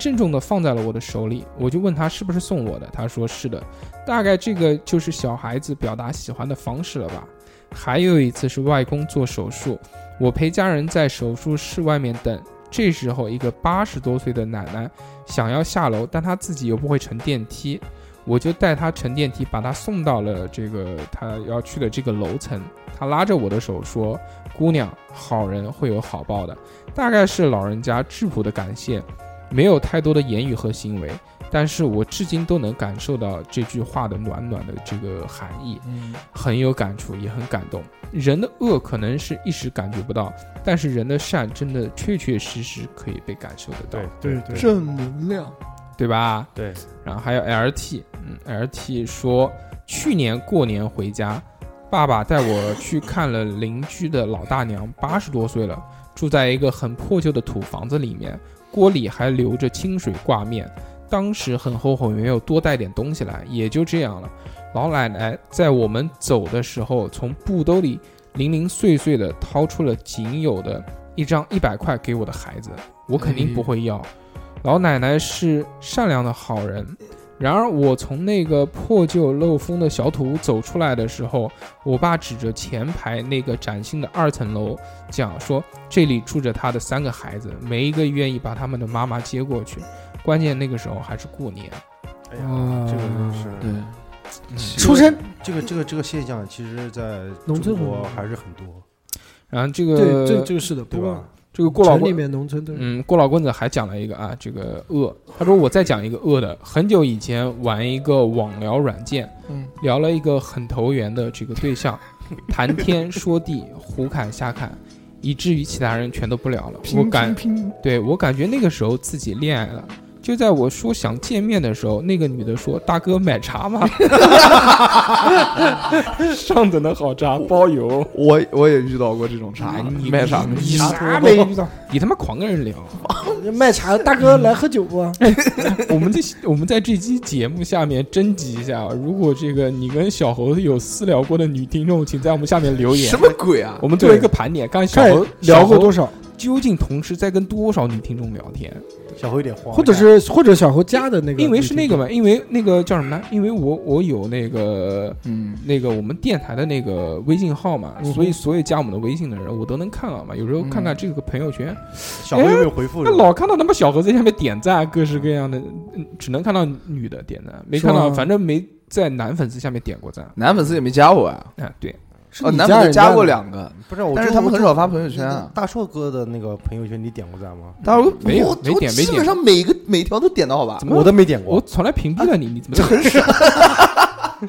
Speaker 6: 郑重的放在了我的手里。我就问他是不是送我的，他说是的。大概这个就是小孩子表达喜欢的方式了吧。还有一次是外公做手术，我陪家人在手术室外面等。这时候，一个八十多岁的奶奶想要下楼，但她自己又不会乘电梯，我就带她乘电梯，把她送到了这个她要去的这个楼层。她拉着我的手说：“姑娘，好人会有好报的。”大概是老人家质朴的感谢，没有太多的言语和行为。但是我至今都能感受到这句话的暖暖的这个含义，很有感触，也很感动。人的恶可能是一时感觉不到，但是人的善真的确确实实可以被感受得到，
Speaker 3: 对对，
Speaker 5: 正能量，
Speaker 6: 对吧？
Speaker 8: 对，
Speaker 6: 然后还有 LT，嗯，LT 说去年过年回家，爸爸带我去看了邻居的老大娘，八十多岁了，住在一个很破旧的土房子里面，锅里还留着清水挂面。当时很后悔没有多带点东西来，也就这样了。老奶奶在我们走的时候，从布兜里零零碎碎的掏出了仅有的一张一百块给我的孩子，我肯定不会要。老奶奶是善良的好人，然而我从那个破旧漏风的小土屋走出来的时候，我爸指着前排那个崭新的二层楼讲说，这里住着他的三个孩子，没一个愿意把他们的妈妈接过去。关键那个时候还是过年，
Speaker 3: 啊，
Speaker 8: 这个是
Speaker 5: 对，
Speaker 6: 嗯
Speaker 5: 其实
Speaker 3: 出生，
Speaker 8: 这个这个这个现象，其实在
Speaker 3: 农村
Speaker 8: 中
Speaker 3: 很
Speaker 8: 国
Speaker 3: 多
Speaker 8: 还是很多，
Speaker 6: 然后这
Speaker 3: 对，
Speaker 6: 个
Speaker 3: 这这个是的，不
Speaker 8: 对
Speaker 3: 过
Speaker 8: 吧？
Speaker 6: 这个郭老
Speaker 3: 城里
Speaker 6: 棍，
Speaker 3: 面农村都是。
Speaker 6: 嗯，郭老棍子还讲了一个啊，这个恶，他说我再讲一个恶的，很久以前玩一个网聊软件，
Speaker 5: 嗯，
Speaker 6: 聊了一个很投缘的这个对 (laughs) 象，谈天说地，胡侃瞎侃，以至于其他人全都不聊 (laughs) 了。我感对我感觉那个时候自己恋爱了。就在我说想见面的时候，那个女的说：“大哥买茶吗？” (laughs) 上等的好茶，包邮。
Speaker 5: 我我也遇到过这种茶，
Speaker 6: 哎你
Speaker 5: 卖啥
Speaker 6: 你啥没遇到？你他妈狂跟人聊！
Speaker 3: 卖茶大哥来喝酒不？
Speaker 6: (laughs) 我们这我们在这期节目下面征集一下，如果这个你跟小猴子有私聊过的女听众，请在我们下面留言
Speaker 5: 什。么鬼啊？
Speaker 6: 我们做一个盘点，看小
Speaker 3: 看
Speaker 6: 猴
Speaker 3: 聊过多
Speaker 6: 少，
Speaker 3: 少，
Speaker 6: 究竟同时在跟多少女听众聊天？
Speaker 8: 小何有点慌，
Speaker 3: 或者是或者小猴家的那个，
Speaker 6: 因为是那个嘛，因为那个叫什么呢？因为我我有那个
Speaker 5: 嗯，
Speaker 6: 那个我们电台的那个微信号
Speaker 3: 嗯
Speaker 6: 嘛，所以所有加我们的微信的人，我都能看到嘛。有时候看看这个朋友圈，
Speaker 8: 哎小何有没有回复
Speaker 6: 哎那
Speaker 8: 是吧？
Speaker 6: 老看到他妈小何在下面点赞，啊各式各样的，嗯只能看到女的点赞，没看到，
Speaker 3: 是吗
Speaker 6: 反正没在男粉丝下面点过赞。
Speaker 5: 男粉丝也没加我啊，
Speaker 6: 啊，对，
Speaker 3: 是
Speaker 5: 哦，
Speaker 3: 你
Speaker 5: 男
Speaker 3: 家
Speaker 5: 粉
Speaker 3: 人
Speaker 5: 丝
Speaker 3: 家
Speaker 5: 加
Speaker 3: 的
Speaker 5: 过，两个，
Speaker 8: 不是，我
Speaker 5: 但是
Speaker 8: 就
Speaker 5: 他们很少发朋友
Speaker 8: 我
Speaker 5: 圈啊。
Speaker 8: 大硕哥的那个朋友圈你点过赞吗？
Speaker 5: 大家
Speaker 6: 没有
Speaker 5: 我
Speaker 6: 没
Speaker 5: 我
Speaker 6: 点没
Speaker 5: 基本
Speaker 6: 点
Speaker 5: 上每个每条都点到好吧
Speaker 6: 怎？么
Speaker 8: 我都没点过
Speaker 6: 我。从来屏蔽了你，
Speaker 5: (laughs)
Speaker 6: 你怎么？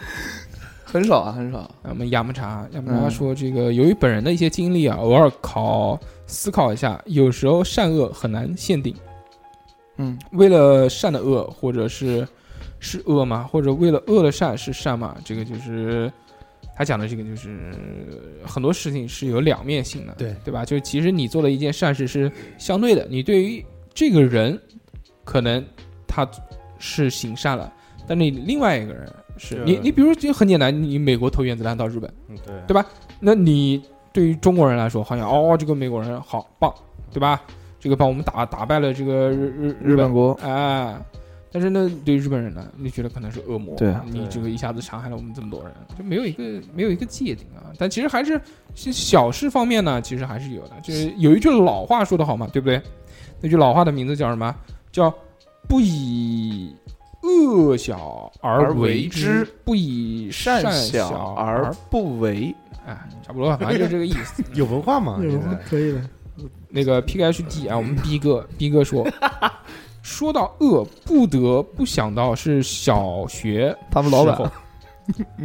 Speaker 5: 很少啊，很少。
Speaker 6: 我们亚木茶，亚木茶
Speaker 5: 嗯
Speaker 6: 说这个，由于本人的一些经历啊，偶尔考思考一下，有时候善恶很难限定。
Speaker 5: 嗯，
Speaker 6: 为了善的恶，或者是是恶吗？或者为了恶的善是善吗？这个就是他讲的这个，就是很多事情是有两面性的，
Speaker 8: 对
Speaker 6: 对吧？就是其实你做的一件善事是相对的，你对于这个人，可能他是行善了，但是你另外一个人是
Speaker 8: 是
Speaker 6: 你，你比如就很简单，你美国投原子弹到日本，
Speaker 8: 嗯，对
Speaker 6: 对那你对于中国人来说，好像哦，这个美国人好棒，对吧？这个帮我们打打败了这个日日
Speaker 5: 日本国
Speaker 6: 啊。但是呢，对于日本人呢，你觉得可能是恶魔，
Speaker 5: 对啊
Speaker 6: 你这个一下子伤害了我们这么多人，就没有一个没有一个界定啊。但其实还是其实小事方面呢，其实还是有的。就是有一句老话说的好嘛，对不对？那句老话的名字叫什么？叫不以恶小而
Speaker 5: 而为
Speaker 6: 之
Speaker 5: 之，
Speaker 6: 不以善
Speaker 5: 小
Speaker 6: 而
Speaker 5: 而不为，
Speaker 6: 啊，差不多吧，反正就这个意思。
Speaker 8: 有文化吗？
Speaker 3: 有
Speaker 8: 现在
Speaker 3: 可以了。
Speaker 6: 那个 PhD 啊，我们逼
Speaker 5: (laughs)
Speaker 6: 哥逼哥说，说到恶，不得不想到是小学
Speaker 5: 他们老板
Speaker 6: 时
Speaker 5: (laughs)
Speaker 6: 候。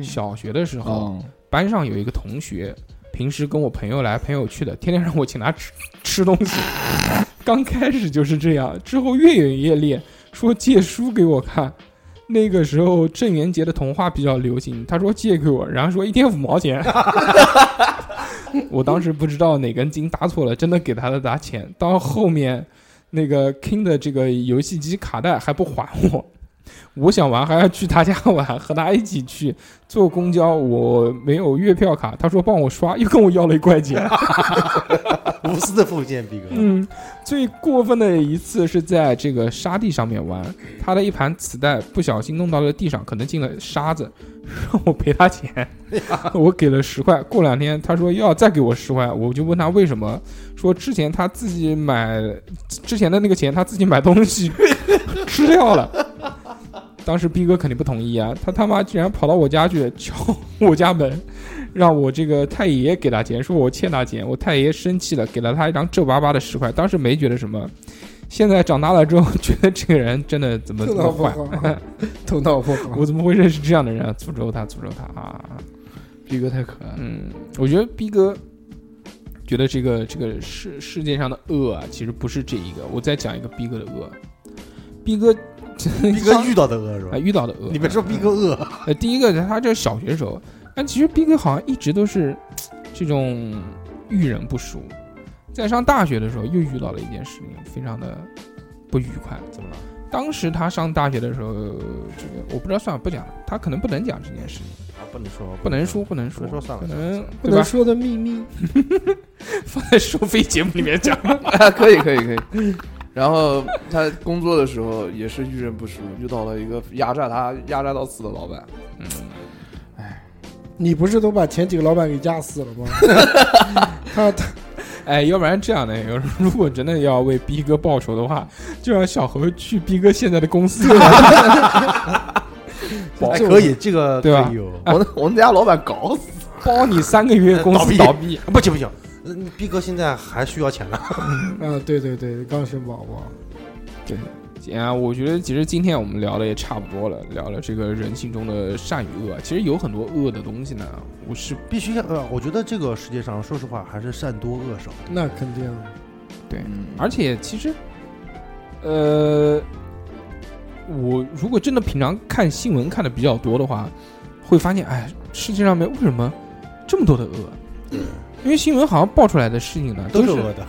Speaker 6: 小学的时候，
Speaker 5: 嗯，
Speaker 6: 班上有一个同学，平时跟我朋友来朋友去的，天天让我请他吃 (laughs) 吃东西。刚开始就是这样，之后越演越烈，说借书给我看。那个时候郑渊洁的童话比较流行，他说借给我，然后说一天五毛钱。 (laughs) 我当时不知道哪根筋搭错了，真的给他了打钱。到后面那个 King 的这个游戏机卡带还不还我，我想玩还要去他家玩，和他一起去坐公交，我没有月票卡，他说帮我刷，又跟我要了一块钱。
Speaker 8: (laughs) 无私的奉献，逼哥。
Speaker 6: 嗯，最过分的一次是在这个沙地上面玩，他的一盘磁带不小心弄到了地上，可能进了沙子，让我赔他钱，我给了十块。过两天他说要再给我十块，我就问他为什么，说之前他自己买之前的那个钱他自己买东西 (laughs) 吃掉了。当时逼哥肯定不同意啊，他他妈竟然跑到我家去敲我家门，让我这个太爷给他钱，说我欠他钱，我太爷生气了，给了他一张皱巴巴的十块，当时没觉得什么，现在长大了之后觉得这个人真的怎么
Speaker 3: 头
Speaker 6: 怎
Speaker 3: 脑
Speaker 6: 么
Speaker 3: 不
Speaker 6: 坏， (laughs)
Speaker 3: 好，头脑不好。
Speaker 6: 我怎么会认识这样的人啊？诅咒他，诅咒他啊！
Speaker 5: 逼哥太可爱了。
Speaker 6: 嗯，我觉得逼哥觉得这个这个世世界上的恶啊，其实不是这一个。我再讲一个逼哥的恶，逼哥
Speaker 8: 逼哥遇到的恶是吧
Speaker 6: 啊？遇到的恶，
Speaker 8: 你别说逼哥恶，
Speaker 6: 呃，第一个他这是小学时候，但其实逼哥好像一直都是这种遇人不淑。在上大学的时候，又遇到了一件事情，非常的不愉快。怎么了？当时他上大学的时候，这个我不知道算了，不讲了，他可能不能讲这件事情，
Speaker 8: 啊，不能说，
Speaker 6: 不能说，，不能
Speaker 8: 不
Speaker 6: 说
Speaker 8: 能，说算
Speaker 6: 可
Speaker 8: 了。
Speaker 6: 能
Speaker 3: 不
Speaker 6: 对吧 (laughs)
Speaker 3: 能？说的秘密，
Speaker 6: 放在收费节目里面讲。 (laughs)
Speaker 5: 啊， (laughs) 可以可以可以。然后他工作的时候也是遇人不淑，遇到了一个压榨他压榨到死的老板。
Speaker 3: 你不是都把前几个老板给压死了
Speaker 5: (laughs)
Speaker 3: 吗？他他
Speaker 6: 哎，要不然这样的，如果真的要为逼哥报 (laughs) 仇的话，就让小何去逼哥现在的公司，
Speaker 5: 包，
Speaker 1: 哎可以，这个
Speaker 6: 对吧
Speaker 1: 可以有
Speaker 5: 我们我们家老板搞死，
Speaker 6: 包你三个月公
Speaker 1: 倒
Speaker 6: 司
Speaker 1: 闭
Speaker 6: 倒闭，
Speaker 1: 不行不行，呃
Speaker 8: 嗯
Speaker 1: 逼哥现在还需要钱呢。
Speaker 3: 啊，对对对，刚生宝宝，
Speaker 6: 啊，我觉得其实今天我们聊的也差不多了，聊了这个人性中的善与恶。啊其实有很多恶的东西呢，我是
Speaker 8: 必须呃，我觉得这个世界上，说实话还是善多恶少。
Speaker 3: 那肯定
Speaker 6: 嗯而且其实，呃，我如果真的平常看新闻看的比较多的话，会发现，哎，世界上面为什么这么多的恶？因为新闻好像爆出来的事情呢，
Speaker 1: 都
Speaker 6: 是
Speaker 1: 是恶的，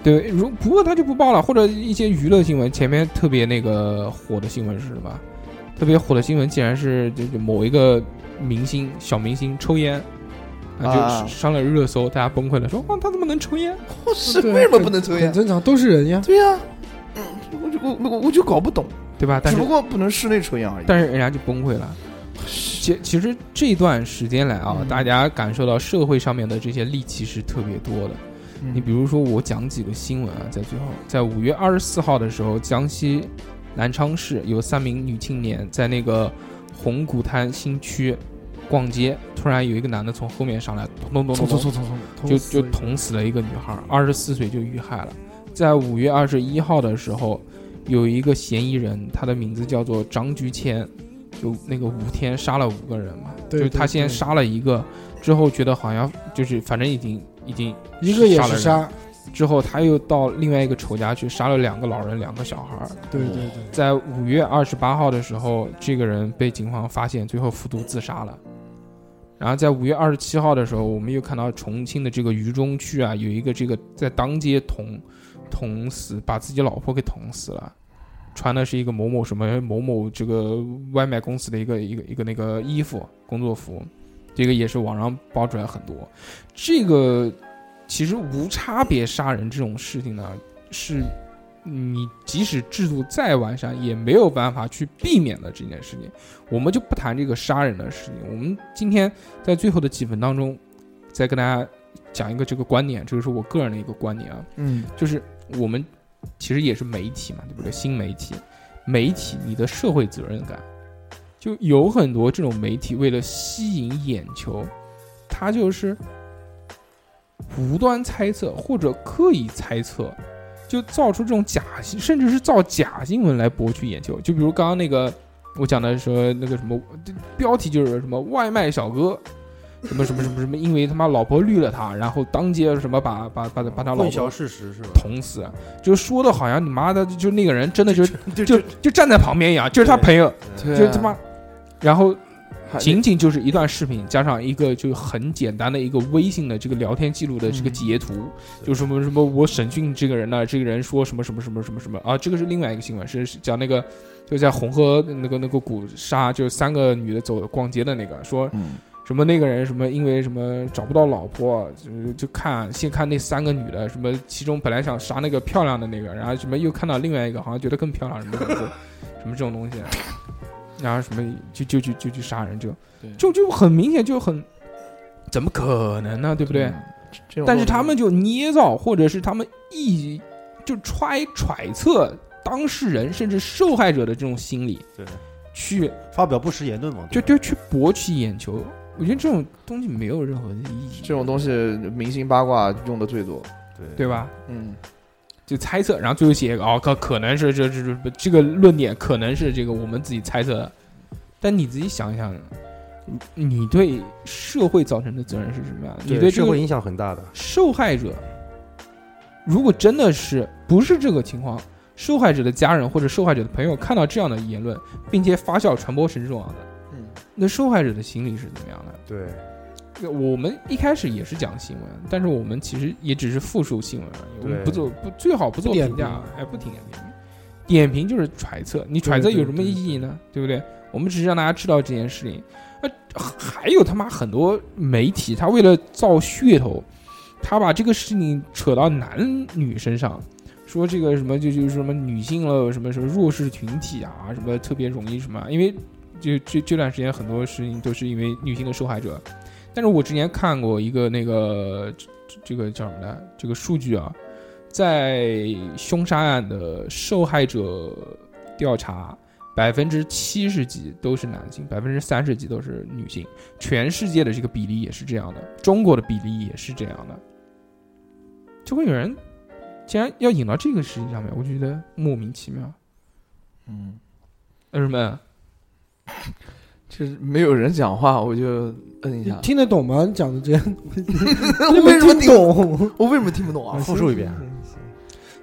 Speaker 6: 对。如不过他就不报了，或者一些娱乐新闻，前面特别那个火的新闻是什么？特别火的新闻竟然是就是某一个明星小明星抽烟，啊，
Speaker 5: 啊
Speaker 6: 就上了热搜，大家崩溃了，说哦哇他怎么能抽烟？
Speaker 5: 我是
Speaker 3: 对
Speaker 5: 为什么不能抽
Speaker 3: 很
Speaker 5: 烟？
Speaker 3: 正常，都是人呀。
Speaker 5: 对呀，我就我我我就搞不懂，
Speaker 6: 对吧？但
Speaker 5: 只
Speaker 6: 是
Speaker 5: 不过不能室内抽烟而已。
Speaker 6: 但是人家就崩溃了。其其实这段时间来啊，
Speaker 5: 嗯
Speaker 6: 大家感受到社会上面的这些戾气是特别多的。
Speaker 5: 嗯
Speaker 6: 你比如说，我讲几个新闻啊，在最后，在五月二十四号的时候，江西南昌市有三名女青年在那个红谷滩新区逛街，突然有一个男的从后面上来，咚咚咚咚咚，
Speaker 3: 冲冲
Speaker 6: 就就捅死了一个女孩，二十四岁就遇害了。在五月二十一号的时候，有一个嫌疑人，他的名字叫做张菊谦，就那个五天杀了五个人嘛，
Speaker 3: 对
Speaker 6: 就是他
Speaker 3: 对
Speaker 6: 先
Speaker 3: 对
Speaker 6: 杀了一个，之后觉得好像就是反正已经已经
Speaker 3: 一个也
Speaker 6: 杀了
Speaker 3: 是
Speaker 6: 人，
Speaker 3: 杀，
Speaker 6: 之后他又到另外一个仇家去杀了两个老人，两个小孩儿。
Speaker 3: 对对对，
Speaker 6: 在五月二十八号的时候，这个人被警方发现，最后服毒自杀了。然后在五月二十七号的时候，我们又看到重庆的这个渝中区啊，有一个这个在当街捅捅死，把自己老婆给捅死了，穿的是一个某某什么某某这个外卖公司的一个一个一个那个衣服工作服，这个也是网上爆出来很多。这个其实无差别杀人这种事情呢，是你即使制度再完善，也没有办法去避免的这件事情。我们就不谈这个杀人的事情，我们今天在最后的几分当中，再跟大家讲一个这个观点，这个是我个人的一个观点啊，
Speaker 5: 嗯，
Speaker 6: 就是我们其实也是媒体嘛，对不对？新媒体，媒体你的社会责任感，就有很多这种媒体为了吸引眼球，它就是无端猜测或者刻意猜测，就造出这种假新，甚至是造假新闻来博取眼球。就比如刚刚那个我讲的说那个什么这标题就是什么外卖小哥。什么什么什么什么，因为他妈老婆绿了他，然后当街什么把把把
Speaker 8: (laughs)
Speaker 6: 把他老婆
Speaker 8: 混淆事实是吧？
Speaker 6: 捅死，啊就说的好像你妈的就就那个人真的就
Speaker 8: 就
Speaker 6: 就就站在旁边一样，就是他朋友，
Speaker 5: 对啊
Speaker 6: 就他妈，然后
Speaker 5: 还
Speaker 6: 仅仅就是一段视频，加上一个就很简单的一个微信的这个聊天记录的这个截图，就什么什么我审讯这个人呢、这个人说什么什么什么什么什么啊，这个是另外一个新闻，是是讲那个就在红河那个那个古沙，就三个女的走逛街的那个，说
Speaker 5: 嗯
Speaker 6: 什么那个人什么因为什么找不到老婆，就就看先看那三个女的，什么其中本来想杀那个漂亮的那个，然后什么又看到另外一个好像觉得更漂亮什么什么什么这种东西，然后什么就就就就去杀人，就
Speaker 5: 对
Speaker 6: 就就很明显就很，怎么可能呢？对不
Speaker 5: 嗯
Speaker 6: 对？
Speaker 5: 这种
Speaker 6: 但是他们就捏造，或者是他们意就揣揣测当事人甚至受害者的这种心理，
Speaker 8: 对，
Speaker 6: 去
Speaker 8: 发表不实言论嘛，
Speaker 6: 就
Speaker 8: 对
Speaker 6: 就
Speaker 8: 吧
Speaker 6: 去博取眼球。我觉得这种东西没有任何的意义，
Speaker 5: 这种东西，明星八卦用的最多。
Speaker 6: 对吧？
Speaker 5: 嗯，
Speaker 6: 就猜测，然后最后写一个哦，可可能是这这这这个论点可能是这个我们自己猜测的，但你自己想一想，你你对社会造成的责任是什么样的？你
Speaker 8: 对
Speaker 6: 这
Speaker 8: 社
Speaker 6: 个
Speaker 8: 会影响很大的。
Speaker 6: 受害者，如果真的是不是这个情况，受害者的家人或者受害者的朋友看到这样的言论，并且发酵传播成这样的，
Speaker 5: 嗯，
Speaker 6: 那受害者的心理是怎么样的？
Speaker 8: 对，
Speaker 6: 那我们一开始也是讲新闻，但是我们其实也只是复述新闻而已，我们
Speaker 8: 对
Speaker 6: 不做不最好不做
Speaker 3: 不点
Speaker 6: 评价，哎，不听点评，点评就是揣测，你揣测有什么意义呢？对不对？我们只是让大家知道这件事情。啊，还有他妈很多媒体，他为了造噱头，他把这个事情扯到男女身上，说这个什么就就是什么女性了，什么什么弱势群体啊，什么特别容易什么，啊因为就这这段时间很多事情都是因为女性的受害者。但是我之前看过一个那个这这个叫什么来，这个数据啊，在凶杀案的受害者调查百分之七十几都是男性，百分之三十几都是女性，全世界的这个比例也是这样的，中国的比例也是这样的，就会有人竟然要引到这个事情上面，我就觉得莫名其妙。
Speaker 5: 嗯，
Speaker 6: 为什么？
Speaker 5: 就是没有人讲话，我就摁一
Speaker 3: 你
Speaker 5: 下。
Speaker 3: 听得懂吗？你讲的
Speaker 5: (laughs)
Speaker 3: 这样，
Speaker 5: 我
Speaker 3: 没
Speaker 5: 为什么
Speaker 3: 听懂？ (laughs)
Speaker 5: 我为什么听不懂啊？
Speaker 8: 复述一遍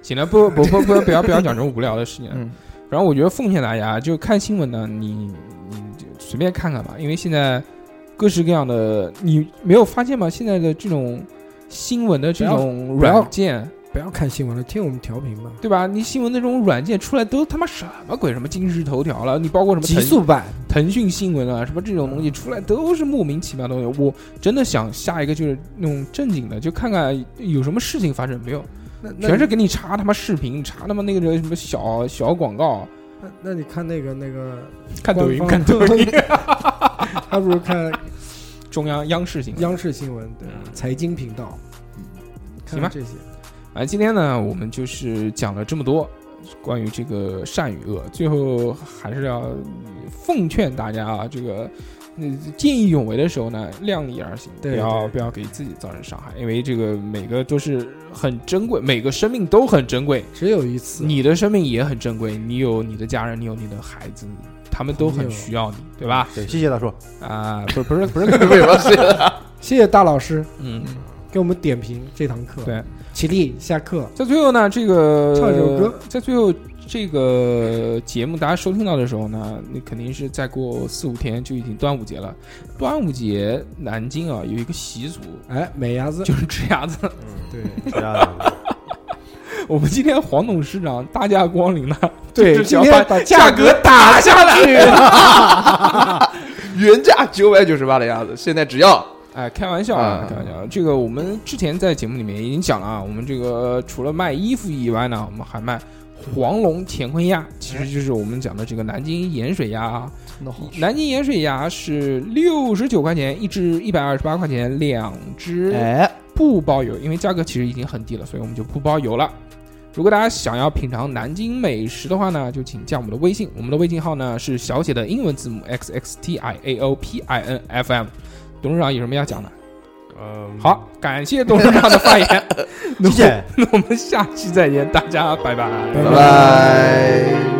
Speaker 6: 行了，不不不不，不要不要讲这种无聊的事情了。
Speaker 5: 嗯
Speaker 6: 然后我觉得奉劝大家，就看新闻呢，你你就随便看看吧，因为现在各式各样的，你没有发现吗？现在的这种新闻的这种
Speaker 3: 不要
Speaker 6: 软件，
Speaker 3: 不要看新闻了，听我们调频吧。
Speaker 6: 对吧？你新闻的这种软件出来都他妈什么鬼？什么今日头条了，你包括什么
Speaker 3: 极
Speaker 6: 腾
Speaker 3: 速版，
Speaker 6: 腾讯新闻啊，什么这种东西出来都是莫名其妙的
Speaker 3: 嗯
Speaker 6: 东西。我真的想下一个就是那种正经的，就看看有什么事情发生没有，
Speaker 3: 那那
Speaker 6: 全是给你查他妈视频，查他妈那个什么小小广告，
Speaker 3: 那那你看那个那个，
Speaker 6: 看抖音，
Speaker 3: 官方
Speaker 6: 看抖
Speaker 3: (laughs)
Speaker 6: 音，
Speaker 3: 还不如看
Speaker 6: 中央央视新闻。
Speaker 3: 央视新闻，对，财经频道，看
Speaker 6: 嗯行吧
Speaker 3: 看这些。
Speaker 6: 啊，今天呢，我们就是讲了这么多关于这个善与恶，最后还是要奉劝大家啊，这个。嗯见义勇为的时候呢，量力而行，不
Speaker 3: 对
Speaker 6: 要
Speaker 3: 对
Speaker 6: 不要给自己造成伤害，因为这个每个都是很珍贵，每个生命都很珍贵，
Speaker 3: 只有一次，
Speaker 6: 你的生命也很珍贵，你有你的家人，你有你的孩子，他们都很需要你，对吧？
Speaker 8: 对，谢
Speaker 6: (laughs)
Speaker 8: 谢大叔，
Speaker 6: 啊，不不是不是，
Speaker 5: 为什么是？ (laughs)
Speaker 3: 谢谢大老师
Speaker 6: 嗯，
Speaker 3: 给我们点评这堂课。
Speaker 6: 对，
Speaker 3: 起立，下课。
Speaker 6: 在最后呢，这个
Speaker 3: 唱一首歌，
Speaker 6: 在最后这个节目大家收听到的时候呢，你肯定是再过四五天就已经端午节了。端午节南京啊有一个习俗，
Speaker 3: 哎，美伢子，
Speaker 6: 就是吃鸭子。 (laughs)
Speaker 3: 对
Speaker 8: 谢谢大叔。
Speaker 6: 我们今天黄董事长大驾光临了，就
Speaker 3: 对，
Speaker 6: 是
Speaker 3: 今
Speaker 6: 想把
Speaker 3: 天把
Speaker 6: 价格打下来。
Speaker 5: 原价九百九十八的样子，现在只要
Speaker 6: (laughs) 哎，开玩笑啊
Speaker 5: 啊，
Speaker 6: 开玩笑。这个我们之前在节目里面已经讲了啊，我们这个除了卖衣服以外呢，我们还卖黄龙乾坤鸭，其实就是我们讲的这个南京盐水鸭啊。
Speaker 5: 真的好
Speaker 6: 南京盐水鸭是六十九块钱一只，一百二十八块钱两只，
Speaker 5: 哎，
Speaker 6: 不包邮，因为价格其实已经很低了，所以我们就不包邮了。如果大家想要品尝南京美食的话呢，就请加我们的微信，我们的微信号呢是小写的英文字母 x x t i a o p i n f m。董事长有什么要讲的？
Speaker 8: 嗯，
Speaker 6: 好，感谢董事长的发言，
Speaker 8: (laughs)
Speaker 6: (laughs)
Speaker 8: 谢谢。
Speaker 6: 那我们下期再见，大家拜拜
Speaker 3: 拜
Speaker 5: 拜拜。